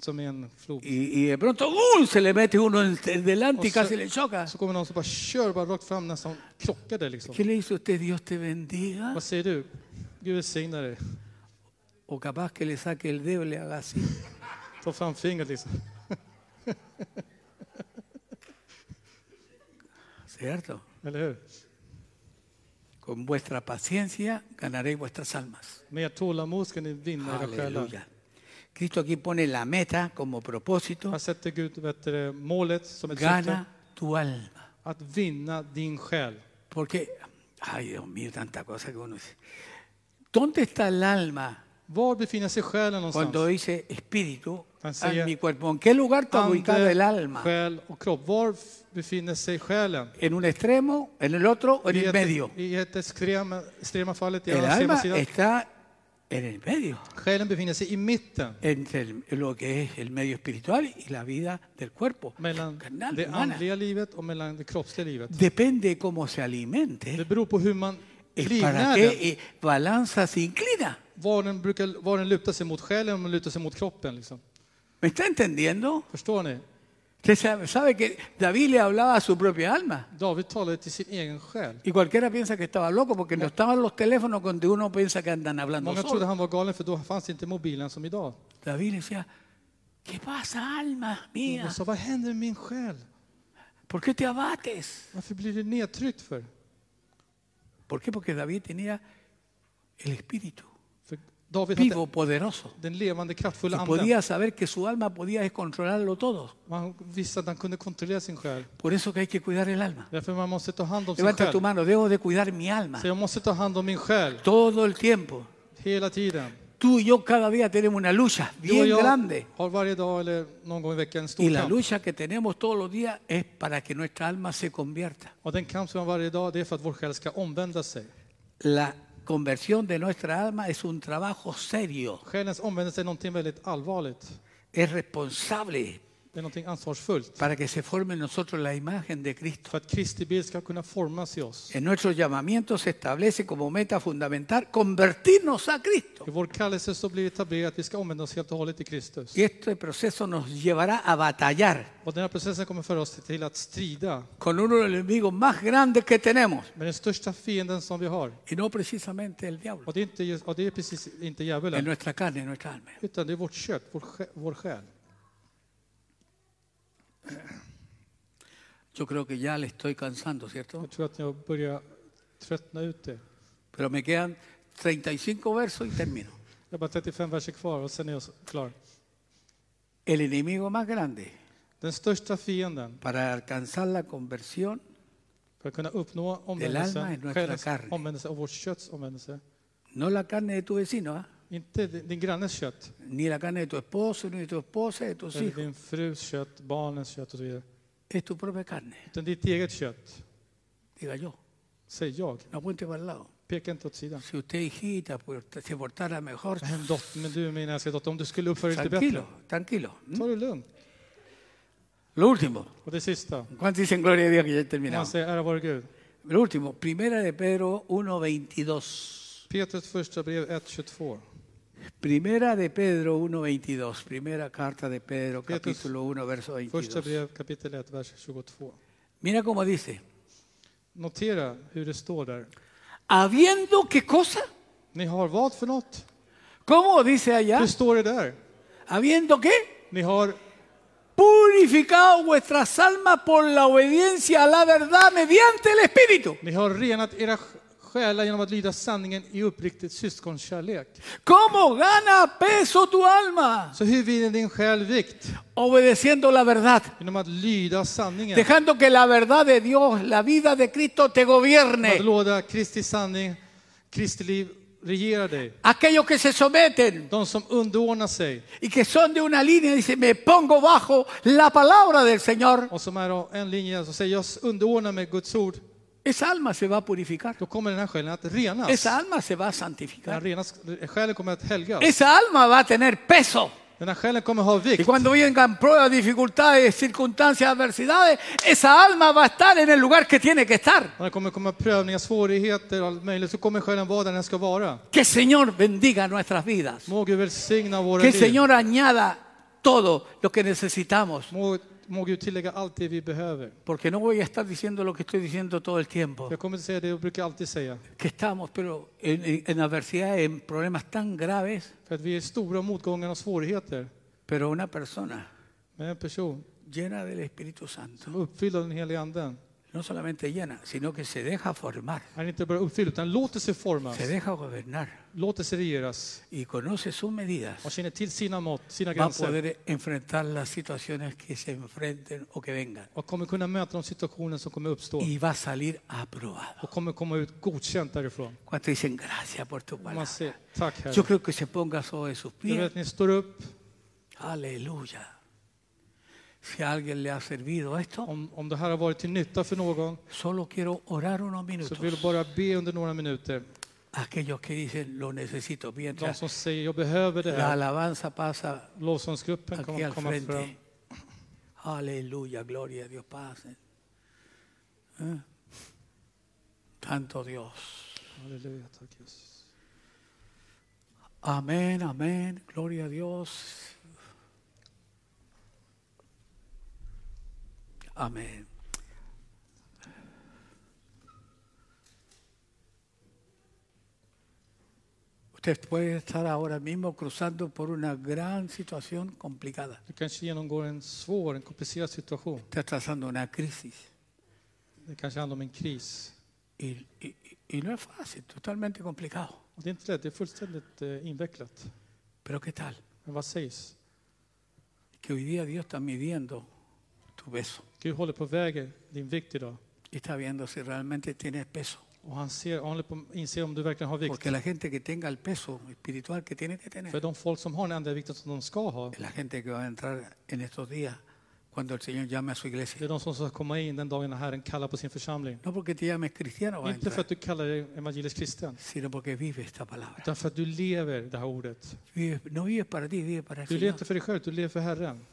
Speaker 2: som i en flod.
Speaker 1: Y, y de pronto ¡uh! se le mete uno en- en delante y
Speaker 2: O sea,
Speaker 1: casi le choca.
Speaker 2: Så kommer någon som bara kör bara rakt fram nästan krockar dig liksom.
Speaker 1: ¿Qué le dice usted? Dios te bendiga.
Speaker 2: Vad säger du? Gud välsigne dig.
Speaker 1: O capaz que le saque el dedo y le haga así.
Speaker 2: Ta fram fingret liksom.
Speaker 1: ¿Cierto?
Speaker 2: Eller hur?
Speaker 1: Con vuestra paciencia ganaréis vuestras almas.
Speaker 2: Med ert tålamod ska ni vinna era själar.
Speaker 1: Aleluya. Cristo aquí pone la meta como propósito.
Speaker 2: Här sätter Gud vet du, det, målet som ett syfte.
Speaker 1: Gana tu alma.
Speaker 2: Att vinna din själ.
Speaker 1: Porque, ay Dios mío, tanta cosa que uno dice. ¿Dónde está el alma
Speaker 2: Var befinner sig själen någonstans?
Speaker 1: cuando dice espíritu
Speaker 2: Así
Speaker 1: en
Speaker 2: es.
Speaker 1: mi cuerpo? ¿En qué lugar está ubicado el alma?
Speaker 2: själ och kropp. Var f- befinner sig själen?
Speaker 1: ¿En un extremo, en el otro o en
Speaker 2: I
Speaker 1: el
Speaker 2: ett,
Speaker 1: medio?
Speaker 2: i ett extrema, extrema fallet, i
Speaker 1: El
Speaker 2: extrema
Speaker 1: alma
Speaker 2: sidan.
Speaker 1: está en el medio,
Speaker 2: Själen befinner sig i mitten
Speaker 1: entre el- lo que es el medio espiritual y la vida del cuerpo
Speaker 2: mellan
Speaker 1: carnal,
Speaker 2: det
Speaker 1: humana.
Speaker 2: andliga livet och mellan det kroppsliga livet.
Speaker 1: Depende cómo se
Speaker 2: Det
Speaker 1: alimente,
Speaker 2: beror på hur man
Speaker 1: es para qué
Speaker 2: livnär
Speaker 1: eh, balanza se inclina.
Speaker 2: var den, brukar, var den lutar sig mot själen och lutar sig mot kroppen. Liksom.
Speaker 1: ¿Me está entendiendo?
Speaker 2: Förstår ni?
Speaker 1: Usted sabe, sabe que David le hablaba a su propia alma.
Speaker 2: David talade till sin egen själ.
Speaker 1: Y cualquiera piensa que estaba loco porque no estaban los teléfonos donde uno piensa que andan hablando
Speaker 2: Många trodde
Speaker 1: solo.
Speaker 2: han var galen för då fanns inte mobilen som idag.
Speaker 1: David le decía, ¿qué pasa, alma mía?
Speaker 2: Jag sa, vad händer med min själ?
Speaker 1: ¿Por qué te abates?
Speaker 2: Varför blir du nedtryckt för?
Speaker 1: ¿Por qué? Porque David tenía el espíritu
Speaker 2: För David
Speaker 1: vivo,
Speaker 2: hade
Speaker 1: poderoso.
Speaker 2: den levande kraftfulla
Speaker 1: Y
Speaker 2: anden.
Speaker 1: podía saber que su alma podía descontrolarlo todo.
Speaker 2: Och Han visste att han kunde kontrollera sin själ.
Speaker 1: Por eso que hay que cuidar el alma.
Speaker 2: Därför man måste ta hand om sin
Speaker 1: Levanta tu
Speaker 2: själ.
Speaker 1: mano, debo de cuidar mi alma
Speaker 2: Så jag måste ta hand om min själ
Speaker 1: todo el tiempo.
Speaker 2: hela tiden.
Speaker 1: Tú y yo cada día tenemos una lucha
Speaker 2: Du och
Speaker 1: bien
Speaker 2: jag
Speaker 1: grande.
Speaker 2: har varje dag eller någon gång i veckan en
Speaker 1: Y
Speaker 2: stor
Speaker 1: la
Speaker 2: kamp.
Speaker 1: lucha que tenemos todos los días es para que nuestra alma se convierta.
Speaker 2: Och den kamp som vi har varje dag det är för att vår själ ska omvända sig.
Speaker 1: La conversión de nuestra alma es un trabajo serio,
Speaker 2: Själens omvändelse är någonting väldigt allvarligt.
Speaker 1: es responsable
Speaker 2: Det är någonting ansvarsfullt.
Speaker 1: para que se forme en nosotros la imagen de Cristo.
Speaker 2: För att Kristi bild ska kunna formas i oss.
Speaker 1: En nuestro llamamiento se establece como meta fundamental convertirnos a Cristo.
Speaker 2: I vår kallelse så blir det etablerat att vi ska omvända oss helt och hållet till Kristus.
Speaker 1: Y este proceso nos llevará a batallar
Speaker 2: Och den här processen kommer föra oss till att strida
Speaker 1: con uno de los enemigos más grandes que tenemos.
Speaker 2: med den största fienden som vi har.
Speaker 1: Y no precisamente el diablo.
Speaker 2: Och det är, inte, just- och det är precis inte
Speaker 1: En
Speaker 2: djävulen,
Speaker 1: nuestra carne, en nuestra alma.
Speaker 2: utan det är vårt kött, vår, sjä- vår själ.
Speaker 1: Yo creo que ya le estoy cansando, ¿cierto?
Speaker 2: Jag tror att jag börjar tröttna ut det.
Speaker 1: Pero me quedan 35 versos y termino.
Speaker 2: Jag har bara 35 verser kvar och sen är jag så- klar.
Speaker 1: El enemigo más grande
Speaker 2: Den största fienden
Speaker 1: para alcanzar la conversión
Speaker 2: för att kunna uppnå
Speaker 1: alma är
Speaker 2: omvändelsen,
Speaker 1: nuestra
Speaker 2: själens
Speaker 1: carne.
Speaker 2: omvändelse och vårt kötts omvändelse.
Speaker 1: No la carne de tu vecino, ¿ah?
Speaker 2: Inte din din grannes kött,
Speaker 1: ni la carne de tu esposo, ni de tu esposa, de tus
Speaker 2: eller
Speaker 1: hijos.
Speaker 2: din frus kött, barnens kött och så vidare.
Speaker 1: Es tu propia carne,
Speaker 2: Utan ditt eget kött,
Speaker 1: diga yo.
Speaker 2: säger jag.
Speaker 1: No apunte para el lado.
Speaker 2: Peka inte åt sidan.
Speaker 1: Si usted, hijita, pues, se portara mejor,
Speaker 2: Men, dotter, men du min älskade dotter, om du skulle uppföra dig lite bättre,
Speaker 1: tranquilo, tranquilo.
Speaker 2: ta det lugnt.
Speaker 1: Lo último.
Speaker 2: Och det sista,
Speaker 1: ¿Cuántos dicen gloria a Dios que ya he
Speaker 2: om man
Speaker 1: terminado?
Speaker 2: säger ära vare Gud.
Speaker 1: Lo último, primera de Pedro 1.22.
Speaker 2: Petrus första brev 1.22.
Speaker 1: Primera de Pedro 1.22. Primera carta de Pedro,
Speaker 2: Pedro-
Speaker 1: capítulo 1, verso
Speaker 2: Första
Speaker 1: 22.
Speaker 2: brev kapitel 1, vers 22.
Speaker 1: Mira cómo dice.
Speaker 2: Notera hur det står där.
Speaker 1: ¿Habiendo qué cosa?
Speaker 2: Ni har vad för något?
Speaker 1: ¿Cómo dice allá?
Speaker 2: Hur står det där?
Speaker 1: ¿Habiendo qué?
Speaker 2: Ni har
Speaker 1: Purificado vuestras almas por la obediencia a la verdad mediante el Espíritu.
Speaker 2: Ni har renat era själar genom att lyda sanningen i uppriktigt syskonkärlek.
Speaker 1: ¿Cómo gana peso tu alma?
Speaker 2: Så hur vinner din själ vikt?
Speaker 1: Obedeciendo la verdad.
Speaker 2: Genom att lyda sanningen. Genom
Speaker 1: Dejando que la verdad de Dios, la vida de Cristo te
Speaker 2: att
Speaker 1: gobierne.
Speaker 2: låta Kristi sanning, Kristi liv regera dig.
Speaker 1: Aquellos que se someten
Speaker 2: De som underordnar sig
Speaker 1: y que son de una línea, dice, me pongo bajo la palabra del Señor.
Speaker 2: och som är av en linje och säger jag underordnar mig Guds ord.
Speaker 1: Esa alma se va a purificar.
Speaker 2: Då kommer den här själen att renas.
Speaker 1: Esa alma se va a
Speaker 2: Den här
Speaker 1: santificar.
Speaker 2: renas, själen kommer att helgas.
Speaker 1: Esa alma va a tener peso.
Speaker 2: Den här själen kommer ha
Speaker 1: Y
Speaker 2: vikt.
Speaker 1: cuando vengan pruebas, dificultades, circunstancias, adversidades, esa alma va a estar en el lugar que tiene que estar.
Speaker 2: När det kommer komma prövningar, svårigheter och allt möjligt så kommer själen vara där den ska vara.
Speaker 1: Que el Señor bendiga nuestras vidas.
Speaker 2: Må Gud välsigna våra
Speaker 1: Que el
Speaker 2: liv.
Speaker 1: Señor añada todo lo que necesitamos.
Speaker 2: Må, må Gud tillägga allt det vi behöver.
Speaker 1: Porque no voy a estar diciendo lo que estoy diciendo todo el tiempo.
Speaker 2: Jag kommer att säga det jag brukar alltid säga.
Speaker 1: Que estamos, pero en, en- en adversidad, en problemas tan graves,
Speaker 2: För att vi är stora motgångar och svårigheter.
Speaker 1: pero una persona
Speaker 2: Men en person
Speaker 1: llena del Espíritu Santo,
Speaker 2: som är uppfylld av den heliga anden.
Speaker 1: no solamente llena, sino que se deja formar,
Speaker 2: Han är inte bara uppfylld utan låter sig formas.
Speaker 1: se deja gobernar
Speaker 2: Låter sig regeras.
Speaker 1: y conoce sus medidas,
Speaker 2: Och känner till sina mått, sina
Speaker 1: va a
Speaker 2: gränser.
Speaker 1: poder enfrentar las situaciones que se enfrenten o que vengan.
Speaker 2: Och kommer kunna möta de situationer som kommer uppstå.
Speaker 1: Y va a salir aprobado.
Speaker 2: Och kommer komma ut godkänt därifrån.
Speaker 1: Cuando dicen gracias por tu
Speaker 2: Och man
Speaker 1: palabra.
Speaker 2: säger tack
Speaker 1: Yo
Speaker 2: Herre.
Speaker 1: creo que se ponga sobre sus
Speaker 2: Jag vill
Speaker 1: pies.
Speaker 2: att ni står upp.
Speaker 1: Aleluya. Si a alguien le ha servido esto,
Speaker 2: Om, om det här har varit till nytta för någon
Speaker 1: Solo quiero orar unos
Speaker 2: så
Speaker 1: minutos.
Speaker 2: vill jag bara be under några minuter.
Speaker 1: aquellos que dicen lo necesito,
Speaker 2: De
Speaker 1: mientras
Speaker 2: som säger jag behöver det
Speaker 1: la
Speaker 2: här.
Speaker 1: alabanza pasa
Speaker 2: Lovsångsgruppen
Speaker 1: aquí
Speaker 2: kommer
Speaker 1: al
Speaker 2: att komma fram.
Speaker 1: frente. Aleluya, gloria a Dios, pasen. ¿Eh? Tanto Dios.
Speaker 2: Halleluja, tack Jesus.
Speaker 1: Amén, amén, gloria a Dios. Amén. Usted puede estar ahora mismo cruzando por una gran situación complicada.
Speaker 2: Du kanske genomgår en svår, en komplicerad situation.
Speaker 1: Está trazando una crisis.
Speaker 2: Det kanske handlar om en kris.
Speaker 1: Y, y- y no es fácil, totalmente complicado.
Speaker 2: Och det är inte lätt, det är fullständigt eh, invecklat.
Speaker 1: Pero ¿qué tal?
Speaker 2: Men vad sägs?
Speaker 1: Que hoy día Dios está midiendo tu peso.
Speaker 2: Gud håller på och väger din vikt idag.
Speaker 1: Y está viendo si realmente tienes peso.
Speaker 2: Och han, ser, han håller på att inse om du verkligen har vikt.
Speaker 1: Porque la gente que tenga el peso espiritual que tiene que
Speaker 2: För
Speaker 1: tener
Speaker 2: de folk som har den enda vikten som de ska ha,
Speaker 1: es la gente que va a entrar en estos días cuando el Señor llame a su
Speaker 2: det
Speaker 1: iglesia.
Speaker 2: är de som ska komma in den dagen när Herren kallar på sin församling.
Speaker 1: No porque te llames cristiano, va a
Speaker 2: Inte för
Speaker 1: entrar,
Speaker 2: att du kallar dig evangelisk kristen,
Speaker 1: sino porque vive esta palabra.
Speaker 2: utan för att du lever det här ordet.
Speaker 1: Vive- no vives para ti, vives para el
Speaker 2: Du lever
Speaker 1: Señor.
Speaker 2: inte för dig själv, du lever för Herren.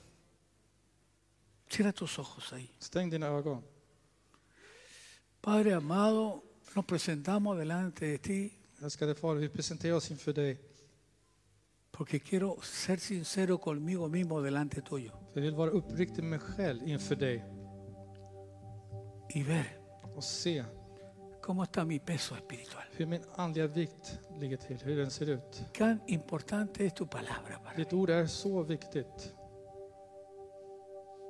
Speaker 1: Cierra tus ojos ahí.
Speaker 2: Stäng dina ögon.
Speaker 1: Padre amado, nos presentamos delante de ti
Speaker 2: Älskade Far, vi presenterar oss inför dig.
Speaker 1: porque quiero ser sincero conmigo mismo delante tuyo
Speaker 2: För jag vill vara uppriktig med mig själv inför dig
Speaker 1: y ver
Speaker 2: och se
Speaker 1: cómo está mi peso espiritual.
Speaker 2: hur min andliga vikt ligger till, hur den ser ut.
Speaker 1: Tan importante es tu palabra para mí.
Speaker 2: Ditt ord är så viktigt.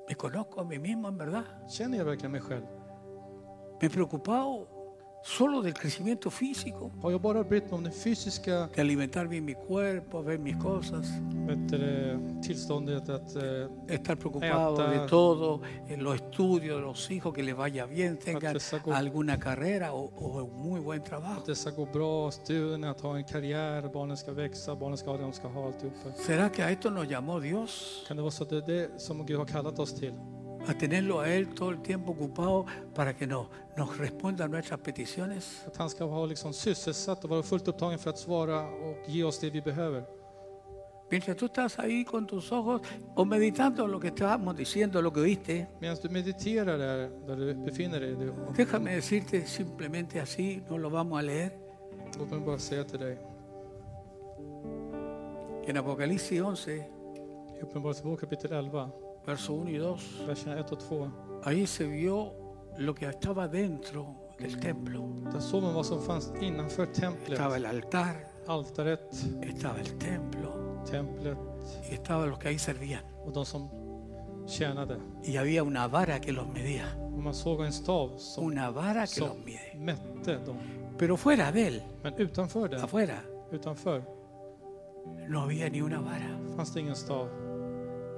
Speaker 1: Me conozco a mí mismo en verdad.
Speaker 2: Känner jag verkligen mig själv?
Speaker 1: Me he preocupado solo del crecimiento físico,
Speaker 2: Har jag bara brytt mig om det fysiska
Speaker 1: de alimentar bien mi cuerpo, ver mis cosas,
Speaker 2: vet du, det, tillståndet att eh,
Speaker 1: estar preocupado
Speaker 2: Ahí está.
Speaker 1: de todo, en los estudios de los hijos, que les vaya bien, tengan
Speaker 2: te saco.
Speaker 1: alguna carrera o, o un muy buen trabajo?
Speaker 2: att det ska gå bra, studierna, att ha en karriär, barnen ska växa, barnen ska ha det de ska ha, alltihopa.
Speaker 1: ¿Será que a esto nos llamó Dios?
Speaker 2: Kan det vara så att det är det som Gud har kallat oss till?
Speaker 1: ¿A tenerlo a Él todo el tiempo ocupado para que nos, nos responda a nuestras peticiones?
Speaker 2: Att han ska vara liksom sysselsatt och vara fullt upptagen för att svara och ge oss det vi behöver.
Speaker 1: Mientras tú estás ahí con tus ojos o meditando en lo que estábamos diciendo, lo que oíste,
Speaker 2: Medan du mediterar där, där du befinner dig. Du,
Speaker 1: déjame decirte simplemente así, no lo vamos a leer.
Speaker 2: låt mig bara säga till dig,
Speaker 1: En Apocalipsis 11,
Speaker 2: i Uppenbarelsebok kapitel 11,
Speaker 1: verso 1 y 2,
Speaker 2: verserna 1 och 2.
Speaker 1: ahí se vio lo que estaba dentro del templo.
Speaker 2: Där såg man vad som fanns innanför templet.
Speaker 1: Estaba el altar,
Speaker 2: Altaret,
Speaker 1: estaba el templo
Speaker 2: templet
Speaker 1: y estaban los que ahí servían.
Speaker 2: och de som tjänade.
Speaker 1: Y había una vara que los medía,
Speaker 2: Och man såg en stav som
Speaker 1: una vara que
Speaker 2: som
Speaker 1: los mide.
Speaker 2: mätte dem.
Speaker 1: Pero fuera de él,
Speaker 2: Men utanför den,
Speaker 1: afuera,
Speaker 2: utanför,
Speaker 1: no había ni una vara.
Speaker 2: fanns det ingen stav.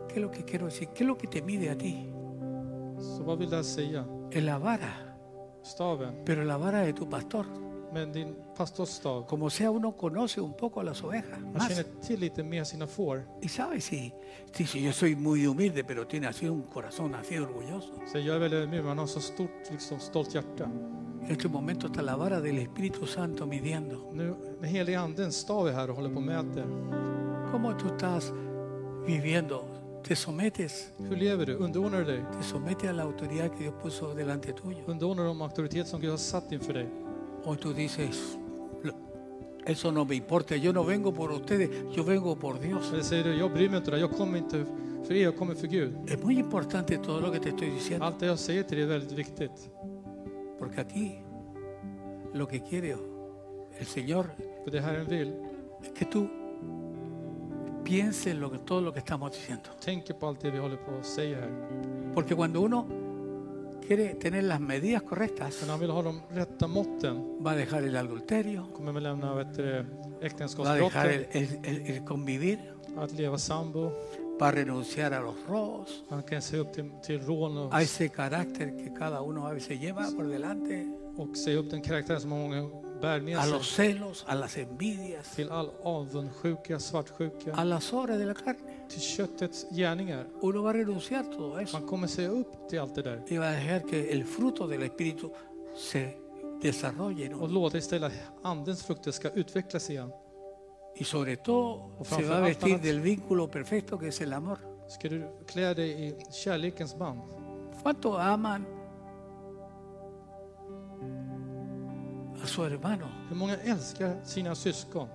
Speaker 1: ¿Qué es lo que quiero decir? ¿Qué es lo que te mide a ti?
Speaker 2: Så vad vill det här säga?
Speaker 1: Es la vara,
Speaker 2: Staven,
Speaker 1: pero la vara de tu pastor.
Speaker 2: men din pastors stav.
Speaker 1: Como sea, uno conoce un poco a las ovejas.
Speaker 2: Han
Speaker 1: Más.
Speaker 2: känner till lite mer sina får.
Speaker 1: Y sabe si, si, si yo soy muy humilde, pero tiene así un corazón así orgulloso.
Speaker 2: Så jag är väldigt ödmjuk, men han har så stort, liksom, stolt hjärta.
Speaker 1: En este momento está la vara del Espíritu Santo midiendo.
Speaker 2: Nu, den helige andens stav är här och håller på och mäter.
Speaker 1: ¿Cómo tú estás viviendo? ¿Te sometes?
Speaker 2: Hur lever du? Underordnar du dig?
Speaker 1: ¿Te sometes a la autoridad que Dios puso delante tuyo?
Speaker 2: Underordnar du de auktoritet som Gud har satt inför dig?
Speaker 1: ¿O tú dices, "Lo- eso no me importa, yo no vengo por ustedes, yo vengo por Dios?
Speaker 2: Eller säger du, jag bryr mig inte, jag kommer inte för er, jag kommer för Gud.
Speaker 1: Es muy importante todo lo que te estoy diciendo,
Speaker 2: Allt det jag säger till dig är väldigt viktigt.
Speaker 1: porque aquí lo que quiere el Señor
Speaker 2: För det Herren vill,
Speaker 1: es que tú pienses en lo que, todo lo que estamos diciendo.
Speaker 2: tänker på allt det vi håller på och säger här.
Speaker 1: Porque cuando uno quiere tener las medidas correctas,
Speaker 2: Men han vill ha de rätta måtten.
Speaker 1: va a dejar el adulterio,
Speaker 2: Kommer man lämna vet du, det,
Speaker 1: va a dejar
Speaker 2: äktenskapsbrottet,
Speaker 1: el, el- el- el convivir,
Speaker 2: att leva sambo.
Speaker 1: va a renunciar a los robos,
Speaker 2: Han kan se upp till, till rån och,
Speaker 1: a ese carácter que cada uno a veces lleva por delante,
Speaker 2: och se upp den karaktären som många bär med
Speaker 1: a
Speaker 2: sig.
Speaker 1: los celos, a las envidias,
Speaker 2: Till all avundsjuka, svartsjuka,
Speaker 1: a las obras de la carne.
Speaker 2: till köttets gärningar.
Speaker 1: Uno va a renunciar a todo eso
Speaker 2: Man kommer se upp till allt det där.
Speaker 1: y va a dejar que el fruto del Espíritu se desarrollen
Speaker 2: Och låt istället andens frukter ska utvecklas igen.
Speaker 1: y sobre todo
Speaker 2: O
Speaker 1: se va a
Speaker 2: framför allt
Speaker 1: vestir
Speaker 2: annat.
Speaker 1: del vínculo perfecto que es el amor.
Speaker 2: Ska du klä dig i kärlekens band?
Speaker 1: ¿Cuánto aman a su hermano?
Speaker 2: Hur många älskar sina syskon?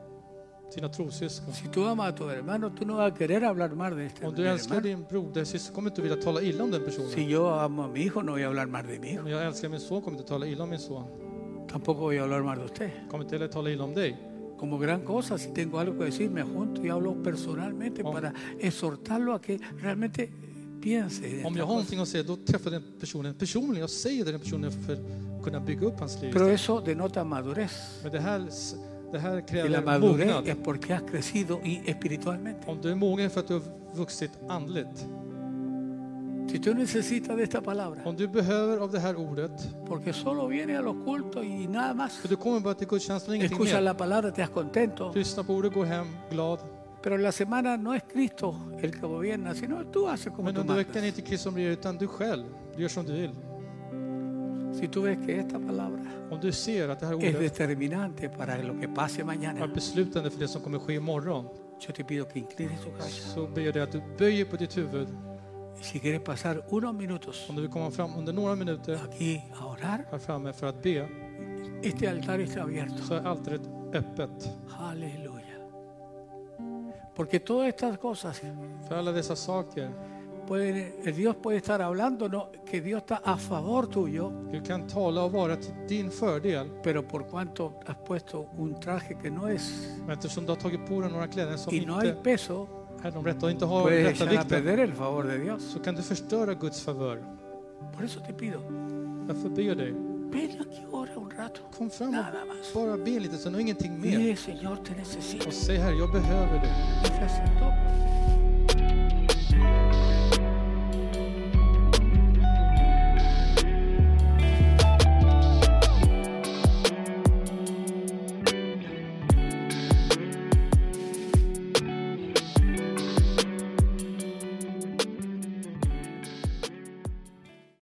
Speaker 2: Sina trossyskon?
Speaker 1: Si tú amas a tu hermano, tú no vas a querer hablar más de este
Speaker 2: Om du
Speaker 1: del
Speaker 2: älskar
Speaker 1: hermano.
Speaker 2: din brodersyster kommer du inte vilja tala illa om den personen.
Speaker 1: Si yo amo a mi hijo, no voy a hablar más de mi hijo.
Speaker 2: Om jag älskar min son kommer jag inte tala illa om min son.
Speaker 1: Tampoco voy a hablar más de usted.
Speaker 2: Kommer inte heller tala illa om dig.
Speaker 1: Como gran cosa, si tengo algo que decir, me junto y hablo personalmente
Speaker 2: Om-
Speaker 1: para exhortarlo a que realmente piense. en
Speaker 2: Om
Speaker 1: esta
Speaker 2: jag har
Speaker 1: cosa.
Speaker 2: någonting att säga då träffar jag den personen personligen. Jag säger det den personen för att kunna bygga upp hans liv.
Speaker 1: Pero eso denota madurez.
Speaker 2: Men det här, det här
Speaker 1: Y la
Speaker 2: kräver
Speaker 1: madurez es
Speaker 2: mognad.
Speaker 1: porque has crecido y espiritualmente.
Speaker 2: Om du är mogen för att du har vuxit andligt.
Speaker 1: Si tú necesitas de esta palabra,
Speaker 2: Om du behöver av det här ordet.
Speaker 1: porque solo viene a los cultos y nada más,
Speaker 2: För du kommer bara till gudstjänsten och ingenting
Speaker 1: escuchas
Speaker 2: mer.
Speaker 1: la palabra, te das contento.
Speaker 2: Lyssna på ordet, gå hem glad.
Speaker 1: Pero en la semana no es Cristo el que gobierna, sino tú haces como
Speaker 2: Men
Speaker 1: tú
Speaker 2: under veckan är
Speaker 1: mandas.
Speaker 2: inte Kristus som regerar utan du själv. Du gör som du vill.
Speaker 1: Si tú ves que esta palabra
Speaker 2: Om du ser att det här
Speaker 1: es
Speaker 2: ordet
Speaker 1: determinante para lo que pase
Speaker 2: är
Speaker 1: mañana,
Speaker 2: beslutande för det som kommer ske imorgon.
Speaker 1: yo te pido que inclines tu cabeza.
Speaker 2: Så ber jag dig att du böjer på ditt huvud.
Speaker 1: Y si quieres pasar unos minutos
Speaker 2: Om du vill komma fram under några minuter
Speaker 1: aquí a orar,
Speaker 2: här framme för att be.
Speaker 1: este altar está abierto.
Speaker 2: Så är altaret öppet.
Speaker 1: Aleluya. Porque todas estas cosas,
Speaker 2: För alla dessa saker.
Speaker 1: pueden, el Dios puede estar hablando, ¿no? que Dios está a favor tuyo,
Speaker 2: Du kan tala och vara till din fördel.
Speaker 1: pero por cuanto has puesto un traje que no es
Speaker 2: Men eftersom du har tagit på dig några kläder som
Speaker 1: y no hay
Speaker 2: inte
Speaker 1: peso,
Speaker 2: är de rätta och inte har den
Speaker 1: puedes
Speaker 2: rätta
Speaker 1: echar a
Speaker 2: vikten.
Speaker 1: perder Pues el favor de Dios.
Speaker 2: Så kan du förstöra Guds favör.
Speaker 1: Por eso te pido,
Speaker 2: Därför ber jag dig.
Speaker 1: ven aquí ahora un rato.
Speaker 2: Kom fram
Speaker 1: Nada más.
Speaker 2: och bara be lite så och ingenting mer.
Speaker 1: Mire, Señor, te necesito.
Speaker 2: Och säg här, jag behöver dig.
Speaker 1: Y se aceptó.